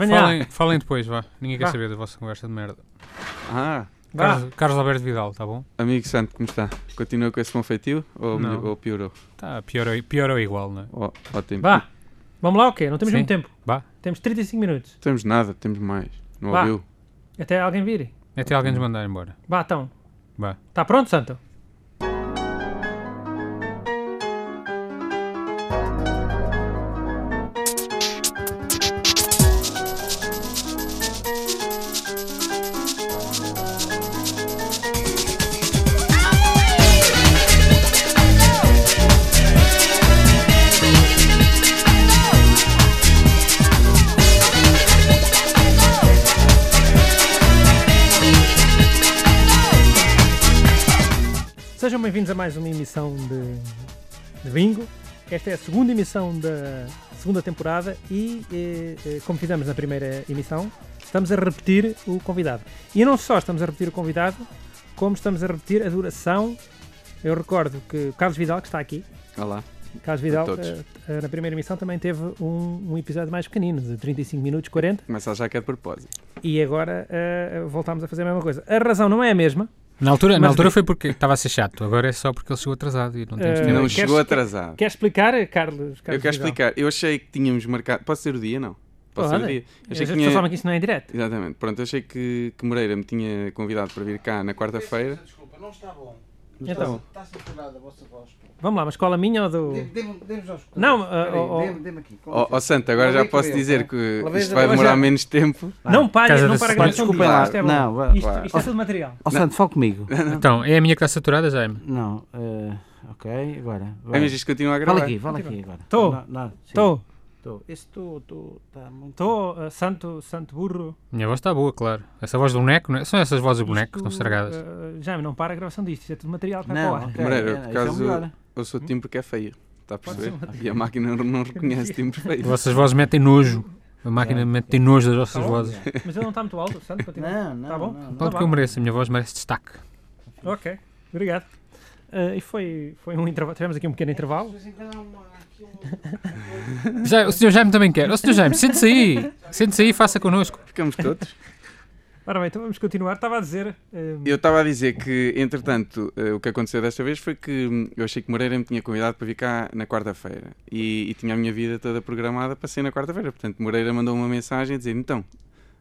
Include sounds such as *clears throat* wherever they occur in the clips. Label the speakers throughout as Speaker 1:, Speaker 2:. Speaker 1: Venha.
Speaker 2: Falem, falem depois, vá. Ninguém quer
Speaker 1: Vá.
Speaker 2: saber da vossa conversa de merda.
Speaker 3: Ah,
Speaker 1: Vá.
Speaker 2: Carlos, Carlos Alberto Vidal, tá bom?
Speaker 3: amigo santo, como está? Continua com esse bom feitio? Ou,
Speaker 2: Não.
Speaker 3: melhor- ou piorou?
Speaker 2: Tá, pior, ou- pior ou igual, não é?
Speaker 3: Ó- ótimo.
Speaker 1: Vá. Vamos lá ou quê? Não temos
Speaker 2: Sim.
Speaker 1: muito tempo.
Speaker 2: Vá.
Speaker 1: Temos 35 minutos.
Speaker 3: Não temos nada, temos mais. Não
Speaker 1: Vá.
Speaker 3: ouviu?
Speaker 1: Até alguém vir.
Speaker 2: É até
Speaker 1: Hum.
Speaker 2: alguém nos mandar embora.
Speaker 1: Vá, então.
Speaker 2: Vá.
Speaker 1: Está pronto, Santo? Sejam bem-vindos a mais uma emissão de, de Bingo. Esta é a segunda emissão da segunda temporada e, eh, eh, como fizemos na primeira emissão, estamos a repetir o convidado. E não só estamos a repetir o convidado, como estamos a repetir a duração. Eu recordo que o Carlos Vidal, que está aqui,
Speaker 3: Olá.
Speaker 1: Carlos Vidal,
Speaker 3: todos.
Speaker 1: eh, eh, na primeira emissão também teve um, um episódio mais pequenino, de 35 minutos 40,
Speaker 3: Começa já que é de propósito.
Speaker 1: e agora eh, voltámos a fazer a mesma coisa. A razão não é a mesma,
Speaker 2: Na altura, na
Speaker 1: Mas-
Speaker 2: altura foi porque estava a ser chato, agora é só porque ele chegou atrasado e não temos
Speaker 1: Eh,
Speaker 2: tempo.
Speaker 3: não
Speaker 1: queres-
Speaker 3: chegou
Speaker 1: quer-
Speaker 3: atrasado.
Speaker 1: Quer explicar, Carlos? Carlos
Speaker 3: Eu quero
Speaker 1: Vidal?
Speaker 3: explicar. Eu achei que tínhamos marcado. Pode ser o dia, não? Pode ser
Speaker 1: Pode.
Speaker 3: o dia.
Speaker 1: As
Speaker 3: Achei que
Speaker 1: pessoas
Speaker 3: tinha-
Speaker 1: falam que isso não é em direto.
Speaker 3: Exatamente. Pronto, eu achei que, que Moreira me tinha convidado para vir cá na quarta-feira.
Speaker 4: Desculpa, não está bom.
Speaker 1: Então.
Speaker 4: Está censurada a vossa voz.
Speaker 1: Vamos lá, mas cola a minha ou do.
Speaker 4: Dê- Dê-me dê-me já os escutadores.
Speaker 1: Não, ah,
Speaker 4: Espera aí,
Speaker 1: oh, oh.
Speaker 4: dê-me- dê-me aqui. com
Speaker 3: Ó oh,
Speaker 4: licença.
Speaker 3: Santa, agora
Speaker 4: Lá
Speaker 3: já
Speaker 4: vem
Speaker 3: posso
Speaker 4: eu,
Speaker 3: dizer
Speaker 4: tá?
Speaker 3: que
Speaker 4: Lá vem
Speaker 3: isto
Speaker 4: eu,
Speaker 3: vai
Speaker 4: mas
Speaker 3: demorar
Speaker 4: já-
Speaker 3: menos tempo.
Speaker 1: Não pares,
Speaker 2: Casa
Speaker 1: não
Speaker 2: da
Speaker 1: para a
Speaker 2: Semana.
Speaker 1: gravação
Speaker 4: Desculpem
Speaker 1: disto,
Speaker 4: lá,
Speaker 1: isto é bom.
Speaker 4: não, vá,
Speaker 1: isto,
Speaker 3: vá.
Speaker 1: isto é tudo material.
Speaker 4: Ó Santo, fala comigo.
Speaker 2: Então, é a minha que está saturada, Jaime?
Speaker 4: Não, eh, ok, agora. vai.
Speaker 3: É, mas isto continua a
Speaker 4: Fala
Speaker 3: gravar.
Speaker 4: aqui, fala aqui agora.
Speaker 1: Tô.
Speaker 4: Não, não, sim,
Speaker 1: Estou,
Speaker 4: Tô. Esse estou, estou, está muito...
Speaker 1: estou, ah, santo, santo burro.
Speaker 2: Minha voz está boa, claro. Essa voz do boneco, não é? São essas vozes do boneco que estão estragadas.
Speaker 1: ah, já, não para a gravação disto, isto é tudo material para
Speaker 4: Não,
Speaker 1: colar.
Speaker 4: ok.
Speaker 3: Moreira,
Speaker 4: É,
Speaker 3: por
Speaker 4: isso é
Speaker 3: acaso
Speaker 4: melhor. Hum?
Speaker 3: eu sou timbre que é feio. Está a perceber? E a máquina
Speaker 4: *laughs*
Speaker 3: não reconhece timbre feio.
Speaker 2: Vossas vozes metem nojo. A
Speaker 1: É.
Speaker 2: máquina mete tem nojo das
Speaker 1: Tá
Speaker 2: vossas vozes.
Speaker 1: Mas ele não está muito alto, santo, continua.
Speaker 4: Não, não,
Speaker 1: Tá bom?
Speaker 4: não, um não.
Speaker 2: Pode que eu mereço, a minha voz merece destaque.
Speaker 1: Ok, obrigado. Ah, e foi, foi um intervalo, tivemos aqui um pequeno intervalo.
Speaker 2: Já, o Sr. Jaime também quer. O Sr. Jaime, sente-se aí. Sente-se aí e faça connosco.
Speaker 3: Ficamos todos.
Speaker 1: Ora bem, então vamos continuar. Estava a dizer. ah,
Speaker 3: Eu estava a dizer que, entretanto, eh, o que aconteceu desta vez foi que hum, eu achei que Moreira me tinha convidado para vir cá na quarta-feira e, e tinha a minha vida toda programada para ser na quarta-feira. Portanto, Moreira mandou uma mensagem a dizer: então,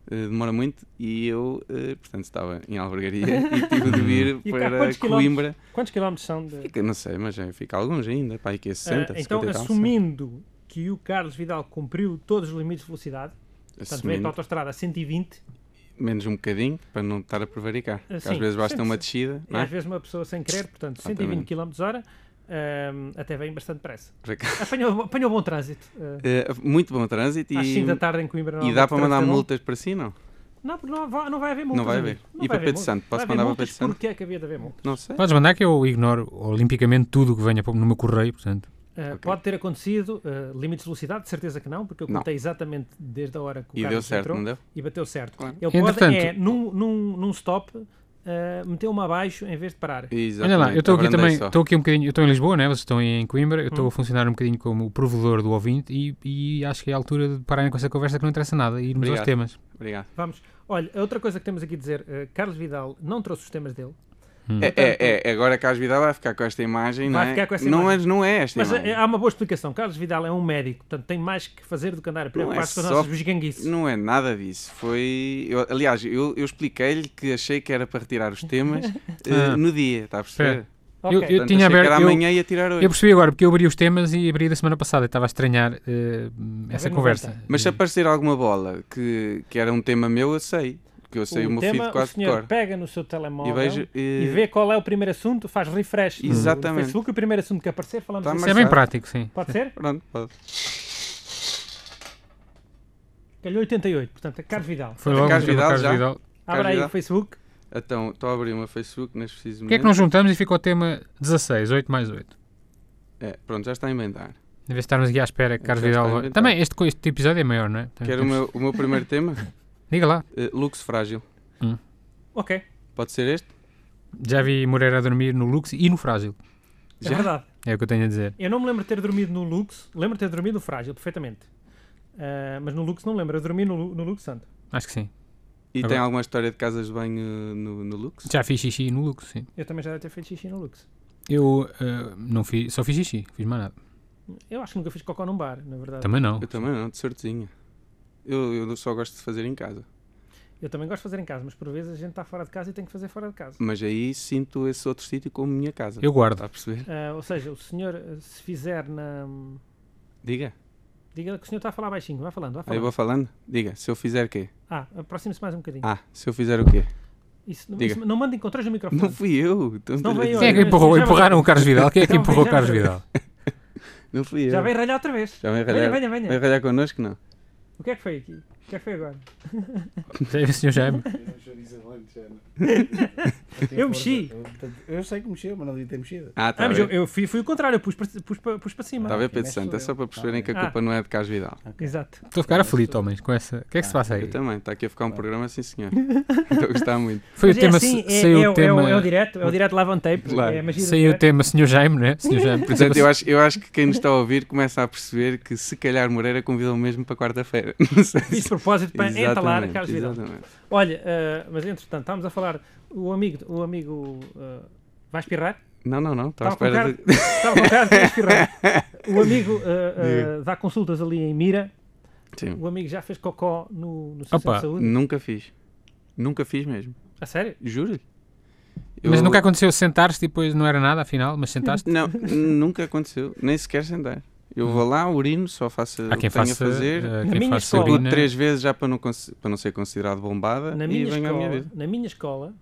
Speaker 3: eh, demora muito e eu, eh, portanto, estava em
Speaker 4: *laughs*
Speaker 3: Albergaria e tive de vir
Speaker 1: E cá,
Speaker 3: para
Speaker 1: quantos
Speaker 3: Coimbra.
Speaker 1: quantos quilómetros são de.
Speaker 3: Fica- não sei, mas já fica alguns ainda, pá, aí que é 60,
Speaker 1: Ah, então,
Speaker 3: 50 e tal,
Speaker 1: assumindo que o Carlos Vidal cumpriu todos os limites de velocidade, portanto,
Speaker 3: sei.
Speaker 1: veio
Speaker 3: Assumindo,
Speaker 1: para a autostrada a 120,
Speaker 3: menos um bocadinho para não estar a prevaricar. que
Speaker 1: Sim,
Speaker 3: às vezes basta
Speaker 1: sempre
Speaker 3: uma
Speaker 1: se-
Speaker 3: descida,
Speaker 1: E
Speaker 3: não é?
Speaker 1: às vezes uma pessoa sem querer, portanto, 120
Speaker 3: Exatamente.
Speaker 1: km hora, ahm, até vem bastante pressa.
Speaker 3: Por acaso. *laughs*
Speaker 1: Apanhou, apanhou bom trânsito. ah,
Speaker 3: Eh, muito bom trânsito
Speaker 1: às 5
Speaker 3: e,
Speaker 1: da tarde em Coimbra. não há
Speaker 3: e dá
Speaker 1: muito
Speaker 3: para mandar
Speaker 1: trânsito, é
Speaker 3: multas para si, não?
Speaker 1: Não, Não, porque não, vai- não vai haver multas.
Speaker 3: Não vai
Speaker 1: amigo.
Speaker 3: haver.
Speaker 1: Não vai
Speaker 3: E para
Speaker 1: haver
Speaker 3: Pedro
Speaker 1: multas.
Speaker 3: Santo? Posso
Speaker 1: Vai haver
Speaker 3: mandar para
Speaker 1: multas
Speaker 3: Pedro Santo?
Speaker 1: Porque é que havia de haver multas?
Speaker 3: Não sei.
Speaker 2: Podes mandar que eu ignoro olimpicamente tudo o que venha para- no meu correio, portanto.
Speaker 1: Ah,
Speaker 3: Ok.
Speaker 1: Pode ter acontecido ah, limites de velocidade, de certeza que não, porque eu
Speaker 3: Não.
Speaker 1: contei exatamente desde a hora que o
Speaker 3: E
Speaker 1: Carlos
Speaker 3: deu certo,
Speaker 1: entrou
Speaker 3: não deu?
Speaker 1: e bateu certo.
Speaker 3: Claro.
Speaker 1: Ele pode, é,
Speaker 2: Entretanto-
Speaker 1: num, num, num stop, ah, meteu uma abaixo em vez de parar.
Speaker 3: Exatamente.
Speaker 2: Olha lá, eu estou aqui
Speaker 3: abrandei
Speaker 2: também,
Speaker 3: só.
Speaker 2: estou aqui um bocadinho, eu estou em Lisboa, né? Vocês estão em Coimbra, eu estou a funcionar um bocadinho como o provedor do ouvinte e, e acho que é a altura de pararem com essa conversa que não interessa nada e irmos aos
Speaker 3: Obrigado.
Speaker 2: temas.
Speaker 3: Obrigado.
Speaker 1: Vamos. Olha, a outra coisa que temos aqui a dizer, ah, Carlos Vidal não trouxe os temas dele.
Speaker 2: Hum.
Speaker 3: É, é, é, agora Carlos Vidal vai ficar com esta imagem,
Speaker 1: Vai
Speaker 3: não é?
Speaker 1: ficar com essa
Speaker 3: não,
Speaker 1: imagem.
Speaker 3: É, não é esta
Speaker 1: Mas eh,
Speaker 3: imagem.
Speaker 1: há uma boa explicação. Carlos Vidal é um médico, portanto tem mais que fazer do que andar a preocupar-se com as
Speaker 3: é só-
Speaker 1: nossas bugiganguices.
Speaker 3: Não é nada disso. Foi. eu- aliás, eu, eu expliquei-lhe que achei que era para retirar
Speaker 2: *laughs*
Speaker 3: os temas eh,
Speaker 2: Ah.
Speaker 3: no dia, está a perceber?
Speaker 1: Ok.
Speaker 2: Eu- eu-
Speaker 3: Portanto,
Speaker 2: tinha
Speaker 3: achei que
Speaker 2: aberto-
Speaker 3: era
Speaker 2: eu-
Speaker 3: amanhã e ia tirar hoje.
Speaker 2: Eu percebi agora porque eu abri os temas e abri da semana passada e estava a estranhar eh, essa
Speaker 1: não
Speaker 2: conversa.
Speaker 1: Hum.
Speaker 3: Mas se aparecer alguma bola que, que era um tema meu, eu sei. Que eu sei o, meu
Speaker 1: tema,
Speaker 3: feed quase
Speaker 1: o
Speaker 3: de
Speaker 1: senhor
Speaker 3: cor.
Speaker 1: pega no seu telemóvel
Speaker 3: E vejo.
Speaker 1: e
Speaker 3: eh,
Speaker 1: vê qual é o primeiro assunto, faz refresh no- no
Speaker 3: Exatamente.
Speaker 1: Facebook e o primeiro assunto que aparecer falamos
Speaker 3: Tá
Speaker 1: disso.
Speaker 2: Isso é bem
Speaker 3: Marcelo.
Speaker 2: prático, sim.
Speaker 1: Pode ser?
Speaker 3: Pronto, pode.
Speaker 1: Calhou 88, portanto é Carlos Vidal.
Speaker 2: Foi logo
Speaker 3: Carlos
Speaker 2: o tema
Speaker 3: Vidal
Speaker 2: Carlos
Speaker 3: já?
Speaker 2: Vidal.
Speaker 1: Abra aí
Speaker 3: Vidal.
Speaker 1: o Facebook.
Speaker 3: Então, estou a abrir uma Facebook neste preciso
Speaker 2: Porquê é que não juntamos e ficou o tema 16, 8 mais 8?
Speaker 3: É, pronto, já está a emendar.
Speaker 2: Em vez de estarmos aqui à espera que Carlos
Speaker 3: Já está
Speaker 2: Vidal.
Speaker 3: inventado.
Speaker 2: Também este, co- este episódio é maior, não é? Também
Speaker 3: Quero o
Speaker 2: temos-
Speaker 3: meu, o meu primeiro tema.
Speaker 2: Diga lá.
Speaker 3: Eh, luxo frágil.
Speaker 1: Ok, é
Speaker 3: Pode ser este?
Speaker 2: Já vi Moreira a dormir no Lux e no Frágil.
Speaker 1: é verdade.
Speaker 2: É o que eu tenho a dizer.
Speaker 1: Eu não me lembro de ter dormido no Lux, lembro de ter dormido no Frágil, perfeitamente. Ah, mas no Lux não lembro, eu dormi no, Lu- no Lux Santo.
Speaker 2: Acho que sim.
Speaker 3: E tem
Speaker 2: Agora-
Speaker 3: alguma história de casas de banho eh, no, no Lux?
Speaker 2: Já fiz xixi no Lux, sim.
Speaker 1: Eu também já deve ter feito xixi no Lux.
Speaker 2: Eu eh, não fiz, só fiz xixi, fiz mais nada.
Speaker 1: Eu acho que nunca fiz cocó num bar, na verdade.
Speaker 2: Também não.
Speaker 3: Eu também não, de certinho. Eu, eu só gosto de fazer em casa.
Speaker 1: Eu também gosto de fazer em casa, mas por vezes a gente está fora de casa e tem que fazer fora de casa.
Speaker 3: Mas aí sinto esse outro sítio como minha casa.
Speaker 2: Eu guardo.
Speaker 3: Está a perceber?
Speaker 1: Ah, ou seja, o senhor, eh, se fizer na.
Speaker 3: Diga.
Speaker 1: Diga que o senhor está a falar baixinho, vai falando, vai
Speaker 3: Aí
Speaker 2: Tá
Speaker 1: falando.
Speaker 3: eu vou falando. Diga, se eu fizer o quê?
Speaker 1: Ah, aproxime-se mais um bocadinho.
Speaker 3: Ah, se eu fizer o quê?
Speaker 1: Isso,
Speaker 3: diga.
Speaker 1: isso- não mandem controles no microfone.
Speaker 3: Não fui eu. Então,
Speaker 1: Não veio
Speaker 2: Quem é que empurrou?
Speaker 1: Já-
Speaker 2: Empurraram o Carlos
Speaker 1: *laughs*
Speaker 2: Vidal? Quem é que
Speaker 1: Já-
Speaker 2: empurrou o
Speaker 1: já-
Speaker 2: Carlos Vidal?
Speaker 3: Não fui eu.
Speaker 1: Já vem ralhar outra vez.
Speaker 3: Já vem
Speaker 1: Venha,
Speaker 3: ralhar.
Speaker 1: venha, venha.
Speaker 3: Vem ralhar connosco, não?
Speaker 1: O que é que foi aqui? O que é que foi agora?
Speaker 2: O senhor já é-
Speaker 1: Eu mexi.
Speaker 5: Eu sei que mexeu, mas não devia ter mexido.
Speaker 3: Ah, está
Speaker 1: Ah,
Speaker 3: a
Speaker 1: mas
Speaker 2: Tá
Speaker 1: eu,
Speaker 3: ver.
Speaker 1: eu fui, fui o contrário, eu pus para, pus para, pus para cima.
Speaker 3: Está a ver,
Speaker 5: quem
Speaker 3: Pedro
Speaker 5: mexe
Speaker 3: Santo?
Speaker 5: sou
Speaker 3: É só
Speaker 5: eu.
Speaker 3: para
Speaker 2: Tá
Speaker 3: perceberem que a
Speaker 1: Ah.
Speaker 3: culpa não é de Carlos Vidal.
Speaker 2: Ah,
Speaker 1: Exato.
Speaker 2: Estou a ficar aflito, homens, com essa. O que é que se passa aí?
Speaker 3: Eu também. Está aqui a ficar
Speaker 2: Tá
Speaker 3: um programa, sim
Speaker 2: *laughs*
Speaker 3: senhor. Estou a gostar muito.
Speaker 2: Foi o
Speaker 1: Mas é
Speaker 2: tema.
Speaker 1: assim, é,
Speaker 2: saiu
Speaker 1: é
Speaker 2: o
Speaker 1: o
Speaker 2: tema.
Speaker 1: É o, é o direto, é o direto live on tape.
Speaker 3: Claro.
Speaker 1: É a magia do
Speaker 2: Saiu o
Speaker 1: direto.
Speaker 2: tema Senhor Jaime, né? Senhor Jaime. Por
Speaker 3: Portanto,
Speaker 2: exemplo,
Speaker 3: eu acho, eu acho que quem nos está a ouvir começa a perceber que se calhar Moreira convidou mesmo para quarta-feira. *laughs* Não sei se-
Speaker 1: Fiz de propósito para entalar
Speaker 3: Exatamente,
Speaker 1: Carlos Vidal.
Speaker 3: exatamente.
Speaker 1: Olha, ah, mas entretanto, estávamos a falar. O amigo. O amigo ah, vai espirrar?
Speaker 3: Não, não, não. Estava à
Speaker 1: Estava com
Speaker 3: espera
Speaker 1: cara,
Speaker 3: de...
Speaker 1: estava com cara de querer espirrar. O amigo ah, ah, dá consultas ali em Mira.
Speaker 3: *laughs* Sim.
Speaker 1: O amigo já fez cocó no, no centro
Speaker 2: Opa.
Speaker 1: de saúde.
Speaker 3: Nunca fiz. Nunca fiz mesmo.
Speaker 1: A sério?
Speaker 3: Juro-lhe.
Speaker 2: assim, Mas
Speaker 3: Eu-
Speaker 2: nunca aconteceu sentaste e depois não era nada, afinal, mas sentaste.
Speaker 3: Não, nunca aconteceu. Nem sequer sentar. Eu vou lá, urino, só faço o
Speaker 2: Há
Speaker 3: que
Speaker 2: quem
Speaker 3: tenho
Speaker 2: faça.
Speaker 3: a fazer.
Speaker 2: eh,
Speaker 1: Na
Speaker 2: quem
Speaker 1: minha
Speaker 2: faça
Speaker 1: escola-
Speaker 2: urina.
Speaker 3: Tudo três vezes já para não, cons- para não ser considerado bombada
Speaker 1: Na
Speaker 3: e
Speaker 1: minha,
Speaker 3: venho à
Speaker 1: escola,
Speaker 3: minha vida.
Speaker 1: na minha escola,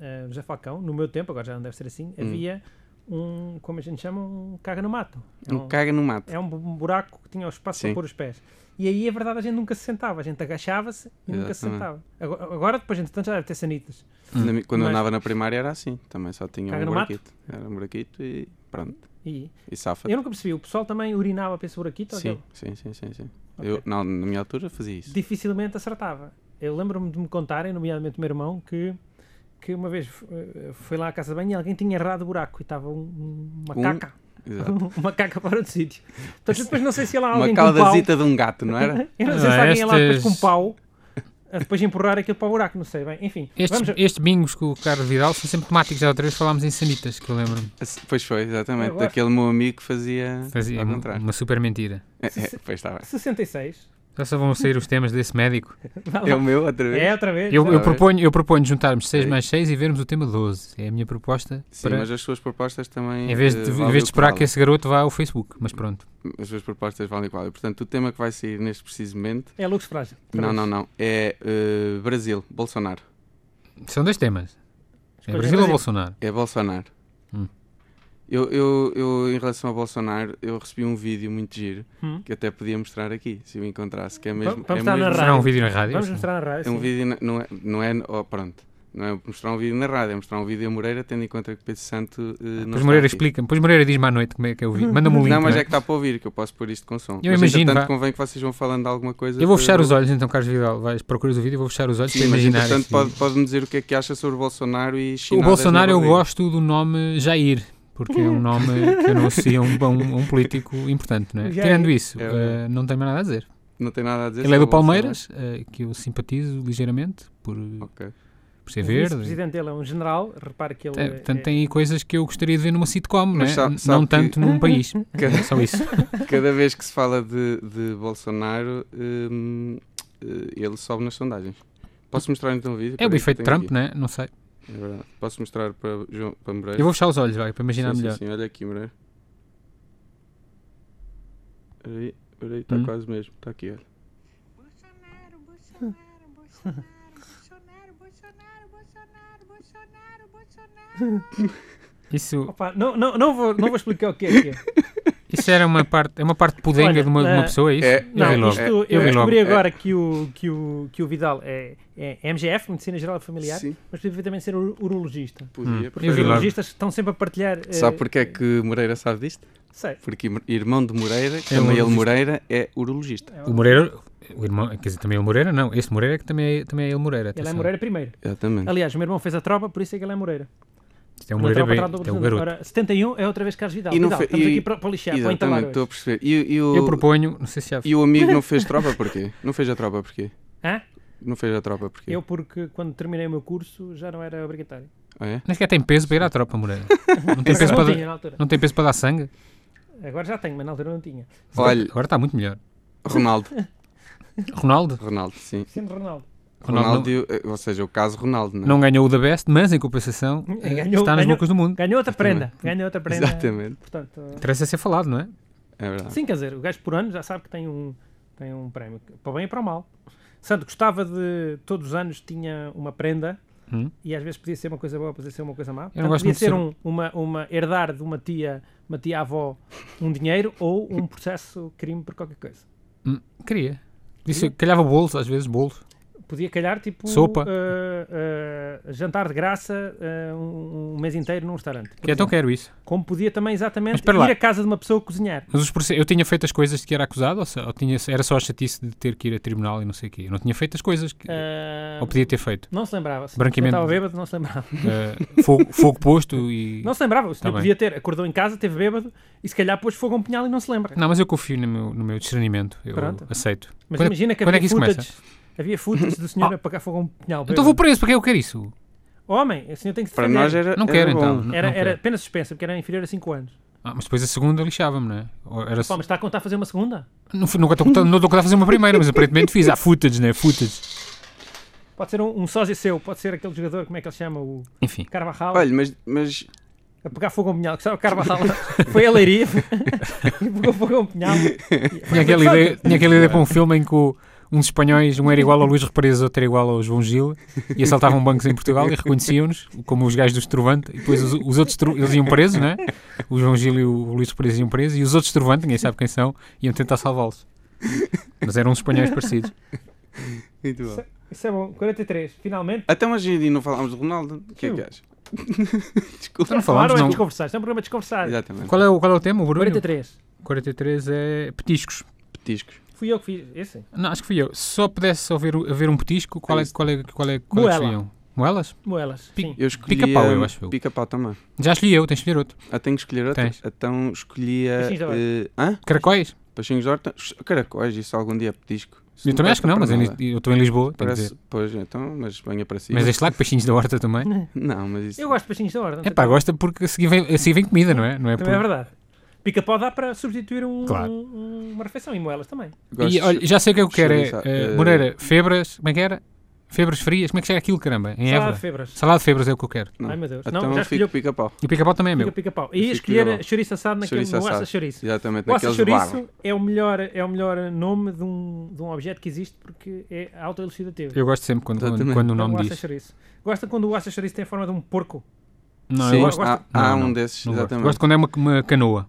Speaker 1: eh, José Falcão, no meu tempo, agora já não deve ser
Speaker 3: Hum.
Speaker 1: assim, havia um, como a gente chama, um caga no mato. É
Speaker 3: Um caga no mato.
Speaker 1: é um bu- um buraco que tinha o espaço
Speaker 3: Sim.
Speaker 1: para pôr os pés. E aí, a verdade, a gente nunca se sentava. A gente agachava-se e nunca se sentava.
Speaker 3: Exatamente.
Speaker 1: Agora, agora, depois, entretanto, já deve ter sanitas.
Speaker 2: Hum.
Speaker 3: Na mi- Quando eu
Speaker 1: Mas-
Speaker 3: andava na primária era assim. Também só tinha
Speaker 1: Caga
Speaker 3: um
Speaker 1: no mato?
Speaker 3: buraquito. Era um buraquito e pronto.
Speaker 1: E
Speaker 3: E safa
Speaker 1: eu nunca percebi. O pessoal também urinava para esse buraquito. ou
Speaker 3: Sim,
Speaker 1: aquele?
Speaker 3: sim, sim, sim. sim.
Speaker 1: Ok.
Speaker 3: Eu, não, na minha altura fazia isso.
Speaker 1: Dificilmente acertava. Eu lembro-me de me contarem, nomeadamente o meu irmão, que, que uma vez eh, foi lá à casa de banho e alguém tinha errado o buraco e estava um- um- uma
Speaker 3: Um-
Speaker 1: caca.
Speaker 3: Exato.
Speaker 1: uma caca para outro sítio. Portanto, depois não sei se ia lá
Speaker 3: Uma
Speaker 1: *laughs* alguém com pau.
Speaker 3: caudazita de um gato, não
Speaker 1: *laughs*
Speaker 3: era?
Speaker 1: Eu não
Speaker 2: Não,
Speaker 1: sei se alguém ia lá depois com
Speaker 2: estes-
Speaker 1: pau a depois empurrar aquilo para o buraco, não sei bem. Enfim,
Speaker 2: Estes,
Speaker 1: vamos. a-
Speaker 2: estes bingos com o Carlos Vidal são sempre temáticos. Já outra vez falámos em sanitas, que eu lembro-me.
Speaker 3: Assim- Pois foi,
Speaker 1: Eu
Speaker 3: exatamente.
Speaker 1: gosto.
Speaker 3: Aquele meu amigo que fazia,
Speaker 2: Fazia
Speaker 3: ao
Speaker 2: uma,
Speaker 3: contrário.
Speaker 2: uma super mentira.
Speaker 3: É, é, pois estava.
Speaker 1: 66.
Speaker 2: Já só vão sair os temas desse médico.
Speaker 1: Vá lá.
Speaker 3: É o meu outra vez.
Speaker 1: É outra vez.
Speaker 2: Eu,
Speaker 1: já.
Speaker 2: eu
Speaker 3: bem.
Speaker 2: proponho, eu proponho juntarmos 6
Speaker 3: Ok.
Speaker 2: mais 6 e vermos o tema 12. É a minha proposta.
Speaker 3: É. Sim,
Speaker 2: para-
Speaker 3: mas as suas propostas também.
Speaker 2: Em vez de,
Speaker 3: eh,
Speaker 2: em
Speaker 3: valem
Speaker 2: vez de
Speaker 3: o
Speaker 2: esperar
Speaker 3: valem.
Speaker 2: que esse garoto vá ao Facebook, mas pronto.
Speaker 3: As suas propostas valem igual. Portanto, o tema que vai sair neste preciso momento.
Speaker 1: É Lux Frágil.
Speaker 3: Não, não, não. É eh, Brasil, Bolsonaro.
Speaker 2: São dois temas. É
Speaker 1: Escolha
Speaker 2: Brasil ou
Speaker 1: Brasil.
Speaker 2: Bolsonaro?
Speaker 3: É Bolsonaro.
Speaker 2: Hum.
Speaker 3: Eu, eu, eu, em relação a Bolsonaro, eu recebi um vídeo muito giro
Speaker 1: Hum.
Speaker 3: que até podia mostrar aqui, se eu encontrasse. Que é mesmo.
Speaker 1: Vamos
Speaker 3: é
Speaker 1: estar na
Speaker 3: mesmo-
Speaker 2: Será um vídeo na rádio?
Speaker 1: Vamos
Speaker 2: Sim.
Speaker 1: mostrar na rádio.
Speaker 3: É um
Speaker 1: sim.
Speaker 3: vídeo, na- não é, não é oh, pronto, não é mostrar um vídeo na rádio, é mostrar um vídeo a Moreira, tendo em conta que Pedro Santo eh, não
Speaker 2: Ah, Pois
Speaker 3: está
Speaker 2: Moreira
Speaker 3: aqui.
Speaker 2: explica-me. Pois Moreira diz-me à noite como é que eu vi. Manda-me um link.
Speaker 3: Não, mas
Speaker 2: não é?
Speaker 3: é que está para ouvir, que eu posso pôr isto com som.
Speaker 2: Eu
Speaker 3: mas,
Speaker 2: imagino,
Speaker 3: Entretanto,
Speaker 2: vá.
Speaker 3: convém que vocês vão falando de alguma coisa.
Speaker 2: Eu vou
Speaker 3: para-
Speaker 2: fechar os olhos então, Carlos Vidal. Vais procuras o vídeo, eu vou fechar os olhos
Speaker 3: Sim,
Speaker 2: para
Speaker 3: mas
Speaker 2: imaginar.
Speaker 3: entretanto
Speaker 2: esse
Speaker 3: pode-
Speaker 2: vídeo.
Speaker 3: pode-me dizer o que é que acha sobre o Bolsonaro e
Speaker 2: O
Speaker 3: China.
Speaker 2: Bolsonaro eu gosto do nome Jair, porque é um nome que eu não associo a um, a um- a um político importante, não é?
Speaker 1: O Jair.
Speaker 2: Tirando isso,
Speaker 3: É,
Speaker 2: eh, não tenho mais nada a dizer.
Speaker 3: Não tem nada a dizer.
Speaker 2: Ele é
Speaker 3: sobre
Speaker 2: do
Speaker 3: o Bolsonaro.
Speaker 2: Palmeiras, eh, que eu simpatizo ligeiramente por,
Speaker 3: Ok.
Speaker 2: por ser
Speaker 1: O
Speaker 2: verde.
Speaker 1: vice-presidente dele é um general, repare que ele.
Speaker 2: Tem, portanto,
Speaker 1: é-
Speaker 2: tem aí coisas que eu gostaria de ver numa sitcom, não é?
Speaker 3: Mas sabe-
Speaker 2: N-
Speaker 3: sabe
Speaker 2: não
Speaker 3: que-
Speaker 2: tanto num
Speaker 1: *laughs*
Speaker 2: país. É Só isso.
Speaker 3: Cada vez que se fala de, de Bolsonaro, hum, eh, ele sobe nas sondagens. Posso mostrar então o vídeo?
Speaker 2: É o
Speaker 3: Peraí,
Speaker 2: efeito
Speaker 3: tenho
Speaker 2: Trump,
Speaker 3: aqui.
Speaker 2: não é? Não
Speaker 3: *laughs*
Speaker 2: sei.
Speaker 3: É verdade. Posso mostrar para, João, para Moreira?
Speaker 2: Eu vou fechar os olhos, vai, para imaginar
Speaker 3: sim,
Speaker 2: melhor.
Speaker 3: Sim, sim, olha aqui, Moreira. Peraí, peraí, está
Speaker 2: Hum.
Speaker 3: quase mesmo. Está aqui, olha.
Speaker 6: Bolsonaro, Bolsonaro, Bolsonaro, Bolsonaro, Bolsonaro, Bolsonaro, Bolsonaro, Bolsonaro.
Speaker 2: Isso,
Speaker 1: é- Opa, não, não, não, vou, não vou explicar o que
Speaker 2: *laughs*
Speaker 1: é que é.
Speaker 2: isso era uma parte, é uma parte
Speaker 1: Olha,
Speaker 2: podenga de, uma, de uma
Speaker 1: eh,
Speaker 2: pessoa, é isso?
Speaker 3: é,
Speaker 2: eu
Speaker 1: Não,
Speaker 2: vi logo.
Speaker 1: isto,
Speaker 3: é,
Speaker 1: eu
Speaker 2: eu vi
Speaker 1: descobri
Speaker 3: logo.
Speaker 1: agora que, o, que, o, que o Vidal é, é MGF, Medicina Geral Familiar,
Speaker 3: Sim,
Speaker 1: mas podia também ser uro- urologista.
Speaker 3: podia.
Speaker 2: Hum.
Speaker 3: porque-
Speaker 2: Eu
Speaker 1: Os
Speaker 2: vi logo.
Speaker 1: urologistas estão sempre a partilhar. eh,
Speaker 3: Sabe porque é que Moreira sabe disto?
Speaker 1: Sei.
Speaker 3: Porque ir- irmão de Moreira, que
Speaker 2: É
Speaker 3: também ele
Speaker 2: urologista.
Speaker 3: Moreira, é urologista.
Speaker 1: um
Speaker 2: O Moreira, o irmão, quer dizer, também é o Moreira? Não, esse Moreira é que também é, também é ele Moreira.
Speaker 1: Ele é
Speaker 2: atenção.
Speaker 1: Moreira primeiro.
Speaker 3: Exatamente.
Speaker 1: Aliás, o meu irmão fez a tropa, por isso é que ele é Moreira.
Speaker 2: Isto é o Moreira
Speaker 1: Lateral
Speaker 2: B,
Speaker 1: para trás do
Speaker 2: isto é o
Speaker 1: Brasil.
Speaker 2: garoto.
Speaker 1: Ora, 71 é outra vez Carlos Vidal.
Speaker 3: E não
Speaker 1: Vidal,
Speaker 3: fe-
Speaker 1: estamos
Speaker 3: e-
Speaker 1: aqui para, para lixar, para entalar
Speaker 3: Exatamente,
Speaker 1: hoje.
Speaker 3: estou a perceber. E, e o,
Speaker 2: Eu proponho, não sei se já
Speaker 3: e o amigo não fez tropa porquê? Não fez a tropa porquê?
Speaker 1: Hã?
Speaker 3: Não fez a tropa porquê?
Speaker 1: Eu, porque quando terminei o meu curso já não era obrigatório.
Speaker 3: Ah, é?
Speaker 2: Nem sequer tem peso para ir à tropa,
Speaker 1: *laughs*
Speaker 2: Moreira. Não tem, peso
Speaker 1: Agora
Speaker 2: para
Speaker 1: não
Speaker 2: dar-
Speaker 1: tinha na altura.
Speaker 2: não tem peso para dar sangue?
Speaker 1: Agora já tenho, mas na altura não tinha.
Speaker 3: Olha,
Speaker 2: Agora está muito melhor.
Speaker 3: Ronaldo.
Speaker 2: Ronaldo?
Speaker 3: Ronaldo, sim.
Speaker 1: Cristiano Ronaldo.
Speaker 2: *laughs* Ronaldo
Speaker 3: Ronaldo, e o- eh, ou seja, o caso Ronaldo, não é?
Speaker 2: Não ganhou o da Best, mas em compensação eh,
Speaker 1: Ganhou-
Speaker 2: está nas
Speaker 1: ganhou-
Speaker 2: bocas do mundo.
Speaker 1: Ganhou outra prenda. Ganhou outra prenda.
Speaker 3: Exatamente,
Speaker 1: Portanto,
Speaker 2: Interessa ser falado, não é?
Speaker 3: é verdade.
Speaker 1: Ah, sim, quer dizer, o gajo por ano já sabe que tem um, tem um prémio, que- para o bem e para o mal. Santo, gostava de. Todos os anos tinha uma prenda
Speaker 2: Hum.
Speaker 1: e às vezes podia ser uma coisa boa, podia ser uma coisa má.
Speaker 2: Eu não gosto
Speaker 1: podia
Speaker 2: muito de
Speaker 1: ser
Speaker 2: ser-
Speaker 1: um, uma, uma. herdar de uma tia, uma tia avó um dinheiro ou
Speaker 2: *laughs*
Speaker 1: um processo crime por qualquer coisa.
Speaker 2: Hum, queria. Disse, calhava bolos, às vezes bolos.
Speaker 1: Podia calhar, tipo.
Speaker 2: Sopa.
Speaker 1: eh, eh, jantar de graça eh, um, um mês inteiro num restaurante. por
Speaker 2: Que então
Speaker 1: exemplo.
Speaker 2: quero isso.
Speaker 1: Como podia também
Speaker 2: Mas
Speaker 1: exatamente
Speaker 2: espera lá.
Speaker 1: ir à casa de uma pessoa cozinhar.
Speaker 2: Mas os proce- eu tinha feito as coisas de que era acusado ou, se- ou tinha, era só a chatice de ter que ir a tribunal e não sei o quê? Eu não tinha feito as coisas que
Speaker 1: Ah,
Speaker 2: ou podia ter feito.
Speaker 1: Não se lembrava. Se
Speaker 2: Branqueamento.
Speaker 1: Estava bêbado, não se lembrava.
Speaker 2: Eh, fogo, *laughs* fogo posto e...
Speaker 1: Não se lembrava. O senhor
Speaker 2: Tá bem.
Speaker 1: podia ter, acordou em casa, teve bêbado e se calhar pôs fogo a um punhal e não se lembra.
Speaker 2: Não, mas eu confio no meu, no meu discernimento. Eu
Speaker 1: Pronto.
Speaker 2: aceito.
Speaker 1: Mas
Speaker 2: Quando é-
Speaker 1: imagina que
Speaker 2: quando é
Speaker 1: havia
Speaker 2: que isso começa? Ah.
Speaker 1: footage. Havia footage do
Speaker 2: *laughs*
Speaker 1: senhor a apagar fogo a um punhal.
Speaker 2: Então vou preso, porque eu quero isso.
Speaker 1: bêbado. Homem, o senhor tem que se
Speaker 3: Para
Speaker 1: defender.
Speaker 3: nós era.
Speaker 2: Não
Speaker 3: era
Speaker 2: quero
Speaker 3: bom.
Speaker 2: então. Não-
Speaker 1: Era,
Speaker 2: não
Speaker 1: era
Speaker 2: quero.
Speaker 1: apenas suspensa, porque era inferior a 5 anos.
Speaker 2: Ah, mas depois a segunda lixava-me, não é? Ou era...
Speaker 1: Pá, mas está a contar fazer uma segunda?
Speaker 2: Não, fui- nunca estou contando- não estou a fazer uma primeira, mas aparentemente fiz. Há footage, né? Footage.
Speaker 1: Pode ser um, um sósia seu, pode ser aquele jogador, como é que ele se chama? O
Speaker 2: Enfim.
Speaker 1: Carvajal.
Speaker 3: Olha, mas, mas
Speaker 1: A pegar fogo a um punhal. Que sabe o Carvajal? *laughs* Foi a leiria *laughs* e pegou fogo a um punhal.
Speaker 2: *laughs* Tinha aquela ideia, tinha aquela ideia para um filme em que o- uns espanhóis, um era igual ao Luís Reparedes, outro era igual ao João Gil, e assaltavam bancos em Portugal e reconheciam-nos, como os gajos do Estrovante, e depois os, os outros, tro- eles iam presos, né? O João Gil e o Luís Reparedes iam presos, e os outros Estrovante, ninguém sabe quem são, iam tentar salvá-los. Mas eram uns espanhóis parecidos.
Speaker 3: Muito bom.
Speaker 1: Isso é bom. 43. Finalmente.
Speaker 3: Até mas e não falámos de Ronaldo. O que é que achas? Desculpa.
Speaker 2: Então não falámos,
Speaker 1: claro, é
Speaker 2: não.
Speaker 1: de conversar. Isto é um programa de conversar.
Speaker 3: Exatamente.
Speaker 2: Qual é o, qual é o tema, o barulho?
Speaker 1: 43.
Speaker 2: 43 é petiscos.
Speaker 3: Petiscos.
Speaker 1: Fui eu que fiz esse.
Speaker 2: Não, acho que fui eu. Se só pudesse haver, haver um petisco, qual é, qual é, qual é, qual é que
Speaker 1: Moela.
Speaker 2: escolhiam? Moelas?
Speaker 1: Moelas.
Speaker 2: Pi-
Speaker 1: Sim.
Speaker 3: Eu escolhi.
Speaker 2: Pica-pau, eu
Speaker 3: hum,
Speaker 2: acho eu.
Speaker 3: Pica-pau também.
Speaker 2: Já escolhi eu, tens de escolher outro.
Speaker 3: Ah, tenho que escolher outra.
Speaker 2: Tens.
Speaker 3: Então escolhi a.
Speaker 1: Peixinhos de
Speaker 3: eh, hã?
Speaker 2: Caracóis?
Speaker 3: Peixinhos de horta? Caracóis, isso algum dia é petisco. Isso
Speaker 2: Eu também acho que não, mas
Speaker 3: presta
Speaker 2: eu
Speaker 3: para
Speaker 2: ni-
Speaker 3: nada.
Speaker 2: eu estou em Lisboa, tenho que dizer.
Speaker 3: Parece, pois então, mas venha para si.
Speaker 2: Mas deixa lá que peixinhos da horta também.
Speaker 3: Não, mas isso.
Speaker 1: Eu gosto de peixinhos da ordem.
Speaker 2: É pá, gosta porque a seguir vem, a seguir vem comida, não é? Não é,
Speaker 1: Também é
Speaker 2: por-
Speaker 1: verdade. Pica-pau dá para substituir um,
Speaker 2: Claro.
Speaker 1: um- uma refeição e moelas também.
Speaker 3: gosto
Speaker 2: E olha, já sei o que eu quero. É,
Speaker 3: Chouriço,
Speaker 2: eh,
Speaker 3: eh,
Speaker 2: Moreira, febras, como é que era? Febras frias, como é que chega aquilo, caramba? Em
Speaker 1: Salada
Speaker 2: Évora.
Speaker 1: de febras.
Speaker 2: Salada de febras é o que eu quero.
Speaker 3: Não.
Speaker 1: Ai meu Deus.
Speaker 3: Então
Speaker 1: não, já
Speaker 3: fico
Speaker 1: escolheu
Speaker 3: pica-pau.
Speaker 2: E pica-pau também é meu.
Speaker 1: pica, pica-pau.
Speaker 3: Eu
Speaker 1: E ia
Speaker 3: fico
Speaker 1: escolher
Speaker 3: pica-pau.
Speaker 1: chouriço assado naquele
Speaker 3: Chouriço
Speaker 1: no
Speaker 3: assado.
Speaker 1: assa chouriço.
Speaker 3: Exatamente,
Speaker 1: O assa
Speaker 3: naqueles barros.
Speaker 1: chouriço é o, melhor, é o melhor nome de um, de um objeto que existe porque é autoelucidativo.
Speaker 2: Eu gosto sempre quando, quando,
Speaker 3: Exatamente.
Speaker 2: quando o
Speaker 1: Então,
Speaker 2: nome
Speaker 1: assa
Speaker 2: diz.
Speaker 1: chouriço. Gosta quando o assa chouriço tem a forma de um porco.
Speaker 2: Não,
Speaker 3: Sim,
Speaker 2: eu gosto.
Speaker 3: há,
Speaker 2: Não,
Speaker 3: há
Speaker 2: não,
Speaker 3: um desses,
Speaker 2: não gosto.
Speaker 3: exatamente.
Speaker 2: Gosto quando é uma, uma canoa.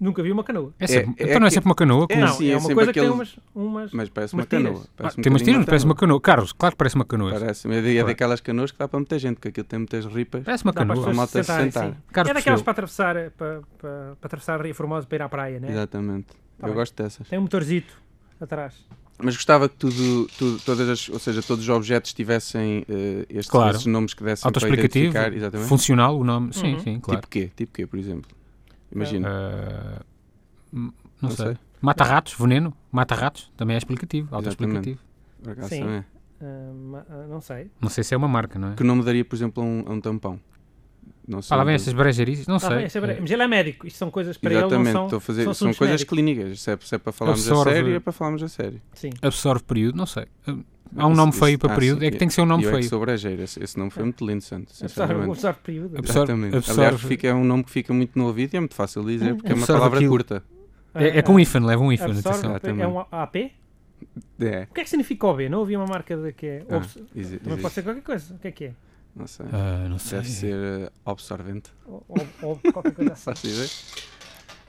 Speaker 1: Nunca vi uma canoa.
Speaker 2: É sempre-
Speaker 3: é
Speaker 2: então não é
Speaker 3: que-
Speaker 2: sempre uma canoa? com-
Speaker 3: É,
Speaker 1: não,
Speaker 3: sim,
Speaker 1: é
Speaker 3: é
Speaker 1: uma
Speaker 3: sempre
Speaker 1: coisa que tem
Speaker 3: aqueles-
Speaker 1: umas, umas
Speaker 3: Mas parece uma
Speaker 1: Umas tiras.
Speaker 3: canoa.
Speaker 2: Ah,
Speaker 3: Parece um
Speaker 2: Tem umas
Speaker 3: bocadinho
Speaker 2: tiras, mas parece uma canoa. Carlos, claro que parece uma canoa.
Speaker 3: Parece, mas é
Speaker 2: Claro.
Speaker 3: daquelas canoas que dá para muita gente, porque aquilo tem muitas ripas.
Speaker 2: Parece uma
Speaker 1: Dá para as
Speaker 2: canoa.
Speaker 1: pessoas
Speaker 3: malta
Speaker 1: se
Speaker 3: se
Speaker 1: sentarem,
Speaker 3: sentar.
Speaker 1: sim.
Speaker 2: Carlos
Speaker 1: é daquelas
Speaker 2: percebeu.
Speaker 1: para atravessar, eh, para, para, para atravessar a Ria Formosa para ir à praia, né?
Speaker 3: Exatamente.
Speaker 1: Tá
Speaker 3: eu
Speaker 1: bem.
Speaker 3: gosto dessas.
Speaker 1: Tem um motorzito atrás.
Speaker 3: Mas gostava que tudo, tudo- todas as, ou seja, todos os objetos tivessem eh, estes,
Speaker 2: Claro.
Speaker 3: estes nomes que dessem para
Speaker 2: Autoexplicativo,
Speaker 3: identificar. Exatamente.
Speaker 2: funcional, o nome. Sim,
Speaker 1: Uhum.
Speaker 2: sim, claro.
Speaker 3: Tipo quê? Tipo quê, por exemplo? Imagina.
Speaker 2: Ah, hum, não,
Speaker 3: Não
Speaker 2: sei.
Speaker 3: sei.
Speaker 2: Mata-ratos, veneno. Mata-ratos também é explicativo, autoexplicativo.
Speaker 3: por acaso
Speaker 1: sim.
Speaker 3: também. é.
Speaker 1: Ah, ma- ah, não sei.
Speaker 2: Não sei se é uma marca, não é?
Speaker 3: Que nome daria, por exemplo, a um, a um tampão? Não sei.
Speaker 2: Pá, Ah, lá vem
Speaker 3: Não-
Speaker 2: estas brejerizas, não
Speaker 1: Ah,
Speaker 2: sei.
Speaker 1: bem, isso é
Speaker 2: É.
Speaker 1: verdade. Mas ele é médico. Isto são coisas para ele,
Speaker 3: Exatamente,
Speaker 1: não são.
Speaker 3: estou a fazer. São,
Speaker 1: assuntos
Speaker 3: coisas
Speaker 1: médicos.
Speaker 3: clínicas. Se é, se é para falarmos
Speaker 2: Absorve-
Speaker 3: a sério, é para falarmos a sério.
Speaker 1: Sim.
Speaker 2: É. Absorve período, não sei. Há um
Speaker 3: Isso-
Speaker 2: nome feio
Speaker 3: isso-
Speaker 2: para
Speaker 3: ah,
Speaker 2: período,
Speaker 3: sim,
Speaker 2: é que tem que ser um nome
Speaker 3: e eu é que
Speaker 2: feio.
Speaker 3: sou brejeiro. Esse, esse nome
Speaker 1: É.
Speaker 3: foi muito lindo, santo.
Speaker 1: Absorve,
Speaker 3: Sinceramente.
Speaker 1: absorve período.
Speaker 2: Absorve-
Speaker 3: Exatamente. Aliás,
Speaker 2: absorve-
Speaker 3: fica, é um nome que fica muito no ouvido e é muito fácil de dizer, porque é uma
Speaker 2: Absorve
Speaker 3: palavra
Speaker 2: aquilo.
Speaker 3: curta.
Speaker 2: É, é com um hífen, leva um hífen, atenção.
Speaker 1: Ah, Absorve, é um AP?
Speaker 3: É.
Speaker 1: O que é que significa OB? Não havia uma marca de que é.
Speaker 3: Ah,
Speaker 1: Obs-
Speaker 3: exi-
Speaker 1: Também pode
Speaker 3: existe.
Speaker 1: ser qualquer coisa. O que é que é?
Speaker 3: Não sei.
Speaker 2: Ah, não sei.
Speaker 3: Deve ser eh, absorvente.
Speaker 1: Ob-
Speaker 3: *laughs*
Speaker 1: ob- qualquer coisa assim.
Speaker 3: Faço ideia.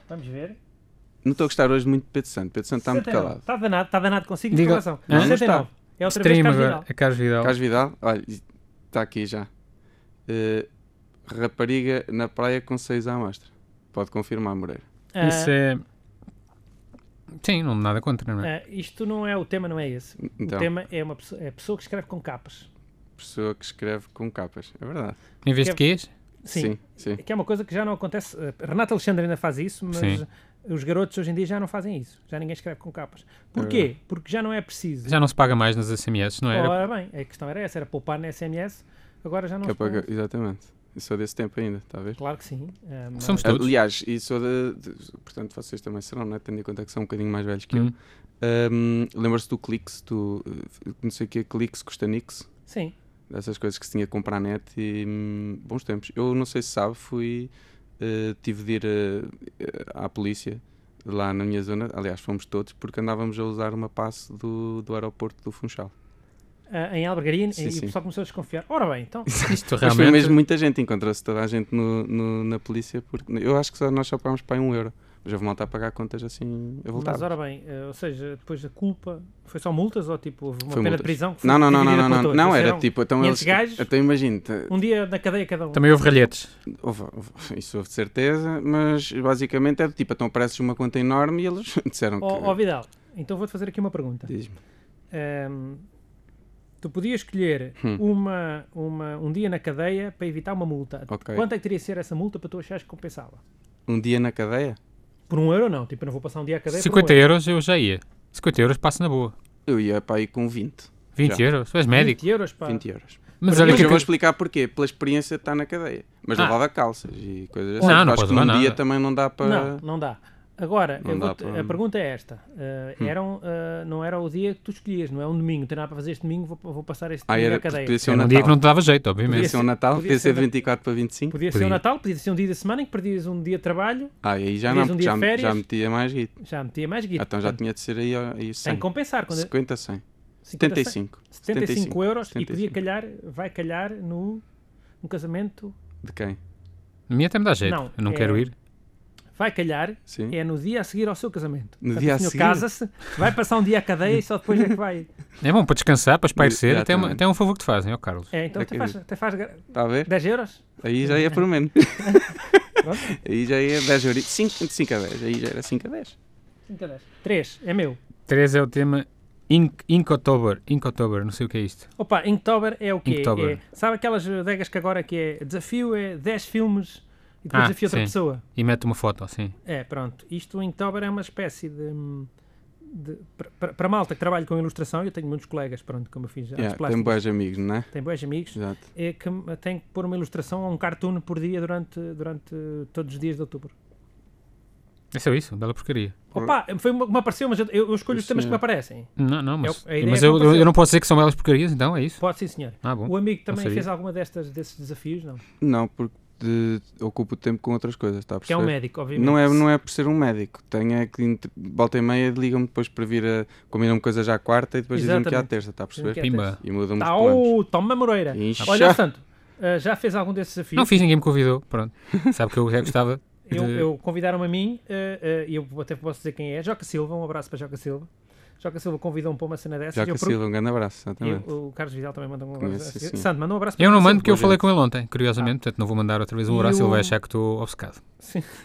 Speaker 1: Vamos ver.
Speaker 3: Não estou a gostar hoje muito de Pedro Santo. Pedro Santo está muito
Speaker 1: 69.
Speaker 3: calado.
Speaker 1: Está danado, está danado consigo.
Speaker 2: Diga-
Speaker 1: Diga. Razão.
Speaker 2: Não, não
Speaker 1: 69. É outra vez
Speaker 2: Extremo
Speaker 1: Carlos
Speaker 2: agora,
Speaker 1: Vidal.
Speaker 2: é Carlos Vidal.
Speaker 3: Carlos Vidal, olha, está aqui já. Eh, rapariga na praia com seis à amostra. Pode confirmar, Moreira.
Speaker 1: Ah,
Speaker 2: Isso é. Sim, não nada contra, não é?
Speaker 1: Ah, isto não é o tema, não é esse.
Speaker 3: Então,
Speaker 1: O tema é uma pessoa, é a pessoa que escreve com capas.
Speaker 3: pessoa que escreve com capas. É verdade.
Speaker 2: Em vez de
Speaker 1: que
Speaker 2: quês,
Speaker 1: Sim.
Speaker 3: sim.
Speaker 1: Que é uma coisa que já não acontece. eh, Renato Alexandre ainda faz isso, mas
Speaker 2: Sim.
Speaker 1: os garotos hoje em dia já não fazem isso. Já ninguém escreve com capas. Porquê? Porque já não é preciso.
Speaker 2: Já não se paga mais nas SMS, não era?
Speaker 1: Ora bem, a questão era essa, era poupar na SMS, agora já não
Speaker 3: Que
Speaker 1: se
Speaker 3: apaga-
Speaker 1: poupa.
Speaker 3: Exatamente. Eu sou desse tempo ainda, está a ver?
Speaker 1: Claro que sim. eh, mas-
Speaker 2: Somos todos.
Speaker 3: Aliás, e sou de, de- Portanto, vocês também serão, não é? Tendo em conta que são um bocadinho mais velhos que
Speaker 2: Hum.
Speaker 3: eu. Um, Lembra-se do Clix, do. eh, Não sei o que é Clix, custa Nix,
Speaker 1: Sim.
Speaker 3: dessas coisas que se tinha que comprar à net e. hum, bons tempos. Eu não sei se sabe, fui. eh, tive de ir eh, eh, à polícia lá na minha zona. Aliás, fomos todos porque andávamos a usar uma passe do, do aeroporto do Funchal.
Speaker 1: Ah, em Albergaria
Speaker 3: Sim,
Speaker 1: e
Speaker 3: sim. é
Speaker 1: o pessoal começou a desconfiar. Ora bem, então.
Speaker 2: Isto
Speaker 3: Mas foi
Speaker 2: realmente.
Speaker 3: mesmo muita gente, encontrou-se toda a gente no, no- na polícia, porque eu acho que só, nós só pagámos para aí um euro. Mas houve malta a pagar contas assim a voltar.
Speaker 1: Mas ora bem, eh, ou seja, depois a culpa foi só multas ou tipo houve uma
Speaker 3: Foi
Speaker 1: pena
Speaker 3: multas.
Speaker 1: de prisão que foi
Speaker 3: Não, não, não, não,
Speaker 1: dividida
Speaker 3: não,
Speaker 1: por
Speaker 3: não,
Speaker 1: todos? Ou seja,
Speaker 3: era
Speaker 1: eram
Speaker 3: tipo, então
Speaker 1: 500
Speaker 3: eles,
Speaker 1: gajos?
Speaker 3: até imagino, te-
Speaker 1: Um dia na cadeia cada um.
Speaker 2: Também houve ralhetes.
Speaker 3: houve- houve- isso houve de certeza, mas basicamente é do tipo, então apareces uma conta enorme e eles *laughs* disseram
Speaker 1: Ó ó,
Speaker 3: que...
Speaker 1: Vidal, então vou-te fazer aqui uma pergunta.
Speaker 3: Diz-me.
Speaker 1: Ahm, tu podias escolher
Speaker 3: Hum.
Speaker 1: uma, uma, um dia na cadeia para evitar uma multa.
Speaker 3: Ok.
Speaker 1: Quanto é que teria de ser essa multa para tu achares que compensava?
Speaker 3: Um dia na cadeia?
Speaker 1: Por um euro não, tipo, eu não vou passar um dia à cadeia
Speaker 2: 50
Speaker 1: por um euro.
Speaker 2: euros eu já ia. 50 euros passo na boa.
Speaker 3: Eu ia para aí com 20,
Speaker 2: 20
Speaker 3: Já.
Speaker 2: euros? Tu és médico.
Speaker 1: 20 euros, pá.
Speaker 3: 20 euros.
Speaker 2: Mas
Speaker 1: Porque
Speaker 2: olha
Speaker 3: Mas
Speaker 2: que.
Speaker 3: eu vou explicar porquê, pela experiência de estar na cadeia. Mas
Speaker 2: Ah.
Speaker 3: levava calças e coisas assim.
Speaker 2: Não, não
Speaker 3: Acho
Speaker 2: pode
Speaker 3: que num
Speaker 2: levar
Speaker 3: dia
Speaker 2: nada.
Speaker 3: também não dá para...
Speaker 1: Não, não dá. Agora,
Speaker 3: Não
Speaker 1: eu
Speaker 3: dá
Speaker 1: vou-te-
Speaker 3: para- Hum.
Speaker 1: a pergunta é esta. Eh, eram, eh, não era o dia que tu escolhias, não é um domingo, não tem nada para fazer este domingo, vou, vou passar este
Speaker 3: Ah,
Speaker 1: domingo
Speaker 3: era,
Speaker 1: à cadeia.
Speaker 3: podia ser um
Speaker 2: Era um
Speaker 3: Natal.
Speaker 2: dia que não te dava jeito,
Speaker 3: Podia
Speaker 2: obviamente.
Speaker 3: ser um Natal,
Speaker 1: podia
Speaker 3: podia
Speaker 1: ser
Speaker 3: ser
Speaker 1: na-
Speaker 3: de 24 para 25.
Speaker 1: Podia ser
Speaker 2: Podia.
Speaker 1: um Natal, podia ser um dia da semana em que perdias um dia de trabalho,
Speaker 3: Ah, e aí já
Speaker 1: Podias
Speaker 3: não,
Speaker 1: um
Speaker 3: porque
Speaker 1: dia
Speaker 3: já,
Speaker 1: de
Speaker 3: me- já
Speaker 1: férias.
Speaker 3: metia mais guito.
Speaker 1: já metia mais guita.
Speaker 3: Então já
Speaker 1: Portanto,
Speaker 3: tinha de ser aí, aí 100.
Speaker 1: Tem que compensar. Quando
Speaker 3: 50, 100.
Speaker 1: 50,
Speaker 3: 75
Speaker 1: 75 euros e
Speaker 3: 75.
Speaker 1: podia calhar, vai calhar no, no casamento.
Speaker 3: de quem?
Speaker 2: A minha até me dá jeito.
Speaker 1: Não,
Speaker 2: eu não
Speaker 1: é-
Speaker 2: quero ir.
Speaker 1: Vai calhar
Speaker 3: Sim.
Speaker 1: é no dia a seguir ao seu casamento.
Speaker 3: No
Speaker 1: Portanto,
Speaker 3: dia
Speaker 1: o
Speaker 3: a
Speaker 1: senhor
Speaker 3: seguir?
Speaker 1: casa-se, vai passar um dia à cadeia e só depois é que vai.
Speaker 2: É bom para descansar, para espairecer. Até, é uma-
Speaker 3: Exatamente.
Speaker 2: até é um favor que te fazem, ó Carlos.
Speaker 1: É, então até faz,
Speaker 3: Acredito.
Speaker 1: até faz gra-
Speaker 3: Está Tá a ver?
Speaker 1: 10 euros?
Speaker 3: Aí já ia por
Speaker 1: *laughs*
Speaker 3: menos.
Speaker 1: Pronto.
Speaker 3: aí já ia 10 euros. 5, 5 a 10. Aí já era 5 a 10.
Speaker 1: 5 a 10. 3, é meu.
Speaker 2: 3 é o tema Ink, Inktober. Inktober, não sei o que é isto.
Speaker 1: Opa, Inktober é o quê? É-
Speaker 2: Inktober.
Speaker 1: sabe aquelas bodegas que agora que é desafio é 10 filmes e depois
Speaker 2: Ah,
Speaker 1: desafio outra
Speaker 2: sim.
Speaker 1: pessoa?
Speaker 2: E mete uma foto, assim.
Speaker 1: É, pronto. Isto em Inktober é uma espécie de. hum, de- pra- pra- Para a malta que trabalho com ilustração, eu tenho muitos colegas, pronto, como eu fiz artes
Speaker 3: Yeah, tem
Speaker 1: plásticas,
Speaker 3: bons amigos, não é?
Speaker 1: tem bons amigos,
Speaker 3: Exato.
Speaker 1: é que m- tem que pôr uma ilustração ou um cartoon por dia durante, durante todos os dias de outubro.
Speaker 2: É só isso, bela porcaria.
Speaker 1: Opa, foi uma que me apareceu, mas eu, eu escolho os
Speaker 3: Sim,
Speaker 1: temas que me
Speaker 3: senhor.
Speaker 1: aparecem.
Speaker 2: Não, não, mas,
Speaker 1: É o- a ideia
Speaker 2: mas
Speaker 1: é
Speaker 2: eu, eu,
Speaker 1: comparecer.
Speaker 2: eu não posso dizer que são belas porcarias, então é isso.
Speaker 1: Pode sim, senhor.
Speaker 2: Ah, bom.
Speaker 1: O amigo também
Speaker 2: sabia.
Speaker 1: fez alguma destas, desses desafios, não?
Speaker 3: Não, porque de, ocupo o tempo com outras coisas, está a
Speaker 1: Que é
Speaker 3: perceber?
Speaker 1: um médico, obviamente.
Speaker 3: Não é, não é por ser um médico. Tenho é que, int- volta e meia, ligam-me depois para vir a. Combinam-me coisas à quarta e depois dizem-me que é à
Speaker 1: Exatamente.
Speaker 3: terça, está a
Speaker 1: Dizem que
Speaker 3: perceber?
Speaker 1: é
Speaker 2: Pimba.
Speaker 3: E mudam-me os planos.
Speaker 1: Tau, toma Moreira.
Speaker 3: Incha.
Speaker 1: Olha, Santo, ah, já fez algum desses desafios?
Speaker 2: Não fiz, ninguém me convidou.
Speaker 1: *laughs*
Speaker 2: Pronto. Sabe que eu já gostava. de-
Speaker 1: Eu, eu- convidaram-me a mim, eh, eh, e eu até posso dizer quem é, Joca Silva, um abraço para Joca Silva. Joca Silva convidou-me para uma cena dessas.
Speaker 3: Já
Speaker 1: e eu
Speaker 3: que
Speaker 1: pergun-
Speaker 3: Silva, um grande abraço. Exatamente.
Speaker 1: e o Carlos Vidal também mandou um abraço.
Speaker 3: Conheço, sim, é. senhor.
Speaker 1: Santo, mandou um abraço para
Speaker 2: Eu não
Speaker 1: Joca
Speaker 2: mando porque eu
Speaker 3: boa
Speaker 2: falei
Speaker 3: gente.
Speaker 2: com ele ontem, curiosamente. Portanto, não vou mandar outra vez um
Speaker 1: E
Speaker 2: abraço, ele vai
Speaker 1: o-
Speaker 2: achar que estou obcecado.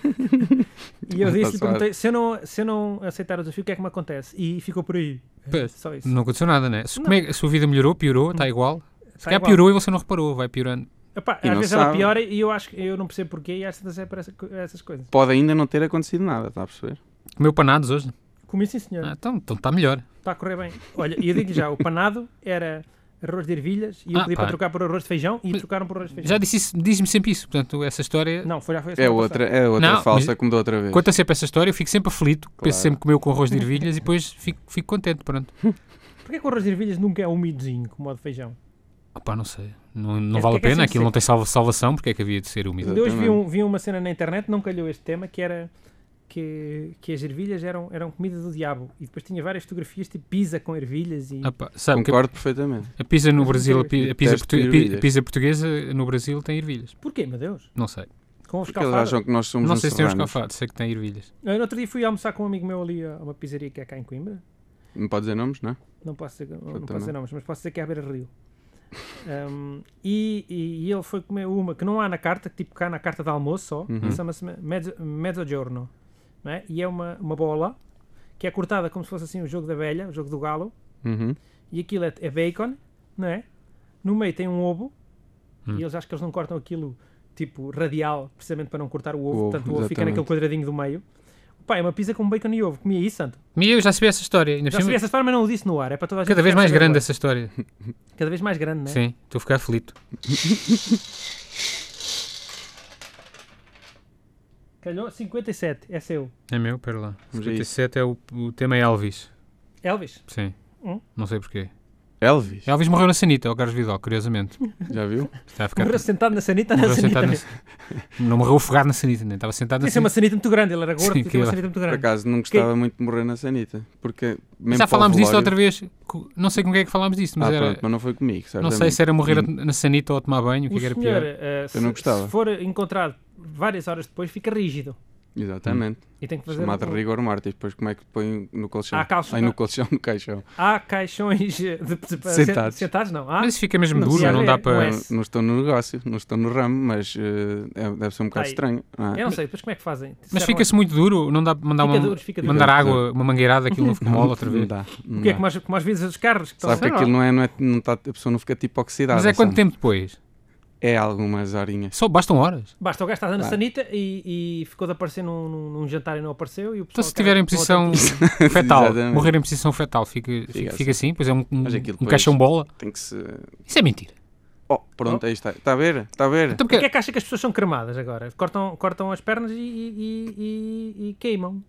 Speaker 1: Silva. E eu disse-lhe,
Speaker 3: Está Tá suave.
Speaker 1: perguntei, se eu, não, se eu não aceitar o desafio, o que é que me acontece? E ficou por aí. Eh,
Speaker 2: Pois,
Speaker 1: Só isso.
Speaker 2: Não aconteceu nada, né? Se,
Speaker 1: Não.
Speaker 2: como é que- a sua vida melhorou, piorou, está igual. Se
Speaker 1: Está
Speaker 2: calhar
Speaker 1: igual.
Speaker 2: piorou e você não reparou, vai piorando.
Speaker 1: Epá,
Speaker 3: E
Speaker 1: às
Speaker 3: não
Speaker 1: vezes ela
Speaker 3: sabe.
Speaker 1: piora e eu acho que eu não percebo porquê e às vezes é para essa- essas coisas.
Speaker 3: Pode ainda não ter acontecido nada, está a perceber?
Speaker 2: Comeu panados hoje?
Speaker 1: Comi sim, senhor.
Speaker 2: Ah, então está melhor.
Speaker 1: Está a correr bem. Olha, e eu digo já, o panado era arroz de ervilhas e eu
Speaker 2: Ah,
Speaker 1: pedi
Speaker 2: pá.
Speaker 1: para trocar por arroz de feijão e
Speaker 2: Mas-
Speaker 1: trocaram por arroz de feijão.
Speaker 2: Já disse isso, diz-me sempre isso. Portanto, essa história.
Speaker 1: Não, tá foi já foi a
Speaker 3: É
Speaker 1: semana
Speaker 3: outra, é outra
Speaker 2: Não,
Speaker 3: falsa
Speaker 2: mas-
Speaker 3: como da outra vez.
Speaker 2: Conta sempre essa história, eu fico sempre aflito.
Speaker 3: Claro.
Speaker 2: Penso sempre que comeu com arroz de
Speaker 1: *laughs*
Speaker 2: ervilhas e depois fico, fico contente. Pronto.
Speaker 1: passada. Porquê que o arroz de ervilhas nunca é úmidozinho, como o de feijão?
Speaker 2: Opá, não sei. Não, não
Speaker 1: É,
Speaker 2: vale
Speaker 1: porque
Speaker 2: a
Speaker 1: é que é
Speaker 2: pena,
Speaker 1: sempre
Speaker 2: aquilo não tem salva- salvação, porque é que havia de ser úmido.
Speaker 1: De hoje vi,
Speaker 3: Exatamente.
Speaker 1: um- vi uma cena na internet, não calhou este tema, que era que, que as ervilhas eram, eram comida do diabo. E depois tinha várias fotografias tipo pizza com ervilhas e...
Speaker 2: Opá, sabe que
Speaker 3: Concordo perfeitamente.
Speaker 2: a pizza no
Speaker 1: Mas
Speaker 2: Brasil, a
Speaker 1: nunca vi.
Speaker 2: pi- a pizza,
Speaker 3: Detesto
Speaker 2: portu- a pi-
Speaker 3: ervilhas.
Speaker 2: a pizza portuguesa no Brasil tem ervilhas.
Speaker 1: Porquê, meu Deus?
Speaker 2: Não sei.
Speaker 1: Com os
Speaker 3: Porque eles acham que nós somos
Speaker 2: não
Speaker 3: uns
Speaker 2: sei se tem uns
Speaker 3: serranos.
Speaker 2: cafados, sei que tem ervilhas.
Speaker 1: No outro dia fui almoçar com um amigo meu ali a a uma pizzaria que é cá em Coimbra.
Speaker 3: Não pode dizer nomes, não é?
Speaker 1: Não posso dizer, não posso
Speaker 3: também.
Speaker 1: dizer nomes, mas posso dizer que é à beira rio. Um, e, e- e ele foi comer uma que não há na carta, que tipo cá na carta de almoço só,
Speaker 3: Uhum.
Speaker 1: chama-se me- mezzo- mezzogiorno. Não é? E é uma, uma bola que é cortada como se fosse assim o jogo da velha, o jogo do galo,
Speaker 3: Uhum.
Speaker 1: e aquilo é, é bacon, não é? No meio tem um ovo,
Speaker 2: Hum.
Speaker 1: e eles acham que eles não cortam aquilo tipo radial, precisamente para não cortar o ovo,
Speaker 3: O ovo,
Speaker 1: portanto o ovo fica
Speaker 3: exatamente.
Speaker 1: naquele quadradinho do meio. Pá, é uma pizza com bacon e ovo. Comia isso, santo.
Speaker 2: E eu já sabia essa história. Ainda por
Speaker 1: Já
Speaker 2: cima,
Speaker 1: sabia essa história, mas não o disse no ar. É para toda a gente
Speaker 2: cada vez
Speaker 1: ficar a
Speaker 2: mais
Speaker 1: saber
Speaker 2: grande
Speaker 1: agora.
Speaker 2: essa história.
Speaker 1: Cada vez mais grande, né?
Speaker 2: Sim, estou a ficar aflito.
Speaker 1: Calhou 57, é seu.
Speaker 2: É meu, pera lá.
Speaker 3: Vamos a isso.
Speaker 2: 57 é o, o tema é Elvis.
Speaker 1: Elvis,
Speaker 2: Sim.
Speaker 1: Hum?
Speaker 2: Não sei porquê.
Speaker 3: Elvis,
Speaker 2: Elvis morreu na Sanita, ao Carlos Vidal, curiosamente.
Speaker 3: já viu?
Speaker 2: Está a ficar.
Speaker 1: morreu sentado na sanita, na
Speaker 2: tá. morreu
Speaker 1: sanita.
Speaker 2: sentado
Speaker 1: né?
Speaker 2: na- Não morreu afogado na Sanita, nem estava sentado assim. na
Speaker 1: Tinha uma
Speaker 2: Sanita.
Speaker 1: sanita muito grande, ele era gordo
Speaker 2: Sim,
Speaker 1: e tinha uma
Speaker 2: aquilo.
Speaker 1: sanita muito
Speaker 3: Por
Speaker 1: grande.
Speaker 3: acaso não gostava muito de morrer na sanita, porque
Speaker 2: Já
Speaker 3: mesmo para o
Speaker 2: falámos disso
Speaker 3: velório-
Speaker 2: outra vez. co- Não sei com quem é que falámos disso, mas
Speaker 3: ah,
Speaker 2: era.
Speaker 3: pronto, mas não foi comigo,
Speaker 2: não sei
Speaker 3: certamente.
Speaker 2: se era morrer a- na Sanita ou a tomar banho, o que,
Speaker 1: O
Speaker 2: é que era
Speaker 1: senhor,
Speaker 2: pior.
Speaker 1: eh, se,
Speaker 3: Eu não gostava.
Speaker 1: se for encontrado várias horas depois, fica rígido.
Speaker 3: Exatamente.
Speaker 2: Hum.
Speaker 1: E tem que fazer.
Speaker 3: Chamado
Speaker 1: um-
Speaker 3: rigor mortis, depois como é que põe no colchão?
Speaker 1: Ah, calça-
Speaker 3: Ai, no colchão, no caixão.
Speaker 1: Há caixões eh, de, de- de-
Speaker 3: Sentados.
Speaker 1: sentados, não. Há.
Speaker 2: Mas isso fica mesmo
Speaker 1: Não
Speaker 2: duro,
Speaker 1: sei,
Speaker 2: não
Speaker 1: é-
Speaker 2: dá
Speaker 1: não é
Speaker 2: para.
Speaker 1: S.
Speaker 3: Não estou no negócio, não estou no ramo, mas eh, é- deve ser um
Speaker 2: Tá
Speaker 3: bocado
Speaker 1: Ai,
Speaker 3: estranho. não é?
Speaker 1: Eu não sei, depois como é que fazem?
Speaker 2: Mas
Speaker 1: Serram
Speaker 2: fica-se muito duro, não dá para mandar
Speaker 1: Fica
Speaker 2: uma.
Speaker 1: duro, fica duro.
Speaker 2: Mandar
Speaker 3: Fica
Speaker 2: água, uma mangueirada,
Speaker 1: *laughs*
Speaker 2: aquilo não fica mole outra
Speaker 3: Não
Speaker 2: vez.
Speaker 3: dá, não
Speaker 1: O que é
Speaker 3: dá.
Speaker 1: que mais, como às vezes os carros que estão
Speaker 3: Sabe que aquilo não é, não é, não tá, a pessoa não fica tipo oxidada.
Speaker 2: Então Mas é quanto
Speaker 3: sabe?
Speaker 2: tempo depois?
Speaker 3: É algumas horinhas.
Speaker 2: Só bastam horas.
Speaker 1: Basta o gajo estar na
Speaker 3: Claro.
Speaker 1: sanita e, e ficou de aparecer num, num- num jantar e não apareceu. E o pessoal
Speaker 2: Então se
Speaker 1: quer-
Speaker 2: estiver em
Speaker 1: volta
Speaker 2: posição
Speaker 1: tudo.
Speaker 2: fetal,
Speaker 3: *laughs* Exatamente.
Speaker 2: morrer em posição fetal, fica, fica,
Speaker 3: Fica
Speaker 2: fica assim, pois é um, um,
Speaker 3: Mas aquilo
Speaker 2: um
Speaker 3: depois-
Speaker 2: caixão-bola.
Speaker 3: Tem que se.
Speaker 2: Isso é mentira.
Speaker 3: Oh, pronto, aí está. Está a ver? Está a ver?
Speaker 2: Então,
Speaker 1: Porquê
Speaker 2: porque,
Speaker 1: é que acha que as pessoas são cremadas agora? Cortam, cortam as pernas e, e- e- e- e queimam.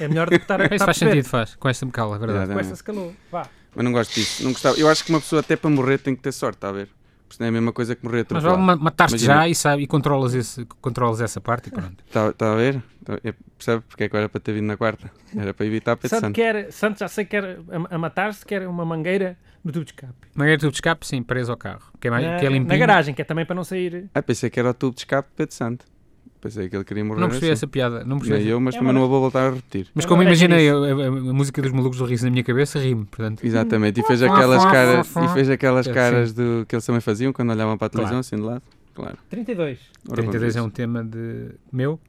Speaker 1: É melhor do que estar a
Speaker 2: *laughs* isso
Speaker 1: estar a
Speaker 2: faz
Speaker 1: perceber.
Speaker 2: sentido, faz, com esta mecala, é verdade.
Speaker 1: Com essa
Speaker 3: Exatamente.
Speaker 1: se calou. Vá.
Speaker 3: Mas não gosto disso. Não gostava. Eu acho que uma pessoa até para morrer tem que ter sorte, está a ver? Porque senão é a mesma coisa que morrer
Speaker 2: Mas vale
Speaker 3: atropelado.
Speaker 2: ma- matar-te
Speaker 3: Imagina.
Speaker 2: já e, sabe, e controlas, esse, controlas essa parte
Speaker 1: *laughs*
Speaker 2: e pronto.
Speaker 3: Está está a ver? Tá- é- Percebe porque é que eu era para ter vindo na quarta? Era para evitar a Pedro
Speaker 1: Santo
Speaker 3: Santo.
Speaker 2: é?
Speaker 1: quer, Santo já sei que quer a, a matar-se, quer uma mangueira no tubo de escape.
Speaker 2: Mangueira de tubo de é escape, sim, preso ao carro. Que é, mais,
Speaker 1: na,
Speaker 2: que é limpinho.
Speaker 1: na garagem, que é também para não sair.
Speaker 3: Ah, pensei que era o tubo de escape de Pedro Santo. Pensei que ele queria morrer.
Speaker 2: Não percebi
Speaker 3: assim.
Speaker 2: essa piada. Não percebi
Speaker 3: Nem
Speaker 2: essa-
Speaker 3: eu, mas
Speaker 1: É
Speaker 3: também
Speaker 1: uma-
Speaker 3: não a vou voltar a repetir.
Speaker 2: Mas
Speaker 1: Eu
Speaker 2: como
Speaker 1: não vejo
Speaker 2: imaginei a,
Speaker 1: nisso.
Speaker 2: a- a música dos malucos do riso na minha cabeça, rimo, portanto.
Speaker 3: Exatamente, e fez aquelas caras, e fez aquelas
Speaker 2: Sim.
Speaker 3: caras do, que eles também faziam quando olhavam para a
Speaker 2: Claro.
Speaker 3: televisão, assim de lado. Claro.
Speaker 1: 32.
Speaker 3: Ora, vamos
Speaker 2: 32
Speaker 3: ver.
Speaker 2: é um tema de meu.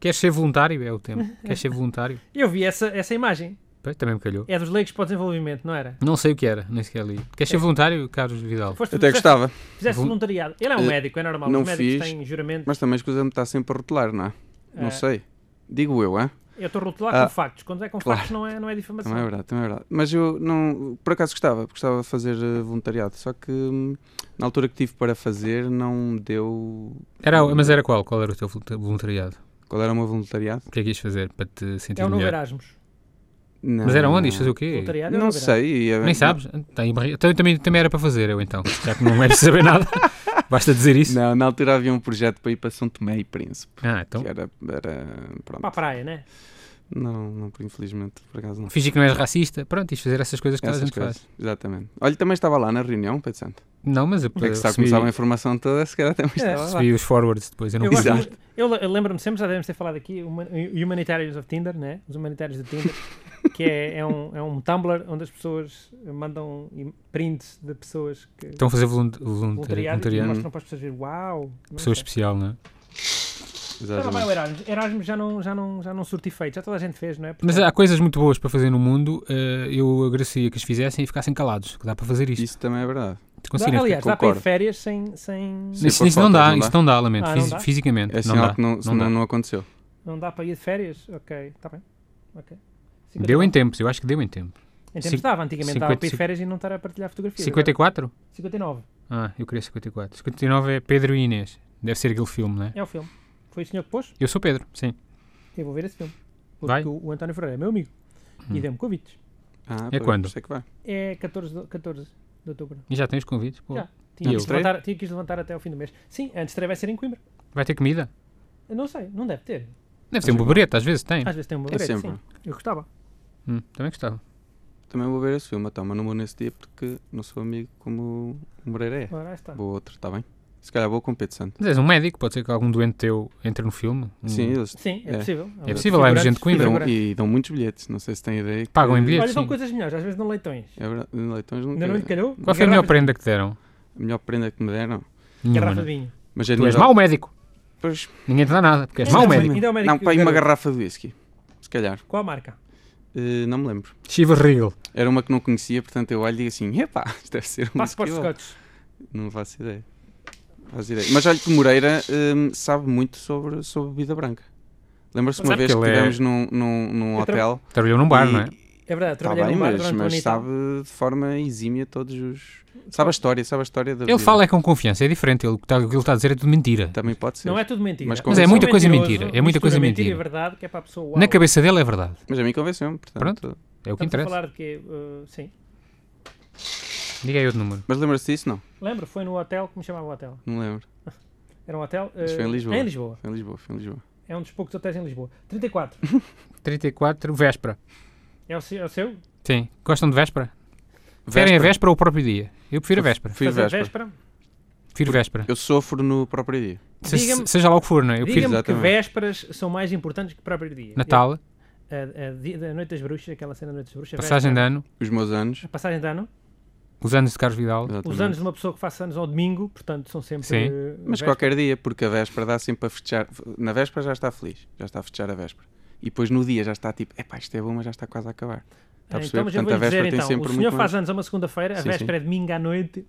Speaker 2: Queres ser voluntário? É o tema.
Speaker 1: *laughs*
Speaker 2: Queres ser voluntário?
Speaker 1: Eu vi essa, essa imagem.
Speaker 2: Pois, também me calhou.
Speaker 1: É dos leigos para o desenvolvimento, não era?
Speaker 2: Não sei o que era, nem sequer li. Queres
Speaker 3: É.
Speaker 2: ser voluntário, Carlos Vidal?
Speaker 1: Foste,
Speaker 3: Eu até
Speaker 1: fizeste-
Speaker 3: gostava,
Speaker 1: Fizeste
Speaker 2: Volu-
Speaker 1: voluntariado. Ele é um
Speaker 3: Eh,
Speaker 1: médico, é normal.
Speaker 3: não
Speaker 1: Os médicos
Speaker 3: fiz,
Speaker 1: têm juramento.
Speaker 3: mas também escusa-me estar sempre a rotular, não é?
Speaker 1: Ah.
Speaker 3: Não sei. Digo eu, hã?
Speaker 2: Tá
Speaker 1: Eu estou a rotular
Speaker 3: Ah,
Speaker 1: com factos. Quando é com
Speaker 3: claro.
Speaker 1: factos, não é, não é difamação.
Speaker 3: Também é verdade, também é verdade. Mas eu não, por acaso gostava, gostava de fazer eh, voluntariado, só que hum, na altura que tive para fazer não deu.
Speaker 2: Era, mas era qual? Qual era o teu volunta- voluntariado?
Speaker 3: Qual era o meu voluntariado?
Speaker 2: O que é que ias fazer para te sentir
Speaker 1: É
Speaker 3: um
Speaker 1: o novo
Speaker 2: melhor?
Speaker 1: Erasmus.
Speaker 3: Não,
Speaker 2: Mas era onde?
Speaker 3: não.
Speaker 2: Ias fazer o quê?
Speaker 1: Voluntariado é o
Speaker 3: Não
Speaker 1: novo Erasmus.
Speaker 3: sei. ia-
Speaker 2: Nem sabes? Tá aí barriga. Então, eu também, também era para fazer, eu então. Já que não é preciso saber
Speaker 3: *laughs*
Speaker 2: nada, basta dizer isso.
Speaker 3: Não, na altura havia um projeto para ir para São Tomé e Príncipe.
Speaker 2: Ah, então.
Speaker 3: Que era, era- pronto.
Speaker 1: Para a praia, né?
Speaker 3: Não, não, infelizmente, por acaso não.
Speaker 2: Fingi que não és racista, pronto, ias fazer essas coisas que toda a
Speaker 3: Essas
Speaker 2: gente
Speaker 3: coisas.
Speaker 2: faz.
Speaker 3: Exatamente. Olha, também estava lá na reunião, Pedro Santo.
Speaker 2: Não, mas eu,
Speaker 3: É que
Speaker 2: eu
Speaker 3: está a
Speaker 2: recebi,
Speaker 3: começar a informação toda, se calhar também
Speaker 1: É.
Speaker 3: estava lá.
Speaker 2: recebi os forwards depois. Eu não
Speaker 1: Eu,
Speaker 2: quis.
Speaker 1: gosto
Speaker 3: Exato.
Speaker 1: muito- eu le- eu lembro-me sempre, já devemos ter falado aqui, human- Humanitarians of Tinder, né? Os Humanitários de
Speaker 3: *laughs*
Speaker 1: Tinder, que é, é um, é um Tumblr onde as pessoas mandam im- prints de pessoas que.
Speaker 2: Estão a então fazer volunta- voluntari-
Speaker 1: voluntariado, e
Speaker 3: é
Speaker 2: voluntariado.
Speaker 1: mostram para as pessoas ver, uau! não
Speaker 2: Pessoa
Speaker 1: sei.
Speaker 2: especial, não é?
Speaker 1: Já não vai o
Speaker 3: Exatamente.
Speaker 1: Erasmus. Erasmus já não, já não, já não surti feito, já toda a gente fez, não é?
Speaker 2: Mas
Speaker 1: Portanto,
Speaker 2: há coisas muito boas para fazer no mundo. eh, eu agradecia que as fizessem e ficassem calados. Que dá para fazer isto.
Speaker 3: Isso também é verdade.
Speaker 1: dá,
Speaker 2: Conseguirem
Speaker 1: aliás, dá para ir
Speaker 3: concordo.
Speaker 1: de férias sem. sem
Speaker 3: Sim.
Speaker 2: Isso,
Speaker 3: por
Speaker 2: isso não
Speaker 3: fotos,
Speaker 2: dá,
Speaker 3: não dá?
Speaker 2: isso não dá, lamento.
Speaker 1: Ah, não
Speaker 2: Fisi-
Speaker 1: dá?
Speaker 2: Fisicamente.
Speaker 3: É
Speaker 2: não
Speaker 3: sinal
Speaker 2: dá.
Speaker 3: que não, senão
Speaker 2: dá.
Speaker 3: não, aconteceu.
Speaker 1: Não dá para ir de férias? Ok, está bem. Ok.
Speaker 2: Deu em
Speaker 1: 59.
Speaker 2: tempos, eu acho que deu em tempo.
Speaker 1: Em
Speaker 2: Cin-
Speaker 1: tempos dava, antigamente dava para ir
Speaker 2: 55.
Speaker 1: de férias e não estar a partilhar fotografias. agora-
Speaker 2: 54?
Speaker 1: 59.
Speaker 2: Ah, eu queria 54. 59 é Pedro e Inês. Deve ser aquele filme, não é?
Speaker 1: É o filme. Foi o senhor que pôs?
Speaker 2: Eu sou Pedro, sim.
Speaker 1: Eu vou ver esse filme. Porque
Speaker 2: Vai? Hum.
Speaker 1: o o António Ferreira é meu amigo. E deu-me convites.
Speaker 3: Ah,
Speaker 2: É
Speaker 3: pois,
Speaker 2: quando?
Speaker 3: Sei que vai.
Speaker 1: É 14 de, 14 de outubro.
Speaker 2: E já tens convites? Pô.
Speaker 1: Já.
Speaker 2: E
Speaker 1: Tinha que,
Speaker 2: eu?
Speaker 1: os levantar, tinha que os levantar até ao fim do mês. Sim, antes de vai ser em Coimbra.
Speaker 2: Vai ter comida?
Speaker 1: Eu não sei, não deve ter.
Speaker 2: Deve ser um bobereto, às vezes tem.
Speaker 1: Às vezes tem uma
Speaker 3: É
Speaker 1: vareta,
Speaker 3: sempre.
Speaker 1: sim. Eu gostava.
Speaker 2: Hum, também gostava.
Speaker 3: Também vou ver esse filme, então, mas não vou nesse dia porque não sou amigo como o Moreira é.
Speaker 1: Ora, aí está.
Speaker 3: Vou outro, está bem? Se calhar vou com o Pedro Santo.
Speaker 2: Mas és um médico, pode ser que algum doente teu entre no filme. Um-
Speaker 3: Sim, eles
Speaker 1: Sim, é,
Speaker 3: É.
Speaker 1: possível.
Speaker 2: É possível, lá é urgente
Speaker 3: e
Speaker 2: Coimbra.
Speaker 1: Olha,
Speaker 3: dão, e dão muitos bilhetes. Não sei se têm ideia. que-
Speaker 2: Pagam em bilhetes.
Speaker 1: Olha, são
Speaker 2: sim.
Speaker 1: coisas melhores, às vezes não leitões.
Speaker 3: É verdade, leitões nunca-
Speaker 1: Ainda não lhe calhou?
Speaker 2: Qual foi a melhor
Speaker 1: Garrafas-
Speaker 2: prenda que te deram?
Speaker 3: A melhor prenda que me deram.
Speaker 2: Nenhuma. né?
Speaker 1: Garrafa
Speaker 2: não.
Speaker 1: de vinho.
Speaker 3: Mas é
Speaker 2: Tu és
Speaker 3: nível-
Speaker 2: mau médico.
Speaker 3: Pois,
Speaker 2: Ninguém te dá nada, porque és
Speaker 1: É,
Speaker 2: mau
Speaker 1: não,
Speaker 2: médico.
Speaker 1: Ainda é o médico
Speaker 3: Não,
Speaker 1: que
Speaker 3: paguei uma
Speaker 1: garante.
Speaker 3: garrafa de whisky. Se calhar.
Speaker 1: Qual a marca?
Speaker 3: Eh, não me lembro.
Speaker 2: Chivas Regal.
Speaker 3: Era uma que não *laughs* conhecia, portanto eu olho e digo assim: epá, isto deve ser um
Speaker 1: Passaporte
Speaker 3: whisky bom."
Speaker 1: Scotch.
Speaker 3: Não faço ideia. Faz ideia. Mas olha que Moreira hum, sabe muito sobre, sobre bebida branca. Lembra-se uma
Speaker 2: Sabe
Speaker 3: vez
Speaker 2: que
Speaker 3: que
Speaker 2: ele é-
Speaker 3: estivemos num, num, num
Speaker 1: Eu tra-
Speaker 3: hotel.
Speaker 2: Trabalhou num bar,
Speaker 3: e-
Speaker 2: não é?
Speaker 1: É verdade,
Speaker 3: Está
Speaker 1: trabalhei
Speaker 3: bem,
Speaker 1: num bar
Speaker 3: mas,
Speaker 1: durante
Speaker 3: mas
Speaker 1: um
Speaker 3: sabe de forma exímia todos os. Sabe a história, sabe a história da
Speaker 2: Ele
Speaker 3: bebida.
Speaker 2: fala é com confiança, é diferente. Ele, o que tá- o que ele está a dizer é tudo mentira.
Speaker 3: Também pode ser.
Speaker 1: Não é tudo mentira.
Speaker 3: Mas Mas é
Speaker 2: muita coisa
Speaker 1: Mentiroso,
Speaker 2: mentira, é muita coisa
Speaker 1: mistura e
Speaker 2: mentira.
Speaker 1: verdade, que é para a pessoa. Uau,
Speaker 2: Na cabeça dele é verdade.
Speaker 3: Mas a mim convenceu-me, portanto.
Speaker 2: Pronto. É o
Speaker 1: estamos
Speaker 2: que
Speaker 1: a
Speaker 2: interessa.
Speaker 1: falar de quê? Uh, sim.
Speaker 2: Diga aí outro número.
Speaker 3: Mas lembra-se disso? Não,
Speaker 1: Lembro, foi no hotel, como chamava o hotel?
Speaker 3: não lembro.
Speaker 1: Era um hotel.
Speaker 3: Mas
Speaker 1: eh,
Speaker 3: foi em Lisboa.
Speaker 1: Em Lisboa.
Speaker 3: Foi em Lisboa, foi em Lisboa.
Speaker 1: É um dos poucos hotéis em Lisboa. 34.
Speaker 2: 34, véspera.
Speaker 1: É o, seu, é o seu?
Speaker 2: Sim. Gostam de véspera? Preferem a véspera ou o próprio dia? Eu prefiro a véspera.
Speaker 3: Fui
Speaker 1: Fazer
Speaker 3: véspera.
Speaker 1: véspera.
Speaker 2: Prefiro véspera.
Speaker 3: Eu sofro no próprio dia.
Speaker 2: Se- se-
Speaker 1: Diga-me-
Speaker 2: seja lá o que for, não é? Eu prefiro
Speaker 1: Diga-me que
Speaker 3: Exatamente.
Speaker 1: vésperas são mais importantes que o próprio dia.
Speaker 2: Natal,
Speaker 1: A, a dia- da Noite das Bruxas, aquela cena da Noite das Bruxas.
Speaker 2: passagem de
Speaker 1: véspera,
Speaker 2: ano,
Speaker 3: Os meus anos.
Speaker 1: a Passagem de ano.
Speaker 2: os anos de Carlos Vidal.
Speaker 1: Os
Speaker 3: exatamente.
Speaker 1: anos de uma pessoa que faça anos ao domingo, portanto, são sempre.
Speaker 2: Sim.
Speaker 1: eh,
Speaker 3: Mas
Speaker 1: véspera.
Speaker 3: qualquer dia, porque a véspera dá sempre para fechar. Na véspera já está feliz, já está a fechar a véspera. E depois no dia já está tipo, epá, isto é bom, mas já está quase a acabar. Está Tá a
Speaker 1: Ah,
Speaker 3: perceber?
Speaker 1: Então, mas eu
Speaker 3: Portanto, a
Speaker 1: vou dizer
Speaker 3: véspera tem
Speaker 1: então, o
Speaker 3: sempre
Speaker 1: senhor
Speaker 3: muito
Speaker 1: faz
Speaker 3: mais.
Speaker 1: anos a uma segunda-feira, a
Speaker 3: Sim,
Speaker 1: véspera é domingo à noite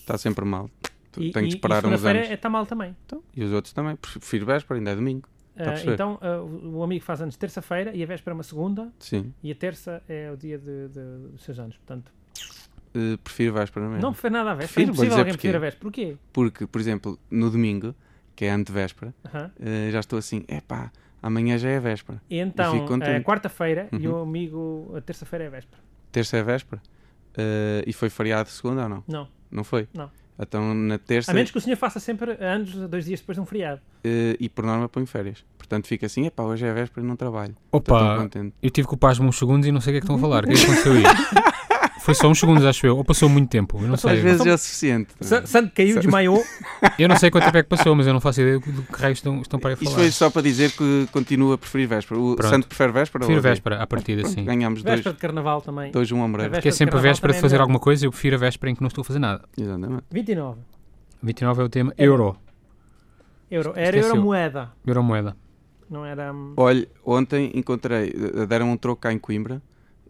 Speaker 3: Está sempre mal. Tu
Speaker 1: e,
Speaker 3: Tenho
Speaker 1: e-
Speaker 3: que
Speaker 1: e
Speaker 3: esperar uns
Speaker 1: segunda-feira é-
Speaker 3: anos.
Speaker 1: está mal também.
Speaker 3: Então, e os outros também. Prefiro véspera, ainda é domingo.
Speaker 1: Ah,
Speaker 3: a perceber?
Speaker 1: então, ah, o o amigo faz anos terça-feira e a véspera é uma segunda
Speaker 3: Sim.
Speaker 1: e a terça é o dia de- de- dos seus anos. Portanto,
Speaker 3: Eh, prefiro véspera mesmo.
Speaker 1: não prefere nada à véspera. É
Speaker 3: Prefiro, vou
Speaker 1: impossível
Speaker 3: dizer
Speaker 1: alguém
Speaker 3: porquê.
Speaker 1: preferir a véspera. Porquê?
Speaker 3: Porque, por exemplo, no domingo, que é antevéspera,
Speaker 1: Aham.
Speaker 3: eh, já estou assim, epá, amanhã já é véspera.
Speaker 1: E então,
Speaker 3: fico contente.
Speaker 1: é quarta-feira e
Speaker 3: Uhum.
Speaker 1: o amigo, a terça-feira é a véspera.
Speaker 3: Terça é véspera. Eh, e foi feriado segunda ou não?
Speaker 1: Não.
Speaker 3: Não foi?
Speaker 1: Não.
Speaker 3: Então na terça.
Speaker 1: A menos que o senhor faça sempre anos dois dias depois de um feriado.
Speaker 3: Eh, e por norma ponho férias. Portanto fica assim, epá, hoje é véspera e não trabalho. Estou tão
Speaker 2: Opa,
Speaker 3: contente.
Speaker 2: eu tive com o pasmo uns segundos e não sei o que é que estão a falar. O que é que aconteceu aí? *laughs* Foi só uns segundos, acho eu. Ou passou muito tempo. Eu não
Speaker 3: Às
Speaker 2: sei.
Speaker 3: vezes é o suficiente.
Speaker 1: Sa- Santo caiu,
Speaker 3: *laughs*
Speaker 1: desmaiou.
Speaker 2: Eu não sei quanto tempo é que passou, mas eu não faço ideia do que do que raios estão, estão para aí a
Speaker 3: Isto
Speaker 2: falar.
Speaker 3: foi só para dizer que continua a preferir véspera. O
Speaker 2: Pronto.
Speaker 3: Santo prefere véspera
Speaker 2: Prefiro
Speaker 3: ou dia?
Speaker 2: véspera, à partida, sim.
Speaker 3: Ganhámos dois,
Speaker 1: Véspera de carnaval também.
Speaker 3: dois um
Speaker 1: A
Speaker 3: ombreiro.
Speaker 1: véspera
Speaker 2: Porque é sempre a
Speaker 1: carnaval
Speaker 2: véspera de
Speaker 1: também
Speaker 2: fazer
Speaker 1: não.
Speaker 2: alguma coisa, eu prefiro a véspera em que não estou a fazer nada.
Speaker 3: Exatamente.
Speaker 1: 29.
Speaker 2: 29 é o tema euro,
Speaker 1: Euro. Era
Speaker 2: Esqueceu.
Speaker 1: euro moeda.
Speaker 2: euro moeda.
Speaker 1: Não era. hum,
Speaker 3: Olha, ontem encontrei, eh, deram um troco cá em Coimbra,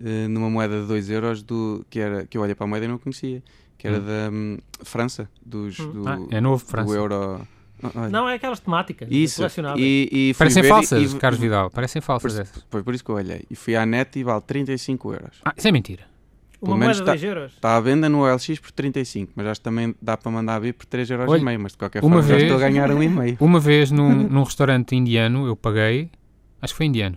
Speaker 3: eh, numa moeda de 2 euros, do, que, era, que eu olhei para a moeda e não conhecia, que era
Speaker 2: Hum.
Speaker 3: da hum, França, dos,
Speaker 1: Hum.
Speaker 3: do,
Speaker 2: Ah, é novo,
Speaker 3: do
Speaker 2: França.
Speaker 3: euro. Ah, olha.
Speaker 1: Não, é aquelas temáticas.
Speaker 3: Isso,
Speaker 1: Selecionadas.
Speaker 3: e, e fui
Speaker 2: Parecem
Speaker 3: ver e-
Speaker 2: falsas,
Speaker 3: e-
Speaker 2: Carlos Vidal, parecem falsas
Speaker 3: Por-
Speaker 2: essas.
Speaker 3: Foi por isso que eu olhei. E fui à net e vale 35 euros.
Speaker 2: Ah, isso é mentira.
Speaker 1: Uma
Speaker 3: menos
Speaker 1: moeda de
Speaker 3: tá-
Speaker 1: 2 euros.
Speaker 3: Está à venda no OLX por 35, mas acho que também dá para mandar a vir por 3 euros
Speaker 2: Olha,
Speaker 3: e meio, mas de qualquer
Speaker 2: uma
Speaker 3: forma já
Speaker 2: vez-
Speaker 3: estou a ganhar um e meio.
Speaker 2: Uma vez num,
Speaker 3: Uhum.
Speaker 2: num restaurante indiano, eu paguei, acho que foi indiano,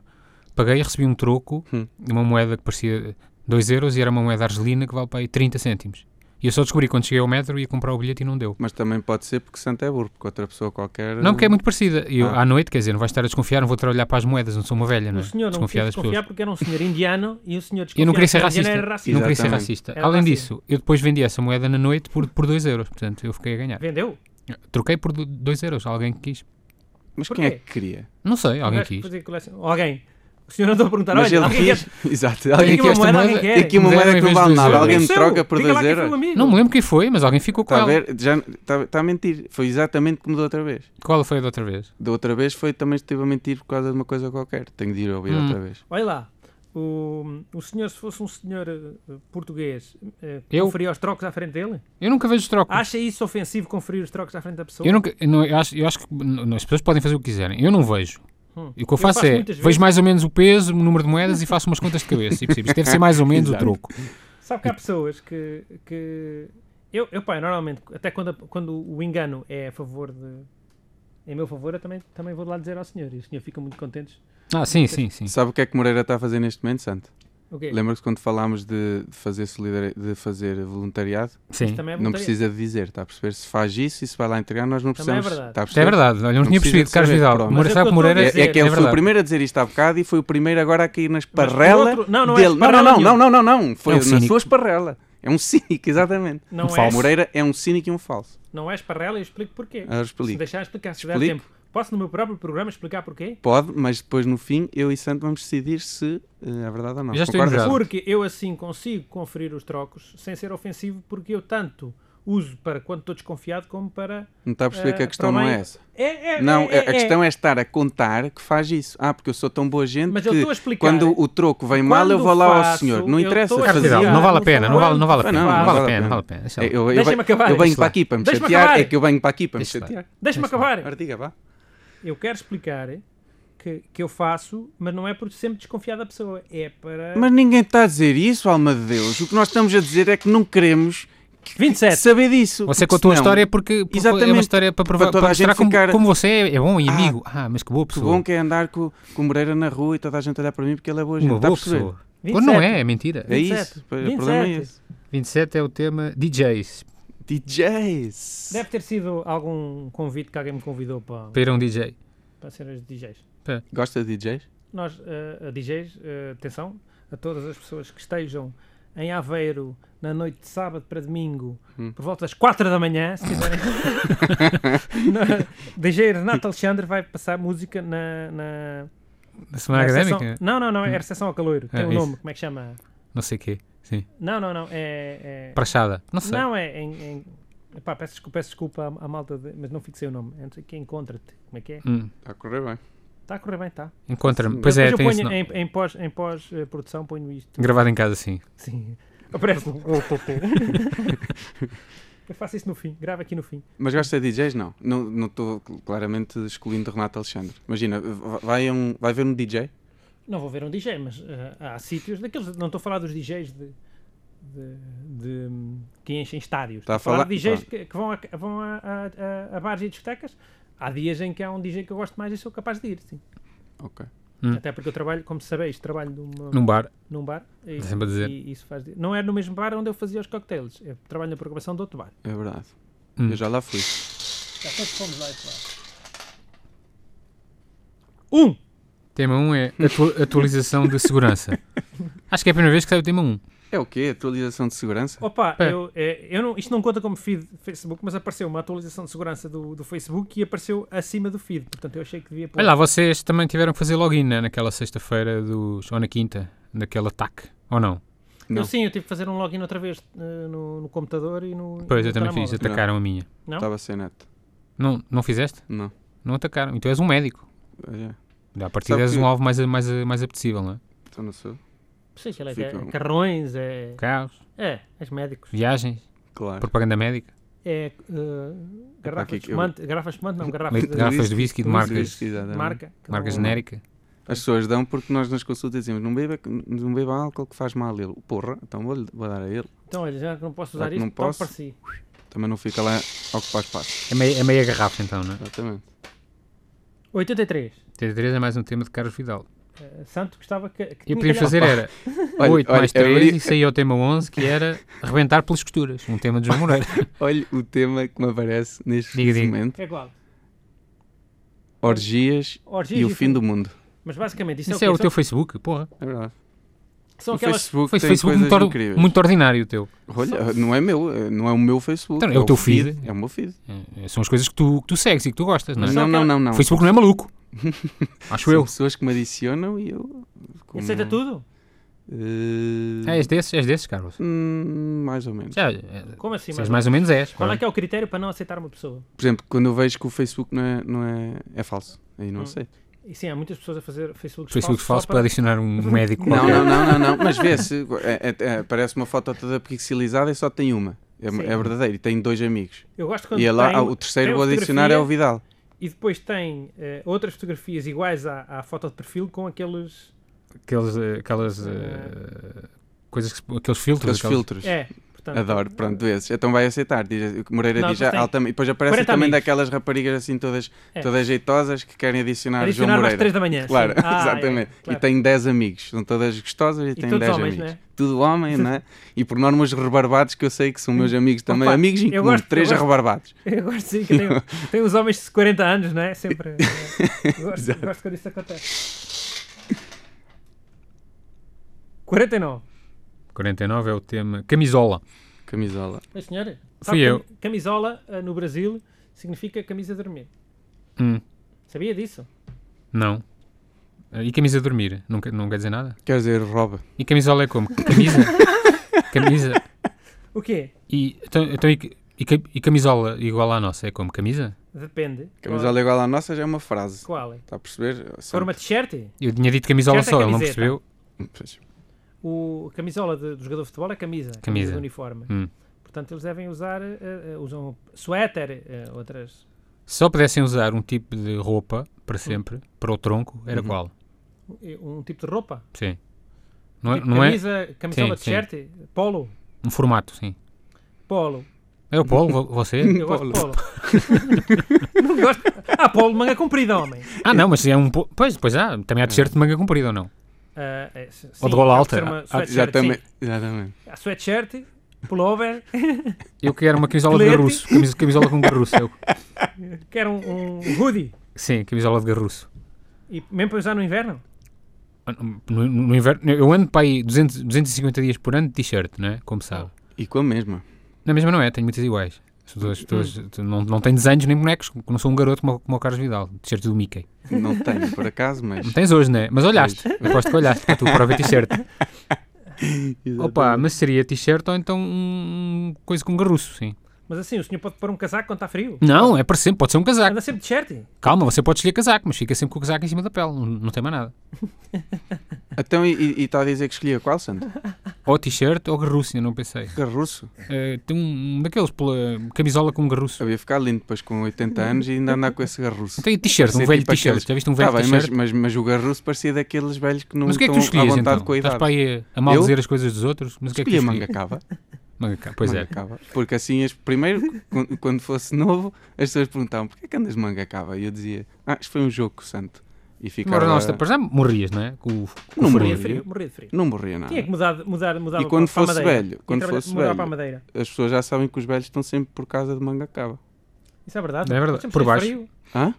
Speaker 2: paguei e recebi um troco
Speaker 3: Hum.
Speaker 2: de uma moeda que parecia 2 euros e era uma moeda argelina que vale para aí 30 cêntimos. E eu só descobri quando cheguei ao metro e ia comprar o bilhete e não deu.
Speaker 3: Mas também pode ser porque Santo é burro, porque outra pessoa qualquer...
Speaker 2: Não, porque é muito parecida. E eu,
Speaker 3: Ah.
Speaker 2: à noite, quer dizer, não vais estar a desconfiar, não vou estar a olhar para as moedas, não sou uma velha, não
Speaker 1: O
Speaker 2: é?
Speaker 1: senhor não
Speaker 2: Desconfiar
Speaker 1: queria
Speaker 2: das pessoas.
Speaker 1: desconfiar porque era um senhor indiano e o senhor desconfiava
Speaker 2: Eu não queria
Speaker 1: que
Speaker 2: ser
Speaker 1: era
Speaker 2: racista.
Speaker 1: indiano, era
Speaker 2: Eu não queria ser
Speaker 3: Exatamente.
Speaker 2: racista.
Speaker 1: Era
Speaker 2: Além
Speaker 1: racista.
Speaker 2: disso, eu depois vendi essa moeda na noite por, por 2 euros. Portanto, eu fiquei a ganhar.
Speaker 1: Vendeu?
Speaker 2: Troquei por 2 euros. Alguém que quis.
Speaker 3: Mas
Speaker 1: Porquê?
Speaker 3: quem é que queria?
Speaker 2: Não sei,
Speaker 1: O
Speaker 2: alguém
Speaker 1: gajo
Speaker 2: quis.
Speaker 1: fazia coleção- Alguém. O senhor andou a perguntar,
Speaker 3: Mas
Speaker 1: olha,
Speaker 3: ele
Speaker 1: alguém quer-
Speaker 3: quis... *laughs* Exato.
Speaker 1: tem
Speaker 3: Alguém
Speaker 1: aqui uma
Speaker 3: quer
Speaker 2: esta
Speaker 1: moeda,
Speaker 2: moeda,
Speaker 1: alguém
Speaker 3: Tem
Speaker 1: quer.
Speaker 3: aqui uma
Speaker 2: Me deram
Speaker 3: moeda
Speaker 2: em
Speaker 3: que não
Speaker 2: vez
Speaker 3: vale
Speaker 2: de
Speaker 3: nada.
Speaker 2: zero.
Speaker 3: Alguém me
Speaker 1: Seu,
Speaker 3: troca por
Speaker 1: diga
Speaker 3: 2
Speaker 1: lá quem foi o
Speaker 3: euros.
Speaker 1: amigo.
Speaker 2: Não me lembro quem foi, mas alguém ficou com
Speaker 3: Está a
Speaker 2: ela.
Speaker 3: ver? Já está a mentir. Foi exatamente como da outra vez.
Speaker 2: Qual foi a da outra vez?
Speaker 3: Da outra vez foi também estive a mentir por causa de uma coisa qualquer. Tenho de ir ouvir
Speaker 2: Hum.
Speaker 3: outra vez.
Speaker 1: Olha lá, o, o senhor, se fosse um senhor eh, português, eh,
Speaker 2: Eu?
Speaker 1: conferia os trocos à frente dele?
Speaker 2: Eu nunca vejo os trocos.
Speaker 1: Acha isso ofensivo conferir os trocos à frente da pessoa?
Speaker 2: Eu, nunca, eu não, eu, acho, eu acho que não, as pessoas podem fazer o que quiserem. Eu não vejo.
Speaker 1: Hum.
Speaker 2: E o que eu faço, é,
Speaker 1: muitas
Speaker 2: vejo
Speaker 1: vezes.
Speaker 2: mais ou menos o peso, o número de moedas e faço umas contas de cabeça. E percebo, isto deve ser mais ou menos o
Speaker 3: Exato.
Speaker 2: troco.
Speaker 1: Sabe que há pessoas que. que eu, eu, pá, normalmente, até quando, a- quando o engano é a favor de. Em meu favor, eu também, também vou lá dizer ao senhor. E o senhor fica muito contente.
Speaker 2: Ah, sim, sim, sim.
Speaker 3: Sabe o que é que Moreira está a fazer neste momento, Santo?
Speaker 1: O quê?
Speaker 3: Lembra-se quando falámos de, de fazer solidari- de fazer voluntariado?
Speaker 2: sim.
Speaker 1: Também é
Speaker 3: não
Speaker 1: voluntariado.
Speaker 3: precisa de dizer, está a perceber? Se faz isso e se vai lá entregar, nós não
Speaker 1: Também é
Speaker 3: precisamos.
Speaker 1: verdade.
Speaker 3: está a
Speaker 2: Isto é
Speaker 3: perceber?
Speaker 2: verdade. Olha, não
Speaker 3: Não
Speaker 2: tinha
Speaker 3: precisa
Speaker 2: percebido,
Speaker 3: de
Speaker 2: Carlos
Speaker 3: saber,
Speaker 2: Vidal.
Speaker 3: pronto.
Speaker 2: Moreira
Speaker 1: Mas é o que
Speaker 2: sabe que
Speaker 1: eu
Speaker 2: Moreira
Speaker 1: estou a
Speaker 3: É, é que
Speaker 1: dizer,
Speaker 3: ele foi o
Speaker 2: verdade.
Speaker 3: primeiro a dizer isto há bocado e foi o primeiro agora a cair na
Speaker 1: Mas o
Speaker 3: esparrela
Speaker 1: outro- não, não é
Speaker 3: dele. não,
Speaker 1: esparrela
Speaker 3: não, não,
Speaker 1: nenhuma.
Speaker 3: não, não, não. Foi
Speaker 2: É um
Speaker 3: na
Speaker 2: cínico.
Speaker 3: sua esparrela. É um *laughs* cínico, exatamente.
Speaker 1: Não
Speaker 2: Um
Speaker 1: é,
Speaker 2: falso.
Speaker 3: Moreira Ah, é um cínico e um falso.
Speaker 1: não é esparrela e eu explico porquê.
Speaker 3: Agora
Speaker 1: se
Speaker 3: explico.
Speaker 1: deixar explicar, se der
Speaker 3: Explico.
Speaker 1: tempo. Posso no meu próprio programa explicar porquê?
Speaker 3: Pode, mas depois no fim eu e Santo vamos decidir se eh, é verdade ou não.
Speaker 2: Já estou
Speaker 3: Concordas?
Speaker 2: enojado.
Speaker 1: Porque eu assim consigo conferir os trocos sem ser ofensivo, porque eu tanto uso para quando estou desconfiado, como para.
Speaker 3: Não está a perceber que
Speaker 1: Eh,
Speaker 3: a questão
Speaker 1: para o
Speaker 3: não é
Speaker 1: bem-
Speaker 3: essa.
Speaker 1: É, é,
Speaker 3: Não,
Speaker 1: é,
Speaker 3: a questão é estar a contar que faz isso. Ah, porque eu sou tão boa gente
Speaker 1: Mas eu estou a
Speaker 3: que
Speaker 1: explicar.
Speaker 3: quando o troco vem mal eu
Speaker 1: Quando
Speaker 3: vou lá ao
Speaker 1: faço,
Speaker 3: senhor. Não
Speaker 1: eu
Speaker 3: interessa
Speaker 1: estou a
Speaker 3: fazer.
Speaker 1: fazer.
Speaker 2: Não, não vale a pena, não vale, não vale a
Speaker 1: Quando
Speaker 2: pena, não
Speaker 1: faço.
Speaker 2: vale a pena, não vale a pena. Deixa lá.
Speaker 3: Eu, eu,
Speaker 1: Deixa-me
Speaker 3: eu
Speaker 1: acabar.
Speaker 3: venho
Speaker 1: Deixa
Speaker 3: para
Speaker 2: lá.
Speaker 3: aqui para me
Speaker 1: Deixa-me
Speaker 3: chatear.
Speaker 1: acabar.
Speaker 3: É que eu venho para aqui para me
Speaker 2: Deixa lá.
Speaker 3: chatear.
Speaker 1: Deixa-me acabar.
Speaker 3: Ora, diga, vá.
Speaker 1: Eu quero explicar que, que eu faço, mas não é por sempre desconfiar da pessoa. É para.
Speaker 3: Mas ninguém está a dizer isso, alma de Deus. O que nós estamos a dizer é que não queremos
Speaker 1: 27.
Speaker 3: saber disso.
Speaker 2: Você com
Speaker 3: porque
Speaker 2: a tua
Speaker 3: senão-
Speaker 2: história é porque, porque é uma
Speaker 3: Exatamente.
Speaker 2: história para provar
Speaker 3: Para toda
Speaker 2: para
Speaker 3: a gente
Speaker 2: mostrar como,
Speaker 3: ficar-
Speaker 2: como você é, é bom e
Speaker 3: Ah,
Speaker 2: amigo. Ah, mas que boa
Speaker 3: Que
Speaker 2: pessoa.
Speaker 3: bom que é andar com, com o Moreira na rua e toda a gente olhar para mim porque ele é boa gente.
Speaker 2: Uma
Speaker 3: Está a
Speaker 2: boa
Speaker 3: perceber?
Speaker 2: pessoa. Quando não
Speaker 1: 27.
Speaker 2: é, é mentira.
Speaker 3: É isso.
Speaker 1: 27.
Speaker 3: pois, O problema é
Speaker 1: 27.
Speaker 3: esse.
Speaker 2: 27 é o tema DJs.
Speaker 3: DJs.
Speaker 1: Deve ter sido algum convite que alguém me convidou para,
Speaker 2: Para ir a um DJ.
Speaker 1: para ser os DJs.
Speaker 3: Gosta de DJs?
Speaker 1: Nós, eh, a DJs, eh, atenção, a todas as pessoas que estejam em Aveiro na noite de sábado para domingo, por volta das 4 da manhã, se quiserem. Na- DJ Renato Alexandre vai passar música na. na
Speaker 2: Da semana
Speaker 1: na
Speaker 2: académica?
Speaker 1: recepção- Não, não, não, é a recepção ao caloiro. Tem
Speaker 2: Ah,
Speaker 1: um
Speaker 2: isso.
Speaker 1: nome, como é que chama?
Speaker 2: Não sei o quê. Sim.
Speaker 1: Não, não, não, é. é-
Speaker 2: Prachada. Não sei.
Speaker 1: Não, é. Em, em- Epá, peço desculpa, peço desculpa à, à malta, de- mas não fixei o nome. É não sei o quê, encontra-te. Como é que é?
Speaker 2: Hum,
Speaker 3: Está a correr bem.
Speaker 1: Está a correr bem, está.
Speaker 2: Encontra-me. Pois é,
Speaker 1: Depois
Speaker 2: tem
Speaker 1: eu
Speaker 2: esse
Speaker 1: ponho
Speaker 2: nome.
Speaker 1: em, em pós- em pós-produção, ponho isto.
Speaker 2: Gravado em casa, sim.
Speaker 1: Sim. Aparece um *laughs* Eu faço isso no fim, gravo aqui no fim.
Speaker 3: Mas gosta de DJs? Não. Não não estou claramente excluindo o Renato Alexandre. Imagina, v- vai, a um, vai ver um DJ?
Speaker 1: Não vou ver um DJ, mas eh, há sítios daqueles. Não estou a falar dos DJs de, de- de, hum, que enchem estádios.
Speaker 3: Tá
Speaker 1: estou
Speaker 3: a
Speaker 1: a falar
Speaker 3: falar-
Speaker 1: de DJs
Speaker 3: pronto.
Speaker 1: que, que vão, a, vão a, a- a- a bares e discotecas. Há dias em que há um DJ que eu gosto mais e sou capaz de ir, sim.
Speaker 3: Ok.
Speaker 2: Hum.
Speaker 1: Até porque eu trabalho, como sabeis, trabalho numa-
Speaker 2: Num bar.
Speaker 1: num bar e,
Speaker 2: Sempre a dizer.
Speaker 1: e isso faz. Não é no mesmo bar onde eu fazia os cocktails. Eu trabalho na programação de outro bar.
Speaker 3: É verdade.
Speaker 2: Hum.
Speaker 3: Eu já lá fui.
Speaker 1: Já todos fomos lá e lá. Um!
Speaker 2: Tema 1 é *laughs* atu- atualização de segurança. Acho que é a primeira vez que sai o tema 1.
Speaker 3: É o quê? Atualização de segurança?
Speaker 1: Opa,
Speaker 2: Pé.
Speaker 1: eu, é, eu não, isto não conta como feed de Facebook, mas apareceu uma atualização de segurança do, do Facebook e apareceu acima do feed. Portanto, eu achei que devia pôr.
Speaker 2: Olha lá, vocês também tiveram que fazer login né, naquela sexta-feira dos. ou na quinta, naquele ataque. Ou não?
Speaker 1: eu,
Speaker 3: não.
Speaker 1: sim, eu tive que fazer um login outra vez eh, no, no computador e no.
Speaker 2: Pois,
Speaker 1: no
Speaker 2: eu também fiz.
Speaker 1: telemóvel.
Speaker 2: Atacaram a minha.
Speaker 1: Não?
Speaker 3: Estava sem neto.
Speaker 2: Não, não fizeste?
Speaker 3: Não.
Speaker 2: Não atacaram. Então és um médico.
Speaker 3: É.
Speaker 2: A partir
Speaker 3: Sabe
Speaker 2: és
Speaker 3: que-
Speaker 2: um alvo mais, mais, mais apetecível, não é?
Speaker 3: Então não sou.
Speaker 1: Sim, sei lá, que é,
Speaker 3: Ficam-
Speaker 1: carrões, é.
Speaker 2: Carros,
Speaker 1: É, és médicos.
Speaker 2: viagens,
Speaker 3: Claro.
Speaker 2: propaganda médica,
Speaker 1: É. eh, garrafas
Speaker 3: aqui
Speaker 1: de
Speaker 3: que eu-
Speaker 1: espumante, garrafas de espumante, não, garrafas
Speaker 2: leite-
Speaker 1: Ah, de
Speaker 2: garrafas de whisky, de
Speaker 1: de
Speaker 2: marcas,
Speaker 3: Whisky, exatamente.
Speaker 1: marca. que
Speaker 2: marca
Speaker 1: não-
Speaker 2: genérica.
Speaker 3: As pessoas dão porque nós nas consultas dizemos não beba, não beba álcool que faz mal a ele. Porra, então vou, vou dar a ele.
Speaker 1: Então, olha, já que não posso
Speaker 3: Já
Speaker 1: usar
Speaker 3: que
Speaker 1: isto,
Speaker 3: não
Speaker 1: então
Speaker 3: posso.
Speaker 1: para si.
Speaker 3: Também não fica lá a ocupar espaço.
Speaker 2: É meia, é meia garrafa então, não é?
Speaker 3: Exatamente.
Speaker 1: 83.
Speaker 2: T3 é mais um tema de Carlos Vidal.
Speaker 1: Eh, Santo gostava que. que
Speaker 2: E
Speaker 1: tinha
Speaker 2: o que podíamos fazer era 8
Speaker 3: olha,
Speaker 2: mais 3
Speaker 3: abri-
Speaker 2: e saía o tema 11, que era arrebentar pelas costuras. Um tema de João Moreira.
Speaker 3: Olha o tema que me aparece neste
Speaker 2: Diga, diga.
Speaker 3: momento.
Speaker 1: É igual.
Speaker 3: Orgias
Speaker 1: Orgias
Speaker 3: e o fim do mundo.
Speaker 1: Mas basicamente, isso,
Speaker 2: Isso é
Speaker 1: é,
Speaker 2: o
Speaker 1: quê?
Speaker 2: teu Facebook, porra.
Speaker 3: É verdade.
Speaker 1: São, são Então
Speaker 3: o
Speaker 1: aquelas.
Speaker 3: Facebook
Speaker 2: Foi
Speaker 3: tem
Speaker 2: Facebook
Speaker 3: coisas
Speaker 2: muito, or-
Speaker 3: incríveis.
Speaker 2: muito ordinário o teu.
Speaker 3: Olha, não é meu, eh, não é o meu Facebook.
Speaker 2: Então, é o teu feed.
Speaker 3: É o meu feed.
Speaker 2: É, São as coisas que tu, que tu segues e que tu gostas, não é?
Speaker 3: Mas não, não, não, não.
Speaker 2: O Facebook não é maluco. Acho
Speaker 3: São
Speaker 2: eu.
Speaker 3: pessoas que me adicionam e eu. como-
Speaker 1: Aceita tudo?
Speaker 3: Eh,
Speaker 2: É, és desses, és desses, Carlos.
Speaker 3: hum, mais ou menos.
Speaker 2: Já, é,
Speaker 1: Como assim?
Speaker 2: se és
Speaker 1: mas-
Speaker 2: mais ou menos és.
Speaker 1: Qual
Speaker 2: pá.
Speaker 1: é que é o critério para não aceitar uma pessoa?
Speaker 3: Por exemplo, quando eu vejo que o Facebook não é, não é, é falso, aí não
Speaker 1: Hum. *laughs*
Speaker 3: aceito.
Speaker 1: E sim, há muitas pessoas a fazer Facebook
Speaker 2: Facebook
Speaker 1: falso. só
Speaker 2: falso para adicionar um médico.
Speaker 3: Não,
Speaker 2: qualquer.
Speaker 3: não, não, não, não. Mas vê-se, é, é- é, aparece uma foto toda pixelizada e só tem uma. É,
Speaker 1: Sim.
Speaker 3: é verdadeiro. E tem dois amigos.
Speaker 1: Eu gosto quando
Speaker 3: e é lá,
Speaker 1: tem-
Speaker 3: ah, o terceiro
Speaker 1: tem
Speaker 3: vou
Speaker 1: uma
Speaker 3: adicionar é o
Speaker 1: fotografia
Speaker 3: Vidal.
Speaker 1: E depois tem eh, outras fotografias iguais à, à foto de perfil com aqueles.
Speaker 2: Aqueles, eh, aquelas
Speaker 1: Ah.
Speaker 2: eh, coisas que se- aqueles filtros.
Speaker 3: Aqueles
Speaker 2: aqueles-
Speaker 3: filtros.
Speaker 1: É, portanto.
Speaker 3: Adoro, pronto, esses. Então vai aceitar. Diz, o Moreira
Speaker 1: Não,
Speaker 3: diz
Speaker 1: mas
Speaker 3: já
Speaker 1: tem
Speaker 3: altamente. E depois aparecem
Speaker 1: 40
Speaker 3: também
Speaker 1: amigos.
Speaker 3: daquelas raparigas assim todas,
Speaker 1: É.
Speaker 3: todas jeitosas que querem adicionar, Ah, João
Speaker 1: Adicionar às
Speaker 3: Moreira.
Speaker 1: 3 da manhã. sim.
Speaker 3: Claro, *laughs*
Speaker 1: Ah, é,
Speaker 3: exatamente.
Speaker 1: claro.
Speaker 3: E tem 10 amigos. São todas gostosas e, tem
Speaker 1: todos
Speaker 3: 10
Speaker 1: homens,
Speaker 3: amigos.
Speaker 1: não é?
Speaker 3: Tudo homem, não
Speaker 1: *laughs*
Speaker 3: é? E por norma os rebarbados que eu sei que são meus amigos também.
Speaker 1: Hum. Opa,
Speaker 3: amigos em
Speaker 1: eu
Speaker 3: comum,
Speaker 1: gosto- eu
Speaker 3: 3
Speaker 1: gosto.
Speaker 3: rebarbados.
Speaker 1: *laughs* Eu gosto sim que tem, um-
Speaker 3: *laughs*
Speaker 1: tem os homens de 40 anos, não é? Sempre. eh, gosto, gosto quando isso acontece.
Speaker 3: *laughs*
Speaker 1: 49.
Speaker 2: 49 é o tema. Camisola.
Speaker 3: Camisola.
Speaker 1: Mas senhora,
Speaker 2: Fui
Speaker 1: sabe
Speaker 2: eu.
Speaker 1: que Camisola eh, no Brasil significa camisa de dormir.
Speaker 2: Hum,
Speaker 1: Sabia disso?
Speaker 2: não. Eh, E camisa de dormir? Não, quer- não quer dizer nada?
Speaker 3: Quer dizer, rouba.
Speaker 1: *laughs*
Speaker 2: E camisola é como? Camisa? camisa.
Speaker 1: O quê?
Speaker 2: E, então, então, e, que- E, ca- e camisola igual à nossa, é como camisa?
Speaker 1: Depende.
Speaker 3: Camisola igual à nossa já é uma frase.
Speaker 1: Qual é?
Speaker 3: Está a perceber?
Speaker 1: Se for uma t-shirt,
Speaker 2: Eu tinha dito camisola
Speaker 1: Certo é
Speaker 2: só, ele não
Speaker 1: camiseta.
Speaker 2: percebeu.
Speaker 3: Pois.
Speaker 1: o a camisola de- do jogador de futebol é camisa. Camisa,
Speaker 2: Camisa.
Speaker 1: do uniforme.
Speaker 2: Hum.
Speaker 1: Portanto, eles devem usar, eh, eh, usam suéter, eh, outras...
Speaker 2: Só pudessem usar um tipo de roupa para sempre, para o tronco, era
Speaker 3: Uhum.
Speaker 2: qual?
Speaker 1: Um tipo de roupa.
Speaker 2: Sim. Não, é-
Speaker 1: Tipo
Speaker 2: não é
Speaker 1: camisa, camisola
Speaker 2: Sim, sim.
Speaker 1: t-shirt, polo.
Speaker 2: um formato, sim.
Speaker 1: Polo.
Speaker 2: É o polo, vo- você?
Speaker 1: *laughs* Eu gosto de polo. *laughs* não gosto. Ah, polo de manga comprida, homem.
Speaker 2: Ah, não, mas é um polo. Pois, pois há, também há t-shirt de manga comprida ou não?
Speaker 1: Ah, é, s-
Speaker 2: Ou de
Speaker 1: sim,
Speaker 2: gola
Speaker 1: há
Speaker 2: alta.
Speaker 1: ser uma
Speaker 2: Ah,
Speaker 1: sweatshirt,
Speaker 3: Exatamente.
Speaker 1: sim.
Speaker 3: Exatamente.
Speaker 1: Há sweatshirt, pullover,
Speaker 2: Eu quero uma camisola de
Speaker 1: Colete.
Speaker 2: garruço. Camis- Camisola com garruço. eu-
Speaker 1: quero um, um hoodie.
Speaker 2: Sim, camisola de garruço.
Speaker 1: E mesmo para usar no inverno.
Speaker 2: No, no inverno, eu ando para aí 200, 250 dias por ano de t-shirt, né? Como sabe.
Speaker 3: E com a mesma.
Speaker 2: Na mesma não é, tenho muitas iguais. As pessoas- as pessoas- tu não, não tem desenhos nem bonecos, como- não sou um garoto como, como o Carlos Vidal, t-shirt do Mickey.
Speaker 3: Não tenho, por acaso, mas.
Speaker 2: Não tens hoje, né? Mas olhaste, aposto que olhaste para a tua própria t-shirt. Opa, mas seria t-shirt ou então um, coisa com garruço, sim.
Speaker 1: Mas assim, o senhor pode pôr um casaco quando está frio.
Speaker 2: Não, é para sempre, pode ser um casaco.
Speaker 1: Anda sempre de t-shirt.
Speaker 2: Calma, você pode escolher casaco, mas fica sempre com o casaco em cima da pele, não, não tem mais nada.
Speaker 3: Então, e está a dizer que escolhia qual, Santo?
Speaker 2: Ou t-shirt ou garruço, eu não pensei.
Speaker 3: Garruço.
Speaker 2: Eh, tem um, um daqueles, pela camisola com um garruço.
Speaker 3: Eu ia ficar lindo depois com 80 anos e ainda andar com esse garruço.
Speaker 2: Não tem t-shirt, um
Speaker 3: Parecia
Speaker 2: velho
Speaker 3: tipo
Speaker 2: t-shirt,
Speaker 3: aqueles-
Speaker 2: já viste um velho
Speaker 3: Tá bem, mas,
Speaker 2: t-shirt?
Speaker 3: mas, mas o garruço parecia daqueles velhos que não
Speaker 2: Mas o que é que tu
Speaker 3: estão à
Speaker 2: escolhias
Speaker 3: vontade
Speaker 2: então?
Speaker 3: com a
Speaker 2: Estás para
Speaker 3: idade.
Speaker 2: aí a- a mal dizer as coisas dos outros? Mas o que é que tu
Speaker 3: Escolhia manga
Speaker 2: escolhias?
Speaker 3: cava.
Speaker 2: Manga cá, *laughs* Pois
Speaker 3: manga
Speaker 2: é.
Speaker 3: cava. Porque assim, as- primeiro, qu- quando fosse novo, as pessoas perguntavam porquê é que andas de manga cava? E eu dizia, ah, isto foi um jogo, santo. E ficava...
Speaker 2: Agora nós para já morrias, não é? Com, o- com
Speaker 3: Não
Speaker 2: o
Speaker 1: Morria
Speaker 2: frio.
Speaker 1: de frio, morria de frio.
Speaker 3: Não morria nada.
Speaker 1: Tinha que mudar, mudar, mudar
Speaker 3: E quando
Speaker 1: para,
Speaker 3: fosse
Speaker 1: a madeira.
Speaker 3: velho, quando
Speaker 1: Tinha que
Speaker 3: fosse
Speaker 1: mudar
Speaker 3: velho.
Speaker 1: para a madeira.
Speaker 3: As pessoas já sabem que os velhos estão sempre por casa de manga cava.
Speaker 1: Isso é verdade.
Speaker 2: É verdade.
Speaker 1: Sempre
Speaker 2: Por
Speaker 1: fez
Speaker 2: baixo.
Speaker 1: frio.
Speaker 3: Hã?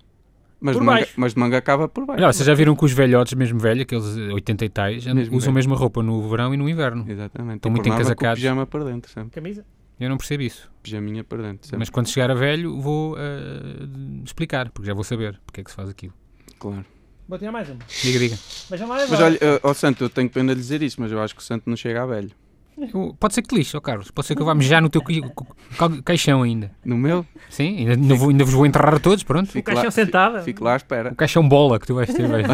Speaker 3: Mas,
Speaker 1: Por
Speaker 3: de manga,
Speaker 1: baixo.
Speaker 3: mas de manga cava por baixo.
Speaker 2: Olha, vocês já viram que os velhotes, mesmo velho, aqueles eh, 80 e tais, and-
Speaker 3: Mesmo
Speaker 2: usam a
Speaker 3: velho.
Speaker 2: mesma roupa no verão e no inverno.
Speaker 3: Exatamente.
Speaker 2: Estão
Speaker 3: E
Speaker 2: muito
Speaker 3: por norma, com
Speaker 2: encasacados.
Speaker 3: o pijama para dentro, sempre.
Speaker 1: Camisa.
Speaker 2: Eu não percebo isso.
Speaker 3: Pijaminha para dentro, sempre.
Speaker 2: Mas quando chegar a velho, vou eh, explicar, porque já vou saber porque é que se faz aquilo.
Speaker 3: Claro.
Speaker 1: Vou tirar mais uma.
Speaker 2: Diga, diga.
Speaker 1: Vejam mais
Speaker 3: Mas
Speaker 1: uma.
Speaker 3: olha, eh, ó ó, Santo, eu tenho pena de lhe dizer isso, mas eu acho que o Santo não chega a velho.
Speaker 2: Eu- pode ser que te lixe, ó Carlos. Pode ser que eu vá mejar no teu cui- cu- ca- caixão ainda.
Speaker 3: No meu?
Speaker 2: Sim? Ainda, ainda vou, ainda vos vou enterrar a todos, pronto.
Speaker 1: Um caixão sentada.
Speaker 3: Fico lá à espera.
Speaker 2: O caixão bola que tu vais ter, *laughs* velho.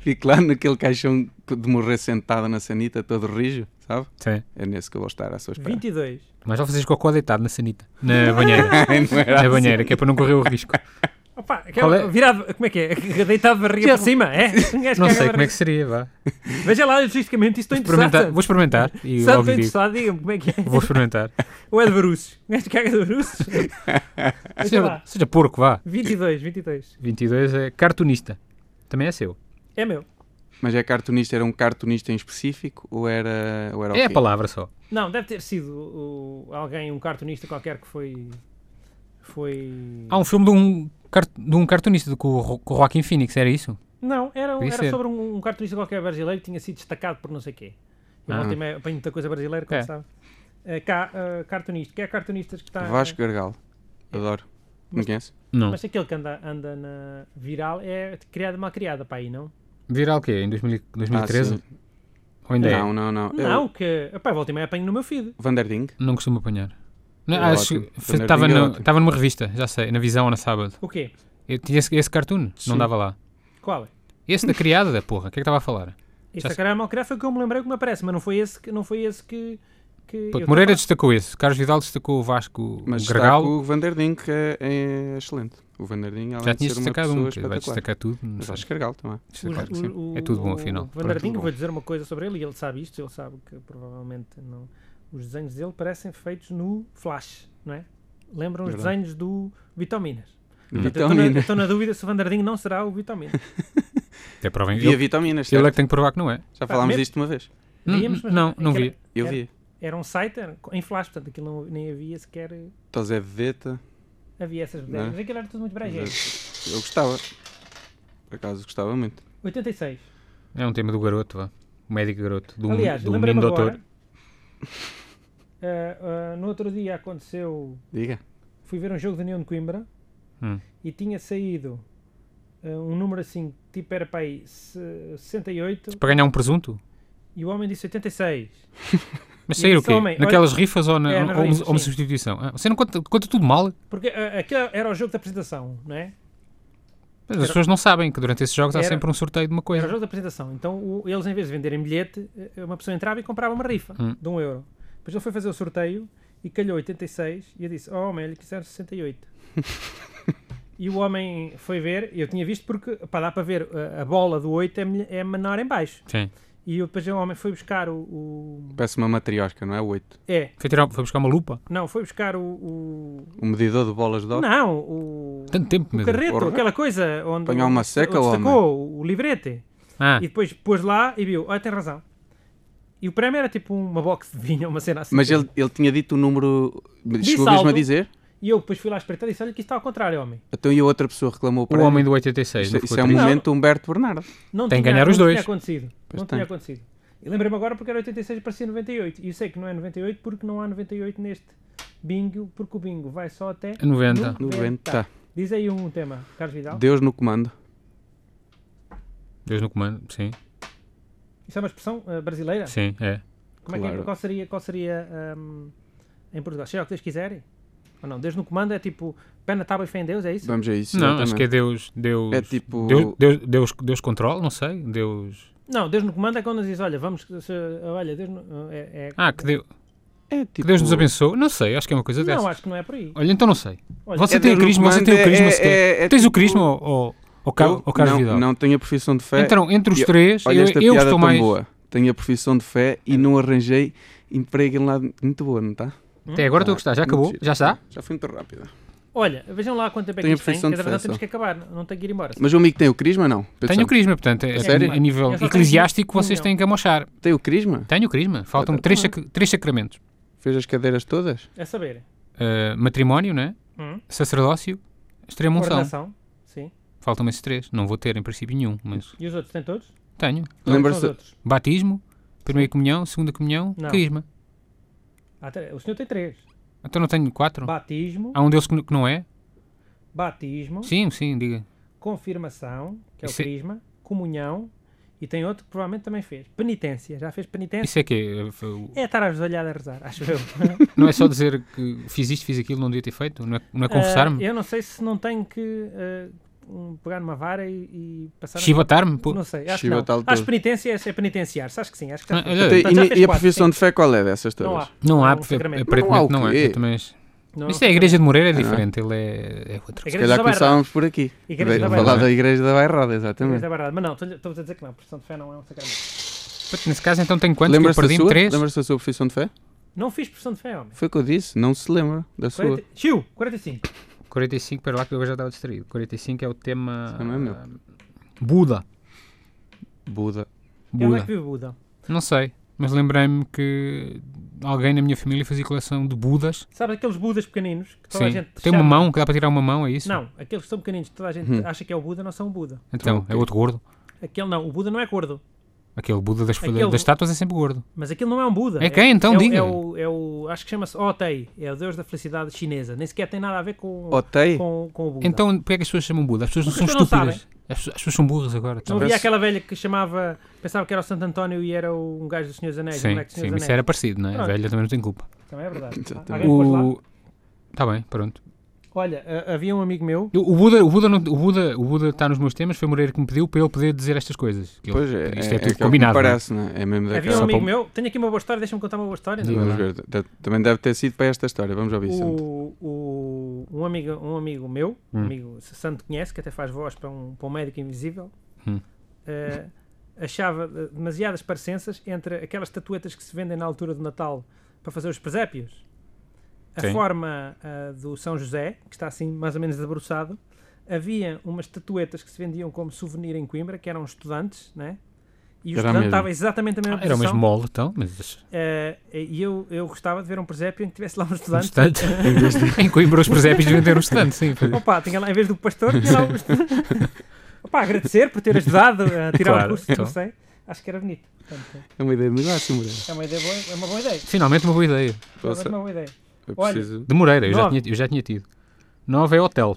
Speaker 3: Fico lá naquele caixão que de morrer sentado na sanita, todo rijo, sabe?
Speaker 2: Sim.
Speaker 3: É nesse que eu vou estar à sua espera.
Speaker 1: 22.
Speaker 2: Mas já fazes cocó deitado na sanita. Na *laughs* banheira.
Speaker 3: Não era assim.
Speaker 2: Na banheira, que é para não correr o risco.
Speaker 1: Opa,
Speaker 2: Qual
Speaker 1: aquela,
Speaker 2: é?
Speaker 1: virado, como é que é? *laughs* Deitado de barriga para cima, é? Um gajo
Speaker 2: Não
Speaker 1: caga
Speaker 2: sei como é
Speaker 1: barriga.
Speaker 2: que seria, vá.
Speaker 1: Veja lá logisticamente, isto estou
Speaker 2: Experimentar-
Speaker 1: interessado.
Speaker 2: Vou experimentar
Speaker 1: Sabe,
Speaker 2: e logo
Speaker 1: estou
Speaker 2: lhe digo.
Speaker 1: interessado, diga-me como é que é. *laughs*
Speaker 2: Vou *laughs* experimentar.
Speaker 1: Ou é de baruços? Um gajo caga de
Speaker 3: *laughs*
Speaker 1: baruços? Veja
Speaker 2: Seja,
Speaker 1: lá.
Speaker 2: seja porco, vá.
Speaker 1: 22, 22.
Speaker 2: 22 é cartunista. Também é seu.
Speaker 1: É meu.
Speaker 3: Mas é cartunista, era um cartunista em específico ou era, ou era o
Speaker 2: É a
Speaker 3: quê?
Speaker 2: palavra só.
Speaker 1: Não, deve ter sido o- alguém, um cartunista qualquer que foi. Foi.
Speaker 2: Há um filme de um, car- de um cartunista com o Ro- com o Joaquim Phoenix, era isso?
Speaker 1: Não, era,
Speaker 2: Podia
Speaker 1: era
Speaker 2: ser.
Speaker 1: sobre um, um cartunista qualquer brasileiro que tinha sido destacado por não sei quê. Eu
Speaker 2: Ah.
Speaker 1: ontem me apanho muita coisa brasileira, como
Speaker 2: É.
Speaker 1: sabe. Eh, cá, eh, cartunista, que é cartunistas que está.
Speaker 3: Vasco Gargal. Adoro. Não
Speaker 1: Mas-
Speaker 3: conhece?
Speaker 2: Não.
Speaker 1: Mas aquele que anda, anda na viral é criada mal criada para aí, não?
Speaker 2: Viral o quê? Em 2000 2013?
Speaker 3: Ah, sim.
Speaker 2: Ou ainda é?
Speaker 3: Não, não, não. Eu-
Speaker 1: Não, que. Epá, volta e meia apanho no meu feed.
Speaker 3: Vanderding?
Speaker 2: Não costumo apanhar. Não,
Speaker 3: É
Speaker 2: acho
Speaker 3: ótimo.
Speaker 2: que
Speaker 3: Primeiro
Speaker 2: estava
Speaker 3: dia é
Speaker 2: no-
Speaker 3: ótimo.
Speaker 2: estava numa revista, já sei, na Visão ou na Sábado.
Speaker 1: O quê?
Speaker 2: Eu tinha esse, esse cartoon, não
Speaker 3: Sim.
Speaker 2: dava lá.
Speaker 1: Qual é?
Speaker 2: Esse da criada, da porra, o que é que estava a falar?
Speaker 1: Este
Speaker 2: Já
Speaker 1: da criada mal criada foi o que eu me lembrei que me aparece, mas não foi esse que. Não foi esse que, que
Speaker 2: Pronto,
Speaker 1: eu-
Speaker 2: Moreira destacou esse, Carlos Vidal destacou o Vasco,
Speaker 3: Mas
Speaker 2: o
Speaker 3: destaco
Speaker 2: Gregal.
Speaker 3: o Vanderding, que é, é excelente. O Vanderding, além
Speaker 2: Já
Speaker 3: de
Speaker 2: tinhas
Speaker 3: ser uma
Speaker 2: destacado
Speaker 3: pessoa
Speaker 2: um, que vai
Speaker 3: espetacular.
Speaker 2: destacar um tudo. Não
Speaker 3: Mas
Speaker 2: sei.
Speaker 3: acho que Gargal também.
Speaker 2: Destacar,
Speaker 1: Os-
Speaker 2: sim.
Speaker 1: o-
Speaker 2: É tudo bom,
Speaker 1: o-
Speaker 2: afinal.
Speaker 1: O
Speaker 2: Pronto.
Speaker 1: Vandardinho,
Speaker 3: bom.
Speaker 1: vou dizer uma coisa sobre ele, e ele sabe isto, ele sabe que provavelmente não. Os desenhos dele parecem feitos no Flash, não é? Lembram os
Speaker 3: Verdade.
Speaker 1: desenhos do Vitaminas. Portanto, eu estou na- Uhum. eu
Speaker 3: Vitaminas.
Speaker 1: Estou na dúvida se o Vandardinho não será o Vitaminas.
Speaker 2: Até provem.
Speaker 3: Via
Speaker 2: Ele,
Speaker 3: vitaminas,
Speaker 2: ele é
Speaker 3: certo?
Speaker 2: que tem que provar que não é.
Speaker 3: Já falámos
Speaker 1: mesmo?
Speaker 3: disto uma vez.
Speaker 2: *laughs* Não,
Speaker 1: Víamos, mas
Speaker 2: não, não
Speaker 1: aquilo-
Speaker 2: vi.
Speaker 3: Eu
Speaker 1: Era-
Speaker 3: vi.
Speaker 1: Era um site era em Flash, portanto aquilo não, nem havia sequer. eh,
Speaker 3: Tosé Veta.
Speaker 1: Havia essas
Speaker 3: Não é?
Speaker 1: ideias. Mas aquilo era tudo muito brejeiro.
Speaker 3: Eu gostava. Por acaso gostava muito.
Speaker 1: 86.
Speaker 2: É um tema do garoto, vá. O médico garoto, do,
Speaker 1: Aliás,
Speaker 2: do
Speaker 1: lembrei-me
Speaker 2: um menino doutor.
Speaker 1: *laughs* agora. ah, ah, no outro dia aconteceu.
Speaker 3: Diga.
Speaker 1: fui ver um jogo da União de Coimbra
Speaker 2: Hum.
Speaker 1: e tinha saído eh, um número assim, tipo era para aí se- 68
Speaker 2: Para ganhar um presunto?
Speaker 1: e o homem disse 86.
Speaker 2: Mas
Speaker 1: E
Speaker 2: sair o
Speaker 1: esse
Speaker 2: quê?
Speaker 1: homem, olha-
Speaker 2: Naquelas rifas ou, na,
Speaker 1: É,
Speaker 2: ou-
Speaker 1: nas
Speaker 2: ou uma-
Speaker 1: rifas,
Speaker 2: ou uma
Speaker 1: sim.
Speaker 2: substituição? Ah, Você não conta, conta tudo mal?
Speaker 1: Porque ah, aquele era o jogo da apresentação, não é?
Speaker 2: As
Speaker 1: Era-
Speaker 2: pessoas não sabem que durante esses jogos há
Speaker 1: Era-
Speaker 2: sempre um sorteio de uma
Speaker 1: Era o
Speaker 2: coisa.
Speaker 1: jogo da apresentação. Então o- eles, em vez de venderem bilhete, eh, uma pessoa entrava e comprava uma rifa
Speaker 2: Hum.
Speaker 1: de um euro. Depois ele foi fazer o sorteio e calhou 86 e eu disse: Oh, homem, ele quiser 68.
Speaker 2: *laughs*
Speaker 1: e o homem foi ver, e eu tinha visto porque, para dar para ver, a, a bola do 8 é, melhe- é menor em baixo.
Speaker 2: Sim.
Speaker 1: E depois o homem foi buscar o. o-
Speaker 3: Parece uma matriosca, não é? Oito.
Speaker 1: é,
Speaker 2: Foi, tirar, foi buscar uma lupa?
Speaker 1: não, foi buscar o. o-
Speaker 3: O medidor de bolas de óculos.
Speaker 1: não, o.
Speaker 2: Tanto tempo,
Speaker 1: o
Speaker 2: meu Deus.
Speaker 1: carreto,
Speaker 3: Porra.
Speaker 1: aquela coisa onde.
Speaker 3: Apanhar uma
Speaker 1: onde se-
Speaker 3: seca,
Speaker 1: onde
Speaker 3: homem.
Speaker 1: destacou o livrete.
Speaker 2: Ah,
Speaker 1: E depois pôs lá e viu, olha, tem razão. E o prémio era tipo uma box de vinho, uma cena assim.
Speaker 3: Mas ele, ele tinha dito o número. Chegou mesmo a
Speaker 1: saldo.
Speaker 3: dizer?
Speaker 1: E eu depois fui lá espreitar e disse, olha que isto está ao contrário, homem.
Speaker 3: Então e a outra pessoa reclamou
Speaker 2: o
Speaker 3: para
Speaker 2: homem do 86.
Speaker 3: Isto,
Speaker 2: Não
Speaker 3: isto
Speaker 2: ficou
Speaker 3: é um
Speaker 2: triste?
Speaker 3: momento Humberto Bernardo.
Speaker 1: Não
Speaker 2: Tem que
Speaker 1: tinha-
Speaker 2: ganhar os
Speaker 1: não
Speaker 2: dois.
Speaker 1: Tinha acontecido.
Speaker 3: Pois
Speaker 1: não
Speaker 3: tem.
Speaker 1: tinha acontecido. E lembrei-me agora porque era 86 parecia 98. E eu sei que não é 98 porque não há 98 neste bingo, porque o bingo vai só até...
Speaker 2: É 90.
Speaker 3: 90.
Speaker 1: Diz aí um tema, Carlos Vidal.
Speaker 3: Deus no comando.
Speaker 2: Deus no comando, sim.
Speaker 1: Isso é uma expressão eh, brasileira?
Speaker 2: Sim, é.
Speaker 1: Como é que é?
Speaker 3: Claro.
Speaker 1: Qual seria, qual seria ahm, em Portugal? Seja o que Deus quiserem? Ou não? Deus no comando é tipo, pé na tábua e fé em Deus, é isso?
Speaker 3: Vamos a isso.
Speaker 2: Não, acho
Speaker 3: exatamente.
Speaker 2: que é Deus. Deus
Speaker 3: É tipo-
Speaker 2: Deus, Deus, Deus, Deus controla, não sei. Deus.
Speaker 1: Não, Deus no comando é quando diz, olha, vamos, se- olha, Deus no, é, é-
Speaker 2: Ah, que, Deu-
Speaker 3: É
Speaker 2: que
Speaker 3: tipo-
Speaker 2: Deus nos abençoe. Não sei, acho que é uma coisa dessa.
Speaker 1: Não, acho que não é por aí.
Speaker 2: Olha, então não sei.
Speaker 1: Olha,
Speaker 2: você
Speaker 3: É
Speaker 2: tem o
Speaker 3: Deus no
Speaker 2: carisma, você
Speaker 3: comando,
Speaker 2: tem o
Speaker 3: é-
Speaker 2: carisma
Speaker 3: é-
Speaker 2: sequer.
Speaker 3: é- é
Speaker 2: Tens o
Speaker 3: tipo-
Speaker 2: carisma ou, ou, ou, Car-
Speaker 3: Eu
Speaker 2: ou Carlos
Speaker 3: não,
Speaker 2: Vidal?
Speaker 3: Não tenho a profissão de fé.
Speaker 2: Então, entre os
Speaker 3: Eu-
Speaker 2: três,
Speaker 3: Olha
Speaker 2: eu,
Speaker 3: esta
Speaker 2: eu
Speaker 3: piada
Speaker 2: estou
Speaker 3: tão
Speaker 2: mais.
Speaker 3: boa. Tenho a profissão de fé e não arranjei emprego em lado muito bom, não está?
Speaker 2: Até É, agora estou a gostar. Já acabou?
Speaker 3: Muito
Speaker 2: Já está?
Speaker 3: giro. Já foi muito rápido.
Speaker 1: Olha, vejam lá quanto tempo é que
Speaker 3: Tem a
Speaker 1: isto tem, que
Speaker 3: profissão de
Speaker 1: entretanto
Speaker 3: fé
Speaker 1: temos
Speaker 3: só.
Speaker 1: que acabar, não, não tem que ir embora.
Speaker 3: Mas o amigo tem o crisma, não? Pedro
Speaker 2: Tenho o
Speaker 3: Santos?
Speaker 2: carisma, portanto, é-
Speaker 3: sério?
Speaker 2: a nível
Speaker 1: Eu só tenho
Speaker 2: eclesiástico
Speaker 1: um
Speaker 2: vocês
Speaker 1: milhão.
Speaker 2: têm que amochar.
Speaker 3: Tem o crisma?
Speaker 2: Tenho o carisma. Faltam-me
Speaker 3: Tá
Speaker 2: três,
Speaker 3: bem.
Speaker 2: sac- três sacramentos:
Speaker 3: Fez as cadeiras todas?
Speaker 1: É saber,
Speaker 2: Uh, matrimónio, né?
Speaker 1: Hum.
Speaker 2: sacerdócio, extrema unção.
Speaker 1: ordenação, sim.
Speaker 2: Faltam-me esses três. Não vou ter, em princípio, nenhum, mas
Speaker 1: E os outros, têm todos?
Speaker 2: tenho.
Speaker 1: Quais são os
Speaker 3: Lembra-se-
Speaker 1: outros?
Speaker 2: Batismo, primeira comunhão, segunda comunhão,
Speaker 1: Não.
Speaker 2: carisma.
Speaker 1: Ah, tre- o senhor tem três.
Speaker 2: Então não tenho quatro?
Speaker 1: Batismo,
Speaker 2: Há um deles que n- que não é?
Speaker 1: batismo,
Speaker 2: Sim, sim, diga.
Speaker 1: confirmação, que é o
Speaker 2: Isso é-
Speaker 1: crisma, comunhão, e tem outro que provavelmente também fez. Penitência, já fez penitência?
Speaker 2: Isso é que é,
Speaker 1: É estar ajoelhado a rezar, acho
Speaker 2: *laughs*
Speaker 1: eu. Eh,
Speaker 2: não é só dizer que fiz isto, fiz aquilo, não devia ter feito? Não é, não é
Speaker 1: Ah,
Speaker 2: confessar-me?
Speaker 1: eu não sei se não tenho que ah, um, pegar numa vara e, e passar...
Speaker 2: Chibatar-me? Pô,
Speaker 1: Não sei, acho que
Speaker 3: Chiva
Speaker 1: não.
Speaker 3: tal
Speaker 1: Acho
Speaker 3: todo.
Speaker 1: penitência é penitenciar, acho que sim, acho que já
Speaker 2: Ah,
Speaker 1: fez.
Speaker 2: olha,
Speaker 3: Então,
Speaker 1: Portanto, É. já
Speaker 3: e,
Speaker 1: fez
Speaker 3: e a
Speaker 1: quatro,
Speaker 3: profissão
Speaker 1: sim.
Speaker 3: de fé qual é dessas todas?
Speaker 1: Não há.
Speaker 2: não há,
Speaker 1: um
Speaker 2: porque é,
Speaker 1: sacramento.
Speaker 2: aparentemente
Speaker 3: Não
Speaker 2: não
Speaker 3: há o
Speaker 2: é.
Speaker 3: quê?
Speaker 2: Eu também acho-
Speaker 1: Não, um
Speaker 2: Isto é a Igreja de Moreira, é diferente. Ele é, é outro.
Speaker 1: A
Speaker 3: Se
Speaker 1: Igreja
Speaker 3: calhar
Speaker 1: da Bairrada.
Speaker 3: começávamos por aqui.
Speaker 1: Igreja
Speaker 3: De-
Speaker 1: da
Speaker 3: falar
Speaker 2: Bairrada.
Speaker 3: da Igreja da Bairrada,
Speaker 1: Igreja
Speaker 3: exatamente.
Speaker 1: da Bairrada. Mas não, estou- estou a dizer que não, a profissão de fé não é um sacramento.
Speaker 2: Puto, Nesse caso, então tenho quantos? Que eu
Speaker 3: Lembra-se da
Speaker 2: perdi-me
Speaker 3: sua?
Speaker 2: três?
Speaker 3: Lembra-se da sua profissão de fé?
Speaker 1: Não fiz profissão de fé, homem.
Speaker 3: Foi o que eu disse, não se lembra da sua.
Speaker 1: 40... Chiu, 45.
Speaker 2: 45, para lá que eu já estava distraído. 45 é o tema.
Speaker 3: Isso não é meu.
Speaker 2: ah, Buda.
Speaker 3: Buda.
Speaker 1: É onde é que
Speaker 2: Buda.
Speaker 1: vive Buda?
Speaker 2: Não sei, mas lembrei-me que alguém na minha família fazia coleção de Budas.
Speaker 1: Sabe aqueles Budas pequeninos que toda a
Speaker 2: Sim.
Speaker 1: gente
Speaker 2: Tem
Speaker 1: chama-
Speaker 2: uma mão, que dá para tirar uma mão, é isso?
Speaker 1: Não, aqueles que são pequeninos que toda a gente
Speaker 3: Hum.
Speaker 1: acha que é o Buda não são o Buda.
Speaker 2: Então, é outro gordo.
Speaker 1: Aquele não, o Buda não é gordo.
Speaker 2: Aquele Buda das,
Speaker 1: Aquele-
Speaker 2: das estátuas é sempre gordo.
Speaker 1: Mas aquele não é um Buda.
Speaker 2: É quem, então?
Speaker 1: é, o-
Speaker 2: Diga.
Speaker 1: É o, é o- acho que chama-se Otei. É o deus da felicidade chinesa. Nem sequer tem nada a ver com,
Speaker 3: Otei?
Speaker 1: com, com o Buda.
Speaker 2: Então, porquê é que as pessoas chamam Buda? As pessoas não
Speaker 1: Porque
Speaker 2: são
Speaker 1: as pessoas não
Speaker 2: estúpidas. As pessoas, as pessoas são burras agora.
Speaker 1: Não
Speaker 2: então.
Speaker 1: havia
Speaker 3: Parece-
Speaker 1: aquela velha que chamava, pensava que era o Santo António e era o- um gajo dos Senhores Anéis, um
Speaker 2: Sim,
Speaker 1: moleque dos
Speaker 2: sim,
Speaker 1: Senhores
Speaker 2: mas isso
Speaker 1: Anéis.
Speaker 2: era parecido, não é? A
Speaker 1: Pronto.
Speaker 2: velha também não tem culpa.
Speaker 1: Também é verdade.
Speaker 3: Exatamente.
Speaker 1: Alguém pôs lá?
Speaker 2: O... Tá bem, pronto.
Speaker 1: Olha, a- havia um amigo meu,
Speaker 2: Eu- O Buda, o, Buda não- o, Buda, o Buda está nos meus temas, foi o Moreira que me pediu para ele poder dizer estas coisas. Que ele-
Speaker 3: Pois é,
Speaker 2: isto é,
Speaker 3: é
Speaker 2: tudo
Speaker 3: que o que
Speaker 2: combinado. não é?
Speaker 3: Parece, não é? É mesmo
Speaker 1: havia um
Speaker 3: daquela.
Speaker 1: amigo meu, tenho aqui uma boa história, deixa-me contar uma boa história.
Speaker 2: Diga.
Speaker 3: Vamos ver. Da- Também deve ter sido para esta história. Vamos ouvir, Santo.
Speaker 1: O, o- um, amigo, um amigo meu,
Speaker 2: Hum.
Speaker 1: amigo se Santo conhece, que até faz voz para um, para um médico invisível,
Speaker 2: Hum.
Speaker 1: eh, achava eh, demasiadas parecenças entre aquelas estatuetas que se vendem na altura do Natal para fazer os presépios, a
Speaker 2: Sim.
Speaker 1: forma ah, do São José, que está assim mais ou menos debruçado, havia umas estatuetas que se vendiam como souvenir em Coimbra, que eram estudantes, né? E o
Speaker 3: Era a
Speaker 1: estudante
Speaker 3: mesma.
Speaker 1: estava exatamente na mesma
Speaker 2: Ah, era o
Speaker 1: posição.
Speaker 2: mesmo molde, então, mas
Speaker 1: eh, e eu, eu gostava de ver um presépio em que tivesse lá um
Speaker 2: um
Speaker 1: estudante *laughs*
Speaker 2: estante. em Coimbra os presépios venderam um estante, sim. foi.
Speaker 1: Opa, tinha lá, em vez do pastor, tinha lá o Opa, agradecer por ter ajudado a tirar
Speaker 2: Claro,
Speaker 1: o curso,
Speaker 2: então.
Speaker 1: não sei. Acho que era bonito. Portanto,
Speaker 3: É uma ideia de negócio, Moreira.
Speaker 1: é uma ideia boa, é uma boa ideia.
Speaker 2: Finalmente uma boa ideia.
Speaker 1: Realmente
Speaker 3: Posso-
Speaker 1: uma boa ideia.
Speaker 3: Eu
Speaker 1: Olha.
Speaker 3: preciso.
Speaker 2: De Moreira, eu já,
Speaker 1: Nove.
Speaker 2: tinha, eu já tinha tido. 9 é hotel.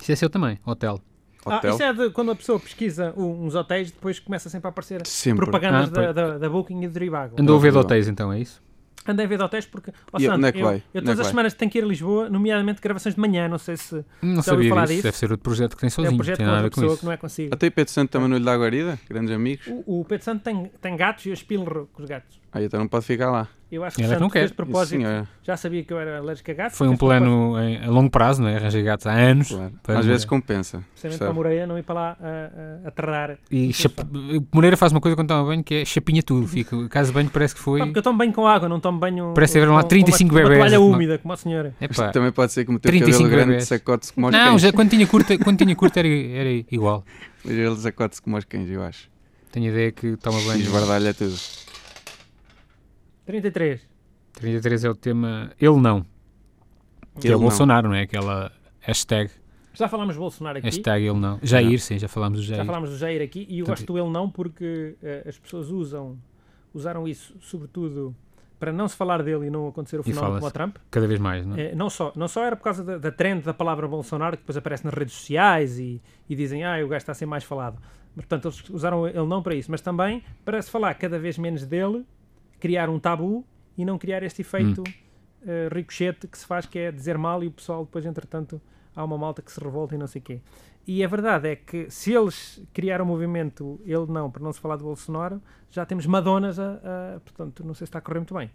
Speaker 2: Isso é seu também, hotel.
Speaker 1: Ah,
Speaker 3: Hotel.
Speaker 1: isso é de quando a pessoa pesquisa um- uns hotéis, depois começa sempre a aparecer
Speaker 3: Sempre.
Speaker 1: propagandas
Speaker 2: Ah,
Speaker 1: da,
Speaker 2: pois.
Speaker 1: da, da Booking e do Trivago.
Speaker 2: Andou a ver de
Speaker 3: Horrível.
Speaker 2: hotéis então, é isso?
Speaker 1: Andei a ver de hotéis porque. ó,
Speaker 3: E onde é
Speaker 1: Sandro,
Speaker 3: que
Speaker 1: eu,
Speaker 3: vai?
Speaker 1: eu
Speaker 3: Onde é
Speaker 1: todas
Speaker 3: que
Speaker 1: as
Speaker 3: vai?
Speaker 1: semanas tenho que ir a Lisboa, nomeadamente gravações de manhã. Não sei se
Speaker 2: Não
Speaker 1: Já ouvi
Speaker 2: sabia
Speaker 1: falar
Speaker 2: disso.
Speaker 1: disso?
Speaker 2: Deve ser outro projeto que tem
Speaker 1: é um
Speaker 2: sozinho.
Speaker 1: projeto
Speaker 2: tem
Speaker 1: com
Speaker 2: nada a
Speaker 1: outra
Speaker 2: ver com
Speaker 1: pessoa
Speaker 2: isso.
Speaker 1: que não é consigo.
Speaker 3: Até Pedro Santo também no Lhe da Guarida, grandes amigos.
Speaker 1: O, o Pedro Santo tem, tem gatos e eu espilro com os gatos.
Speaker 3: Aí então não pode ficar lá.
Speaker 1: Eu acho que
Speaker 2: Ele é que
Speaker 1: Santo
Speaker 2: não quer.
Speaker 1: fez de
Speaker 2: Isso,
Speaker 1: propósito.
Speaker 3: senhora.
Speaker 1: já sabia que eu era alérgico a gatos.
Speaker 2: Foi um
Speaker 1: fez de propósito,
Speaker 2: plano em- a longo prazo, não é? Arranjei gatos há anos.
Speaker 3: Claro.
Speaker 2: Para- é.
Speaker 3: Às vezes compensa.
Speaker 1: Precisamente para a
Speaker 3: percebe?
Speaker 1: Moreira não ir para lá a, a, aterrar.
Speaker 2: E chap- Moreira faz uma coisa quando toma banho que é chapinha tudo. Fica... a Casa de banho parece que foi.
Speaker 1: Pá, porque eu tomo bem com água, não tomo banho.
Speaker 2: Parece que tiveram
Speaker 1: com-
Speaker 2: lá
Speaker 1: com
Speaker 2: 35
Speaker 1: uma,
Speaker 2: bebés
Speaker 1: Uma
Speaker 2: a
Speaker 1: toalha
Speaker 2: tomar-
Speaker 1: úmida, como a senhora.
Speaker 2: Epá.
Speaker 3: Isto também pode ser que o teu
Speaker 2: 35
Speaker 3: cabelo grande
Speaker 2: bebés.
Speaker 3: sacode-se como aos
Speaker 2: Não,
Speaker 3: cães.
Speaker 2: já, quando tinha curta, quando tinha curta era, era igual.
Speaker 3: Mas ele sacode-se como aos cães, eu acho.
Speaker 2: Tenho a ideia que toma
Speaker 3: E
Speaker 2: banho.
Speaker 3: esbardalha tudo.
Speaker 1: 33.
Speaker 2: 33 é o tema. Ele não. Que é o
Speaker 3: Ele não.
Speaker 2: Bolsonaro, não é? Aquela hashtag.
Speaker 1: Já falámos de Bolsonaro aqui.
Speaker 2: Hashtag ele não. Jair, sim, já falámos do
Speaker 1: Já
Speaker 2: Jair.
Speaker 1: falámos do Jair aqui e eu
Speaker 2: Portanto,
Speaker 1: gosto do ele não porque eh, as pessoas usam, usaram isso sobretudo para não se falar dele e não acontecer o fenómeno
Speaker 2: fala-se.
Speaker 1: como o Trump.
Speaker 2: Cada vez mais, não é?
Speaker 1: Eh, não, só, não só era por causa da, da trend da palavra Bolsonaro que depois aparece nas redes sociais e, e dizem ah, o gajo está a ser mais falado. Mas, Portanto, eles usaram ele não para isso, mas também para se falar cada vez menos dele, criar um tabu e não criar este efeito eh, ricochete que se faz, que é dizer mal e o pessoal depois, entretanto, há uma malta que se revolta e não sei o quê. E a verdade é que se eles criaram o movimento ele não, para não se falar de Bolsonaro, já temos Madonas a, a- portanto, não sei se está a correr muito bem.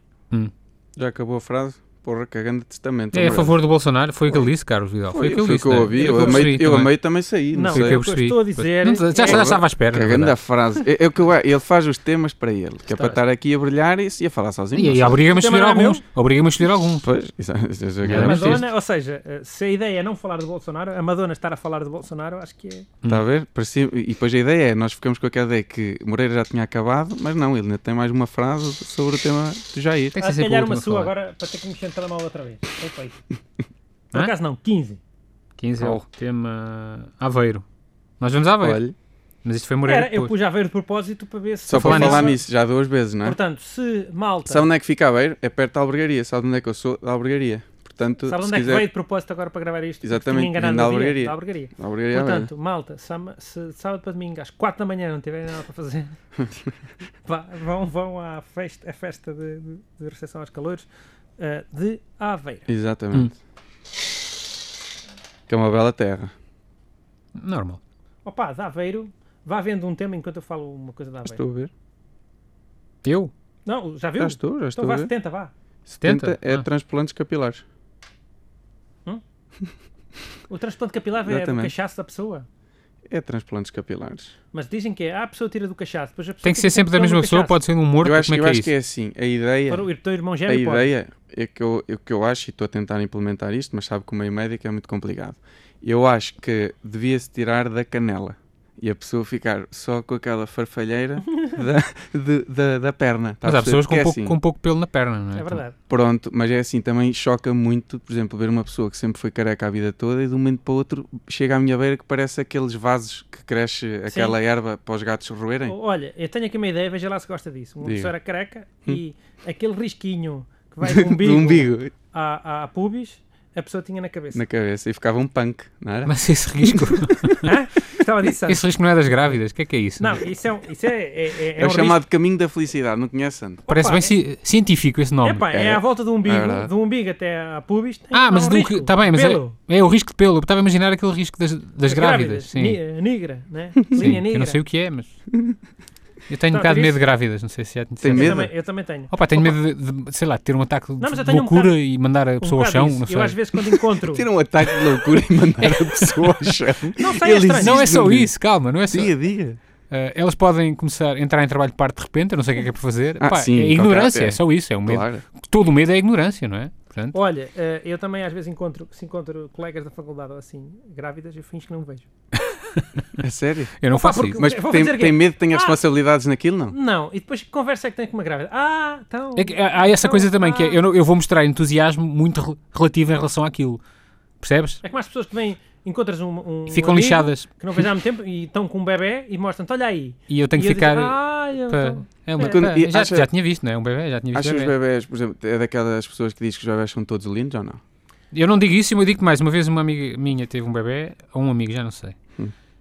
Speaker 3: Já acabou a frase? Porra, cagando testamento.
Speaker 2: É a
Speaker 3: hombre.
Speaker 2: favor do Bolsonaro, foi o que ele disse, Carlos Vidal. Foi,
Speaker 3: Foi,
Speaker 2: o que ele
Speaker 3: foi
Speaker 2: disse.
Speaker 3: que eu
Speaker 2: não é?
Speaker 3: ouvi.
Speaker 2: Foi o
Speaker 3: Eu
Speaker 2: que
Speaker 3: amei, eu
Speaker 2: também.
Speaker 3: amei também saí. Não,
Speaker 1: Não,
Speaker 2: Foi o
Speaker 3: sei.
Speaker 2: que eu
Speaker 1: o que eu
Speaker 2: percebi.
Speaker 1: estou a dizer
Speaker 2: Não,
Speaker 1: é-
Speaker 2: já, já estava à espera. na
Speaker 3: Cagando a
Speaker 2: verdade.
Speaker 3: frase. É, é o que eu, ele faz os temas para ele, que é para estar aqui a brilhar e, se- e a falar sozinho.
Speaker 2: E,
Speaker 3: não
Speaker 2: e
Speaker 3: sei.
Speaker 2: obriga-me a
Speaker 1: Também
Speaker 2: escolher
Speaker 1: não é
Speaker 2: alguns. Obriga-me a escolher alguns.
Speaker 3: Pois, isso- é, isso- isso-
Speaker 2: Não, é?
Speaker 1: A
Speaker 2: Era mais
Speaker 1: Madonna, ou seja, eh, se a ideia é não falar de Bolsonaro, a Madonna estar a falar de Bolsonaro, acho que é.
Speaker 3: Está a ver? Parecia- e depois a ideia é, nós ficamos com aquela ideia que Moreira já tinha acabado, mas não, ele ainda tem mais uma frase sobre o tema do Jair.
Speaker 2: Tem que
Speaker 1: Ah, se
Speaker 2: ser sempre o
Speaker 1: calhar uma
Speaker 2: último a
Speaker 1: sua
Speaker 2: falar.
Speaker 1: agora para ter que mexer no telemóvel outra vez. Perfeito.
Speaker 3: *laughs*
Speaker 1: Por
Speaker 2: Hã?
Speaker 1: acaso não, 15.
Speaker 2: 15 é o
Speaker 3: Oh.
Speaker 2: tema Aveiro. Nós vamos a Aveiro.
Speaker 3: Olha,
Speaker 2: Mas isto foi Moreira.
Speaker 1: Era, eu
Speaker 2: depois.
Speaker 1: pus a ver de propósito para ver se.
Speaker 3: só
Speaker 2: falar
Speaker 3: para falar
Speaker 1: nisso.
Speaker 3: nisso, já duas vezes, não é?
Speaker 1: Portanto, se malta.
Speaker 3: Sabe onde é que fica a ver? É perto da albergaria. Sabe onde é que eu sou? Da albergaria. Portanto,
Speaker 1: Sabe
Speaker 3: se
Speaker 1: onde é que
Speaker 3: quiser...
Speaker 1: veio de propósito agora para gravar isto?
Speaker 3: Exatamente,
Speaker 1: Fiquei enganado
Speaker 3: da
Speaker 1: no dia,
Speaker 3: Albergaria.
Speaker 1: Da albergaria.
Speaker 3: Da albergaria Aveiro.
Speaker 1: Portanto, malta, sama- se de sábado para domingo às 4 da manhã não tiverem nada para
Speaker 3: *laughs*
Speaker 1: fazer, vá- vão, vão à festa, à festa de, de, de recepção aos calores eh, de Aveiro.
Speaker 3: Exatamente.
Speaker 1: Hum.
Speaker 3: Que é uma bela terra.
Speaker 1: Tá
Speaker 2: Normal.
Speaker 1: Opa, de Aveiro, vá vendo um tema enquanto eu falo uma coisa de Aveiro.
Speaker 3: Estou a ver.
Speaker 2: Eu?
Speaker 1: Não, já viu?
Speaker 3: Já estou, já estou
Speaker 1: então vá
Speaker 3: a ver.
Speaker 1: 70, vá.
Speaker 2: 70?
Speaker 3: é
Speaker 2: Ah.
Speaker 3: transplantes capilares.
Speaker 1: O transplante capilar é do
Speaker 3: Exatamente.
Speaker 1: cachaço da pessoa.
Speaker 3: É transplantes capilares.
Speaker 1: Mas dizem que é, ah, a pessoa tira do cachaço, depois a pessoa
Speaker 2: Tem que ser
Speaker 1: fica
Speaker 2: sempre da
Speaker 1: com
Speaker 2: mesma
Speaker 1: o
Speaker 2: pessoa,
Speaker 1: cachaço.
Speaker 2: pode ser um morto,
Speaker 3: eu acho,
Speaker 2: como é
Speaker 3: eu
Speaker 2: que é
Speaker 3: acho
Speaker 2: isso?
Speaker 3: que é assim. A ideia...
Speaker 1: Para o teu irmão
Speaker 3: A
Speaker 1: gêmeo pode.
Speaker 3: ideia é que eu, é que eu acho, e estou a tentar implementar isto, mas sabe que o meio médico é muito complicado. Eu acho que devia-se tirar da canela e a pessoa ficar só com
Speaker 2: *laughs*
Speaker 3: aquela farfalheira da, de- da, da perna. tá a
Speaker 2: Mas há
Speaker 3: perceber?
Speaker 2: pessoas com,
Speaker 3: Porque é
Speaker 2: pouco,
Speaker 3: assim,
Speaker 2: com pouco pelo na perna, não é?
Speaker 1: É verdade.
Speaker 3: Pronto, mas é assim, também choca muito, por exemplo, ver uma pessoa que sempre foi careca a vida toda e de um momento para o outro chega à minha beira que parece aqueles vasos que cresce aquela erva para os gatos roerem.
Speaker 1: O- Olha, eu tenho aqui uma ideia, veja lá se gosta disso. Uma
Speaker 3: Diga. Hum.
Speaker 1: pessoa era careca e aquele risquinho que
Speaker 3: *laughs*
Speaker 1: vai
Speaker 2: Um
Speaker 1: do umbigo,
Speaker 3: Do Um umbigo
Speaker 1: À, à pubis, a pessoa tinha na cabeça.
Speaker 3: na cabeça e ficava um punk, não era?
Speaker 2: Mas esse
Speaker 1: *laughs*
Speaker 2: risco,
Speaker 1: Hã? *laughs* Estava disso Sandro?
Speaker 2: esse risco não é das grávidas. O que é que é isso?
Speaker 1: Não, isso é, um- isso é, é, é, é
Speaker 3: é
Speaker 1: um
Speaker 3: o chamado caminho da felicidade, não conhecem?
Speaker 2: Parece
Speaker 1: Opa,
Speaker 2: bem
Speaker 1: é-
Speaker 2: ci- científico esse nome.
Speaker 1: risco. Epá, é,
Speaker 3: É.
Speaker 1: à volta do umbigo,
Speaker 3: É verdade.
Speaker 1: do umbigo até à pubis. tem-
Speaker 2: ah,
Speaker 1: há
Speaker 2: mas
Speaker 1: um
Speaker 2: do
Speaker 1: risco,
Speaker 2: tá bem, mas é,
Speaker 1: pelo.
Speaker 2: é o risco de pelo. Eu estava a imaginar aquele risco das, das grávidas. Sim.
Speaker 1: ni- eh, Negra, né?
Speaker 2: Sim,
Speaker 1: Linha
Speaker 2: que
Speaker 1: negra.
Speaker 2: Eu não sei o que é, mas.
Speaker 1: *laughs*
Speaker 2: Eu tenho
Speaker 1: Tá,
Speaker 2: um bocado
Speaker 1: por
Speaker 2: de medo
Speaker 1: isso-
Speaker 2: de grávidas, não sei se já te
Speaker 3: Tem
Speaker 1: eu,
Speaker 2: disseste.
Speaker 3: medo?
Speaker 1: também, eu também tenho.
Speaker 2: Opa, tenho
Speaker 1: Opa.
Speaker 2: medo de, de, sei lá, ter um ataque de
Speaker 1: Não, mas eu tenho um
Speaker 2: loucura
Speaker 1: bocado-
Speaker 2: e mandar a
Speaker 1: Um
Speaker 2: pessoa ao
Speaker 1: bocado
Speaker 2: chão,
Speaker 1: isso.
Speaker 2: não sei.
Speaker 1: Eu às vezes quando
Speaker 3: *laughs*
Speaker 1: encontro.
Speaker 3: Ter um ataque de loucura e mandar a pessoa ao chão.
Speaker 1: Não sei, é
Speaker 3: Ele
Speaker 1: estranho.
Speaker 2: Não é
Speaker 3: existe
Speaker 2: só
Speaker 3: no meio.
Speaker 2: isso, calma, não é só.
Speaker 3: Dia a dia.
Speaker 2: Ah, elas podem começar a entrar em trabalho de parte de repente, eu não sei o que é que é para fazer.
Speaker 3: Ah,
Speaker 2: Pá,
Speaker 3: sim,
Speaker 2: é
Speaker 3: qualquer-
Speaker 2: ignorância,
Speaker 3: é.
Speaker 2: é só isso, é o medo.
Speaker 3: Claro.
Speaker 2: Todo o medo é a ignorância, não é? Portanto,
Speaker 1: Olha, eh, eu também às vezes encontro, se encontro colegas da faculdade ou assim, grávidas, eu finjo que não vejo.
Speaker 3: É sério.
Speaker 2: eu não
Speaker 1: Opa,
Speaker 2: faço
Speaker 1: porque-
Speaker 2: isso.
Speaker 3: Mas
Speaker 1: vou
Speaker 3: tem,
Speaker 1: fazer o quê?
Speaker 3: tem medo que tenha
Speaker 1: Ah!
Speaker 3: responsabilidades naquilo, não?
Speaker 1: Não, e depois que conversa é que tem com uma grávida? Ah, então.
Speaker 2: É que há há essa
Speaker 1: Não,
Speaker 2: coisa também que é,
Speaker 1: ah.
Speaker 2: eu, não- eu vou mostrar entusiasmo muito re- relativo em relação àquilo. Percebes?
Speaker 1: É como as pessoas que vêm, encontras um. um
Speaker 2: E ficam
Speaker 1: amigo
Speaker 2: lixadas.
Speaker 1: Que não vês há muito tempo e estão com um bebê e mostram-te, olha aí.
Speaker 2: E eu tenho
Speaker 1: E
Speaker 2: que
Speaker 1: eu
Speaker 2: ficar.
Speaker 1: digo, "Ah, eu
Speaker 2: pá,
Speaker 1: então."
Speaker 2: é uma-
Speaker 1: é.
Speaker 3: Quando-
Speaker 2: pá,
Speaker 3: e
Speaker 2: já,
Speaker 3: acha-
Speaker 2: já tinha visto, não é? Um bebê, já tinha visto.
Speaker 3: Acham os
Speaker 2: bebé.
Speaker 3: bebés, por exemplo, é daquelas pessoas que diz que os bebés são todos lindos ou não? Hum.
Speaker 2: Eu não digo isso, mas eu digo mais. Uma vez uma amiga minha teve um bebê, ou um amigo, já não sei.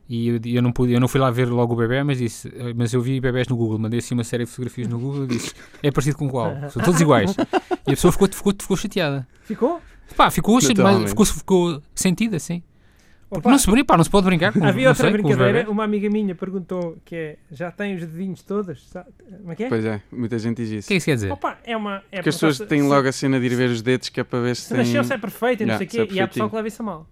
Speaker 2: E eu, eu não pude, eu não fui lá ver logo o bebê, mas disse, eh, mas eu vi bebés no Google, mandei assim uma série de fotografias no Google e disse, é parecido com qual? São todos iguais. E a pessoa ficou, ficou, ficou chateada.
Speaker 1: Ficou?
Speaker 2: Pá, ficou, chate- mas
Speaker 3: Naturalmente.
Speaker 2: ficou, ficou sentida, sim. Porque
Speaker 1: Opa,
Speaker 2: não se brinca, pá, não se pode brincar com
Speaker 1: Havia
Speaker 2: não
Speaker 1: outra
Speaker 2: sei, com os
Speaker 1: brincadeira,
Speaker 2: bebés.
Speaker 1: uma amiga minha perguntou que é, já tem os dedinhos todos? Sa- Como é que é?
Speaker 3: Pois é, muita gente diz
Speaker 2: O
Speaker 3: isso.
Speaker 2: que é que isso quer dizer?
Speaker 1: Opa, é uma... É
Speaker 3: Porque as pessoas
Speaker 1: se-
Speaker 3: têm
Speaker 1: se-
Speaker 3: logo a cena de ir ver os dedos que é para ver se
Speaker 1: Se
Speaker 3: têm...
Speaker 1: nasceu, se é perfeito e não
Speaker 3: Yeah,
Speaker 1: sei o
Speaker 3: se é
Speaker 1: quê, e há pessoal
Speaker 3: perfeitinho. É
Speaker 1: que leva isso a mal.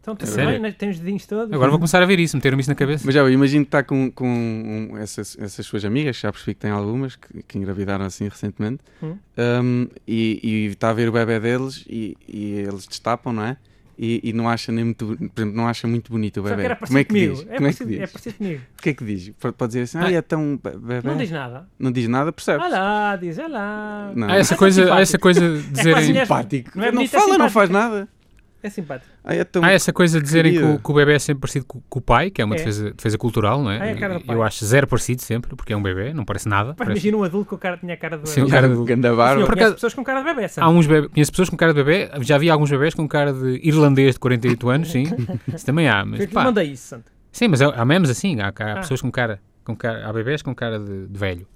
Speaker 1: Então, tudo
Speaker 2: sério?
Speaker 1: bem, né? tem os dedinhos todos.
Speaker 2: Agora vou começar a ver isso, meteram-me isso na cabeça.
Speaker 3: Mas já, eu imagino que está com, com um- essas, essas suas amigas, já percebi que tem algumas que, que engravidaram assim recentemente,
Speaker 1: Hum.
Speaker 3: um, e, e está a ver o bebê deles e, e eles destapam, não é? E, e não acha nem muito, por exemplo, não acha muito bonito o
Speaker 1: Só que
Speaker 3: bebê.
Speaker 1: era
Speaker 3: Como
Speaker 1: parecido
Speaker 3: é que diz?
Speaker 1: comigo. É
Speaker 3: Como é que
Speaker 1: parecido- É
Speaker 3: diz?
Speaker 1: parecido comigo.
Speaker 3: O que é que diz? Pode pode dizer assim,
Speaker 2: Ah,
Speaker 3: ah, é tão be- bebê.
Speaker 1: Não diz nada.
Speaker 3: Não diz nada, percebes?
Speaker 1: Ah lá, diz, ah lá.
Speaker 3: Não.
Speaker 2: Há
Speaker 1: Mas
Speaker 2: essa
Speaker 1: é
Speaker 2: coisa, há
Speaker 1: simpático. É
Speaker 2: essa coisa de dizerem.
Speaker 1: mulheres-
Speaker 3: Simpático.
Speaker 1: não é
Speaker 3: não
Speaker 1: bonito, é
Speaker 3: fala, não
Speaker 1: simpático.
Speaker 3: faz nada.
Speaker 1: É simpático.
Speaker 3: Ah, é tão... *laughs*
Speaker 2: Há essa coisa de dizerem que o,
Speaker 3: Querida.
Speaker 2: que o bebê é sempre parecido co- com, o pai, que é uma
Speaker 1: É.
Speaker 2: defesa, defesa cultural, não é?
Speaker 1: Ah, é a cara do pai.
Speaker 2: Eu acho zero parecido sempre, porque é um bebê, não parece nada.
Speaker 1: Pá,
Speaker 2: parece-
Speaker 1: Imagina um adulto com cara, tinha a cara de
Speaker 2: Sim,
Speaker 3: um
Speaker 1: bebê.
Speaker 2: o cara do-
Speaker 3: Gandabar.
Speaker 1: Eu
Speaker 2: Por
Speaker 1: conheço
Speaker 2: acaso-
Speaker 1: pessoas com cara de bebê, é sabe?
Speaker 2: Há
Speaker 3: um
Speaker 2: uns bebê, conheço pessoas com cara de bebê, já vi alguns bebés com cara de irlandês de
Speaker 1: *laughs*
Speaker 2: 48 anos, sim. Isso também há, mas
Speaker 1: Eu que
Speaker 2: pá.
Speaker 1: lhe mandei isso, santo.
Speaker 2: Sim, mas há há memes assim, há, há
Speaker 1: Ah.
Speaker 2: pessoas com cara, com cara, há bebés com cara de, de velho.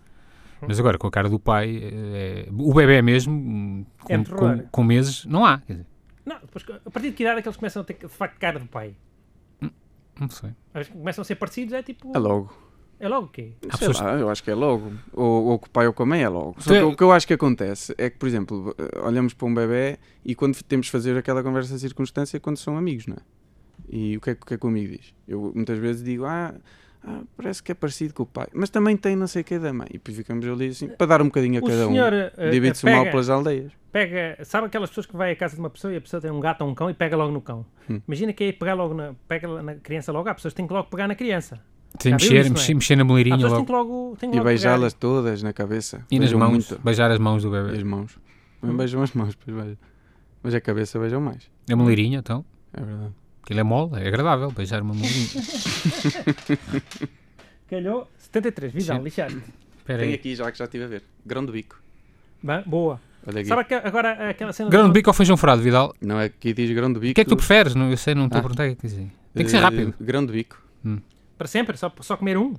Speaker 1: Uhum.
Speaker 2: Mas agora, com a cara do pai, eh, o bebê mesmo, hum, com,
Speaker 1: É um terror.
Speaker 2: com- com meses, não há. Quer dizer,
Speaker 1: Não, depois, a partir de que idade é que eles começam a ter, de facto, cara de pai?
Speaker 2: não sei.
Speaker 1: Eles começam a ser parecidos, é tipo...
Speaker 3: É logo.
Speaker 1: É logo o quê?
Speaker 2: Há
Speaker 3: Sei
Speaker 2: pessoas-
Speaker 3: lá, eu acho que é logo. Ou, ou com o pai ou com a mãe é logo.
Speaker 2: Tu
Speaker 3: Só
Speaker 2: é-
Speaker 3: que
Speaker 1: Então,
Speaker 3: o que eu acho que acontece é que, por exemplo, eh, olhamos para um bebê e quando temos de fazer aquela conversa de circunstância quando são amigos, não é? E o que é, que- o que, é que o amigo diz? Eu muitas vezes digo, ah, ah, parece que é parecido com o pai, mas também tem não sei o que da mãe. E depois ficamos ali assim, para dar um bocadinho a
Speaker 1: O
Speaker 3: cada
Speaker 1: senhor
Speaker 3: um.
Speaker 1: eh, eh,
Speaker 3: Divide-se o mal
Speaker 1: pega,
Speaker 3: pelas aldeias.
Speaker 1: pega- Sabe aquelas pessoas que vai à casa de uma pessoa e a pessoa tem um gato ou um cão e pega logo no cão?
Speaker 3: Hum.
Speaker 1: Imagina que é pegar logo na, pega na criança logo. Há pessoas que têm que logo pegar na criança.
Speaker 2: Tem
Speaker 1: Já
Speaker 2: que
Speaker 1: viu
Speaker 2: mexer,
Speaker 1: isso, não é?
Speaker 2: mexer, mexer na
Speaker 1: Há
Speaker 2: moleirinha
Speaker 1: pessoas que têm
Speaker 2: logo.
Speaker 1: que logo, têm que
Speaker 3: E
Speaker 1: logo pegar.
Speaker 3: beijá-las todas na cabeça.
Speaker 2: E nas
Speaker 3: Beijam
Speaker 2: mãos,
Speaker 3: muito.
Speaker 2: beijar as mãos do
Speaker 3: E
Speaker 2: bebê.
Speaker 3: as mãos. Também beijam as mãos, pois beijam. Mas a cabeça beijam mais.
Speaker 2: A moleirinha, então.
Speaker 3: É verdade.
Speaker 2: Porque ele é mole, é agradável beijar uma
Speaker 3: *laughs*
Speaker 2: moleirinha.
Speaker 1: Calhou 73, Vidal, lixaste.
Speaker 2: Espera
Speaker 3: Tenho
Speaker 2: aí.
Speaker 3: aqui, já que já estive a ver. Grão do bico.
Speaker 1: Bem, Boa.
Speaker 3: Olha aqui.
Speaker 1: Sabe que agora aquela cena.
Speaker 2: Grão de bico ou feijão furado, Vidal?
Speaker 3: Não é que diz grão do bico.
Speaker 2: O que é que tu preferes? Não, eu sei, não estou a
Speaker 3: Ah.
Speaker 2: perguntar o que é que dizem. Tem que ser rápido.
Speaker 3: Eh, grão do bico.
Speaker 1: Para sempre, só, só comer um.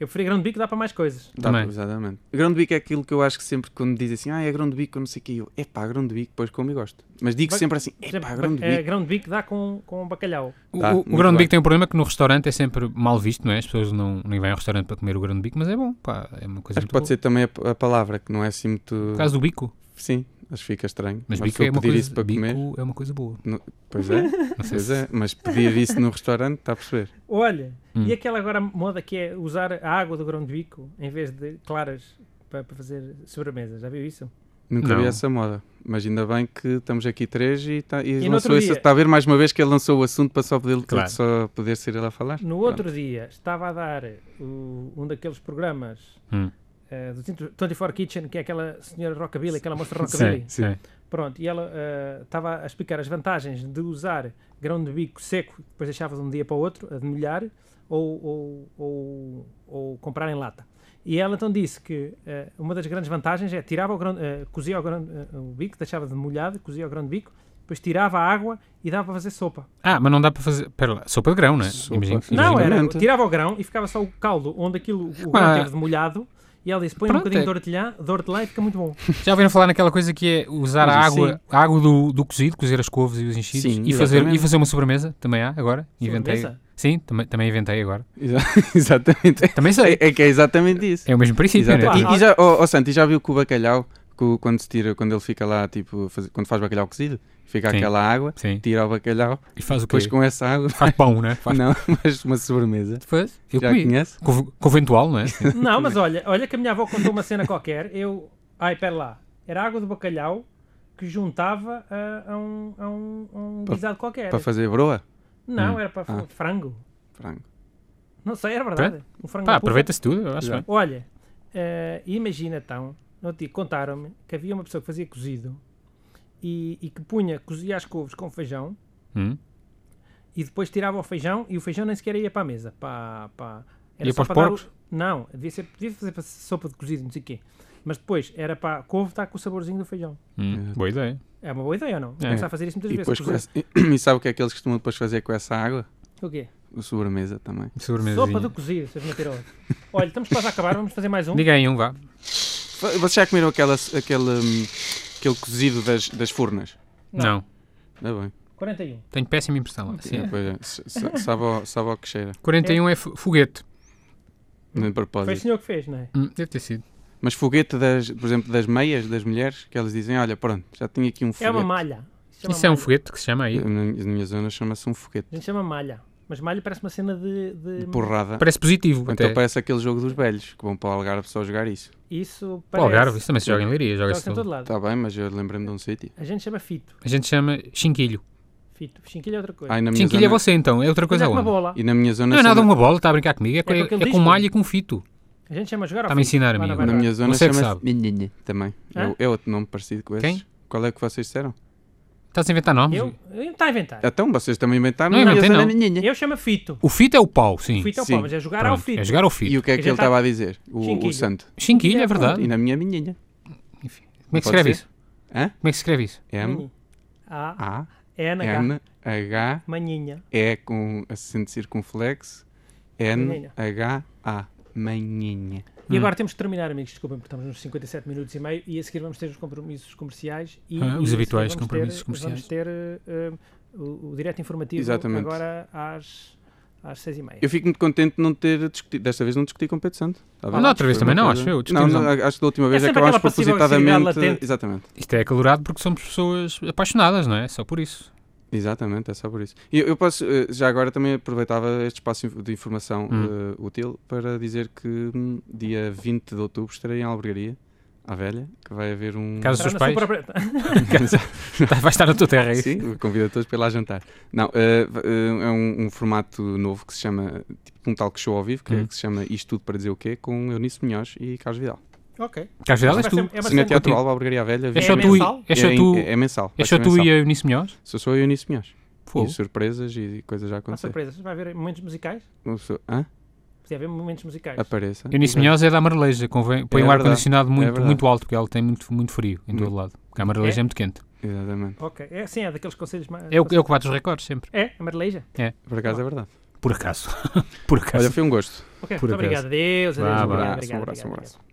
Speaker 1: Eu prefiro grão de bico, dá para mais coisas.
Speaker 3: Tá,
Speaker 2: Também.
Speaker 3: exatamente. Grão do bico é aquilo que eu acho que sempre quando dizem assim, ah, é grão do bico, eu não sei o que, eu, epá, grão do bico, depois como e gosto. Mas digo
Speaker 1: Vai-
Speaker 3: sempre assim,
Speaker 1: Por exemplo,
Speaker 3: epá, grão do
Speaker 2: é
Speaker 1: eh,
Speaker 3: bico.
Speaker 1: grão de bico dá com, com bacalhau.
Speaker 2: O-
Speaker 3: Tá,
Speaker 2: o
Speaker 3: muito
Speaker 2: o grão de
Speaker 3: bem.
Speaker 2: bico tem um problema que no restaurante é sempre mal visto, não é? As pessoas não, nem vêm ao restaurante para comer o grão de bico, mas é bom, pá, é uma coisa
Speaker 3: Acho
Speaker 2: muito
Speaker 3: que pode
Speaker 2: boa.
Speaker 3: ser também a, a palavra, que não é assim muito.
Speaker 2: No caso do bico,
Speaker 3: Sim, acho que fica estranho.
Speaker 2: mas
Speaker 3: Uma
Speaker 2: bico
Speaker 3: pessoa
Speaker 2: é uma,
Speaker 3: pedir
Speaker 2: coisa,
Speaker 3: isso para comer.
Speaker 2: bico é uma coisa boa.
Speaker 3: Pois é,
Speaker 2: Não sei
Speaker 3: pois
Speaker 2: se-
Speaker 3: é. Mas pedir isso no restaurante, está a perceber?
Speaker 1: Olha,
Speaker 2: Hum.
Speaker 1: e aquela agora moda que é usar a água do grão de bico em vez de claras para, para fazer sobremesa. Já viu isso?
Speaker 3: Nunca
Speaker 2: Não.
Speaker 3: vi essa moda. Mas ainda bem que estamos aqui três e, tá, e,
Speaker 1: E no
Speaker 3: lançou
Speaker 1: outro
Speaker 3: esse-
Speaker 1: dia-
Speaker 3: Está a ver mais uma vez que ele lançou o assunto para só poder,
Speaker 2: Claro.
Speaker 3: só poder ser ele a falar?
Speaker 1: No outro dia estava a dar o- um daqueles programas
Speaker 2: Hum.
Speaker 1: eh, do 24 Kitchen, que é aquela senhora Rockabilly, aquela moça Rockabilly.
Speaker 2: Sim, sim.
Speaker 1: Pronto, e ela eh, estava a explicar as vantagens de usar grão de bico seco, que depois deixavas de um dia para o outro, a demolhar, ou, ou, ou, ou comprar em lata. E ela então disse que eh, uma das grandes vantagens é tirava o grão, eh, cozia o, grão, eh, o bico, deixava de molhado, cozia o grão de bico, depois tirava a água e dava para fazer sopa.
Speaker 2: Ah, mas não dá para fazer. Pera lá, sopa de grão, não é?
Speaker 3: Sopa.
Speaker 2: Imagino que-
Speaker 1: Não,
Speaker 2: imagino-
Speaker 1: era,
Speaker 3: Exatamente.
Speaker 1: tirava o grão e ficava só o caldo, onde aquilo, o
Speaker 2: Ah.
Speaker 1: grão teve de molhado, e ela disse, põe um
Speaker 2: Pronto,
Speaker 1: bocadinho
Speaker 2: é-
Speaker 1: de hortelã, de hortelã e fica muito bom. *laughs*
Speaker 2: Já ouviram falar naquela coisa que é usar a
Speaker 3: Mas isso
Speaker 2: água, a água do, do cozido, cozer as couves e os enchidos
Speaker 3: Sim,
Speaker 2: e, fazer, e
Speaker 3: exatamente.
Speaker 2: fazer uma sobremesa? Também há agora? Inventei.
Speaker 1: Sobremesa?
Speaker 2: Sim, também, também inventei agora.
Speaker 3: Exa- *laughs* exatamente.
Speaker 2: Também sei.
Speaker 3: *laughs* É, é que é exatamente isso.
Speaker 2: É o mesmo princípio, não é?
Speaker 3: Exatamente.
Speaker 1: Claro.
Speaker 3: E, e já, oh, oh, Santi, já viu que o bacalhau, que o- quando se tira, quando ele fica lá, tipo, faz- quando faz bacalhau cozido, fica
Speaker 2: Sim.
Speaker 3: aquela água,
Speaker 2: Tipo, Sim.
Speaker 3: tira o bacalhau,
Speaker 2: E faz o quê?
Speaker 3: Tipo, depois com essa água,
Speaker 2: Faz pão, não é? Faz
Speaker 3: *laughs* não, mas uma sobremesa.
Speaker 2: Depois, eu
Speaker 3: já
Speaker 2: comi.
Speaker 3: conhece?
Speaker 2: Conv- Conventual,
Speaker 3: *laughs*
Speaker 2: não é? Sim.
Speaker 1: Não, mas olha, olha que a minha avó contou uma cena qualquer. Eu. Ai, pera lá. Era água do bacalhau que juntava a, a um, a um- a um
Speaker 3: Pa-
Speaker 1: guisado qualquer.
Speaker 3: Para fazer broa?
Speaker 1: Não, era para
Speaker 3: Ah.
Speaker 1: frango.
Speaker 3: Frango.
Speaker 1: Não sei, era verdade. Um frango
Speaker 2: Pá,
Speaker 1: na pufa.
Speaker 2: aproveita-se tudo, eu acho
Speaker 3: Já.
Speaker 2: bem.
Speaker 1: Olha, eh, imagina então, no outro dia contaram-me que havia uma pessoa que fazia cozido e, e que punha, cozia as couves com feijão
Speaker 2: Hum.
Speaker 1: e depois tirava o feijão e o feijão nem sequer ia para a mesa. Para, para...
Speaker 2: Ia para os
Speaker 1: dar o-
Speaker 2: porcos?
Speaker 1: Não, devia, ser, devia fazer para sopa de cozido, não sei o quê. Mas depois era para a couve estar com o saborzinho do feijão.
Speaker 2: Hum,
Speaker 3: É.
Speaker 2: Boa ideia.
Speaker 1: É uma boa ideia ou não? Começar a fazer isso muitas
Speaker 3: *clears throat* E
Speaker 1: vezes.
Speaker 3: depois com
Speaker 1: cozer.
Speaker 3: essa- e sabe o que é que eles costumam depois fazer com essa água?
Speaker 1: O quê?
Speaker 3: o sobremesa também.
Speaker 1: Sopa
Speaker 2: Sobremesinha.
Speaker 1: do cozido, seus mentirosos. Olha, estamos quase a acabar, vamos fazer mais um.
Speaker 2: Diga aí um, vá.
Speaker 3: Fa- Vocês já comeram aquela, aquele, hum, aquele cozido das, das furnas?
Speaker 1: Não.
Speaker 2: Não.
Speaker 3: Está bem.
Speaker 1: 41.
Speaker 2: Tenho péssima impressão. Assim.
Speaker 3: É, pois é. S- s- Sabe ao- sabe ao que cheira.
Speaker 2: 41 é fo- foguete.
Speaker 3: Nem de
Speaker 1: Foi o
Speaker 3: propósito.
Speaker 1: senhor que fez, não é?
Speaker 2: Hum, deve ter sido.
Speaker 3: Mas foguete, das, por exemplo, das meias das mulheres, que elas dizem, olha, pronto, já tinha aqui um foguete.
Speaker 1: É uma malha. Se chama
Speaker 2: Isso é um
Speaker 1: malha.
Speaker 2: foguete que se chama aí.
Speaker 3: Na, na minha zona chama-se um foguete.
Speaker 1: A gente chama malha. Mas malha parece É uma cena de. de-
Speaker 3: De porrada.
Speaker 2: Parece positivo.
Speaker 3: Ou
Speaker 2: Até.
Speaker 3: Então parece aquele jogo dos velhos, que vão para o Algarve só jogar isso.
Speaker 1: Isso
Speaker 2: Pô,
Speaker 1: parece.
Speaker 2: Algarve, isso um também se joga em Leiria.
Speaker 1: Joga-se
Speaker 2: Joga-se
Speaker 1: em
Speaker 2: tudo.
Speaker 1: todo lado.
Speaker 3: Está bem, mas eu lembrei-me de um sítio.
Speaker 1: A gente chama fito.
Speaker 2: A gente chama chinquilho.
Speaker 1: Fito. Chinquilho é outra coisa.
Speaker 3: Ai, na minha
Speaker 2: Chinquilho é
Speaker 3: zona,
Speaker 2: você então, é outra coisa
Speaker 1: Mas é com uma
Speaker 2: onde?
Speaker 1: bola.
Speaker 3: E na minha zona,
Speaker 2: Não é nada
Speaker 3: chama-
Speaker 2: uma bola, está a brincar comigo, é, com-
Speaker 1: É com
Speaker 2: é
Speaker 1: aquele
Speaker 2: com
Speaker 1: disco.
Speaker 2: malha e com fito.
Speaker 1: A gente chama jogar ao
Speaker 2: Está-me a
Speaker 1: fito, lá
Speaker 2: ensinar,
Speaker 1: na
Speaker 2: amigo.
Speaker 3: na
Speaker 1: Barbara.
Speaker 3: minha zona
Speaker 2: Você é que
Speaker 3: chama-se Nhenhenhen também. É,
Speaker 1: Hã?
Speaker 3: é outro nome parecido com esses.
Speaker 2: Quem?
Speaker 3: Qual é que vocês disseram?
Speaker 2: Estás a Tá inventar nomes?
Speaker 1: Eu? Eu não está a inventar.
Speaker 3: Então, vocês também inventaram.
Speaker 2: Não
Speaker 3: na minha
Speaker 2: inventei,
Speaker 3: zona,
Speaker 2: não.
Speaker 3: Nhenhenhen.
Speaker 1: Eu chamo fito.
Speaker 2: O fito é o pau, sim.
Speaker 1: Fito é o
Speaker 3: sim.
Speaker 1: pau, mas é jogar ao
Speaker 2: Pronto,
Speaker 1: fito.
Speaker 2: É jogar ao
Speaker 3: E
Speaker 2: fito.
Speaker 3: o que é
Speaker 1: Que
Speaker 3: que
Speaker 1: já
Speaker 3: ele
Speaker 1: tá-
Speaker 3: estava a dizer? O,
Speaker 1: Chinquilho.
Speaker 3: o santo.
Speaker 2: Chinquilho, é verdade.
Speaker 3: E na minha menina.
Speaker 2: Como é que se
Speaker 3: Pode
Speaker 2: escreve
Speaker 3: ser?
Speaker 2: isso?
Speaker 3: Hã?
Speaker 2: Como é que se escreve isso?
Speaker 3: M,
Speaker 1: A,
Speaker 3: A,
Speaker 1: N, Hum. H,
Speaker 3: N, H,
Speaker 1: maninha.
Speaker 3: E É com acento circunflexo, N,
Speaker 1: Manhinha.
Speaker 3: H, A. Manhinha.
Speaker 2: Hum.
Speaker 1: E agora temos que terminar, amigos. Desculpem, porque estamos nos 57 minutos e meio e a seguir vamos ter os compromissos comerciais. E,
Speaker 2: Ah,
Speaker 1: e
Speaker 2: os
Speaker 1: a seguir
Speaker 2: habituais
Speaker 1: vamos
Speaker 2: compromissos
Speaker 1: ter-
Speaker 2: comerciais.
Speaker 1: Vamos ter eh, eh, o, o direto informativo
Speaker 3: Exatamente.
Speaker 1: agora às, às 6 e meia.
Speaker 3: Eu fico muito contente de não ter discutido. Desta vez não discuti com o Pedro Santo. Tá bem?
Speaker 2: Não, outra vez
Speaker 3: Foi uma
Speaker 2: também não,
Speaker 3: coisa-
Speaker 2: acho eu.
Speaker 3: Não,
Speaker 2: Discutimos
Speaker 3: não,
Speaker 2: ontem.
Speaker 3: acho que da última vez
Speaker 1: É sempre
Speaker 3: acabámos
Speaker 1: aquela passiva agressividade
Speaker 3: propositadamente.
Speaker 1: latente.
Speaker 3: Exatamente.
Speaker 2: Isto é acalorado porque somos pessoas apaixonadas, não é? Só por
Speaker 3: *laughs*
Speaker 2: isso.
Speaker 3: Exatamente, é só por isso. E eu posso, eh, já agora também aproveitava este espaço inf- de informação
Speaker 2: Hum.
Speaker 3: eh, útil para dizer que hum, dia 20 de outubro estarei em Albergaria, à velha, que vai haver um.
Speaker 2: Casa- Os
Speaker 1: Será
Speaker 2: seus
Speaker 1: na sua
Speaker 2: pais?
Speaker 1: própria- *laughs*
Speaker 2: Tá- Vai estar na tua terra, é isso?
Speaker 3: Sim, convido a todos para ir lá jantar. Não, eh, va- eh, é um, um formato novo que se chama, tipo um talk show ao vivo, que, é-
Speaker 2: Hum.
Speaker 3: que se chama Isto Tudo para Dizer o Quê, com Eunice Munhoz e Carlos Vidal.
Speaker 1: Ok.
Speaker 2: Queres ajudá-las
Speaker 1: Vai
Speaker 2: tu?
Speaker 1: ser- é uma
Speaker 3: Cine
Speaker 1: cena-
Speaker 3: Teatro Alba, Albergaria à Velha.
Speaker 2: É
Speaker 1: É
Speaker 2: só tu e-
Speaker 1: mensal?
Speaker 2: é só
Speaker 3: em-
Speaker 2: tu-
Speaker 3: é mensal.
Speaker 2: é
Speaker 3: vai
Speaker 2: só
Speaker 3: ser
Speaker 2: tu
Speaker 3: mensal.
Speaker 2: e a Eunice Melhores?
Speaker 3: Sou só eu e Eunice Munhoz.
Speaker 2: Pô,
Speaker 3: E surpresas e coisas já
Speaker 1: Há
Speaker 3: aconteceram.
Speaker 1: surpresas. Vai haver momentos musicais?
Speaker 3: Uma pessoa, hã?
Speaker 1: Podia haver momentos musicais.
Speaker 3: Apareça.
Speaker 2: Eunice Melhores é da Amareleja, convém, põe
Speaker 3: É
Speaker 2: um
Speaker 3: verdade,
Speaker 2: ar-condicionado muito,
Speaker 3: verdade.
Speaker 2: muito alto, porque ela tem muito, muito frio em todo
Speaker 3: Hum.
Speaker 2: lado. Porque a Amareleja é. muito quente.
Speaker 3: Exatamente.
Speaker 1: Ok. É, sim, é daqueles conselhos mais.
Speaker 2: É o, é o que bate os recordes sempre.
Speaker 1: É, a Marleija.
Speaker 3: Por acaso é verdade.
Speaker 2: Por acaso. Por acaso. *laughs*
Speaker 3: Olha, foi um gosto.
Speaker 1: Ok,
Speaker 2: Por
Speaker 1: muito obrigado.
Speaker 2: acaso.
Speaker 1: Adeus, adeus. obrigado,
Speaker 2: Vá, abraço,
Speaker 1: obrigado,
Speaker 3: um abraço, um
Speaker 1: obrigado,
Speaker 3: abraço.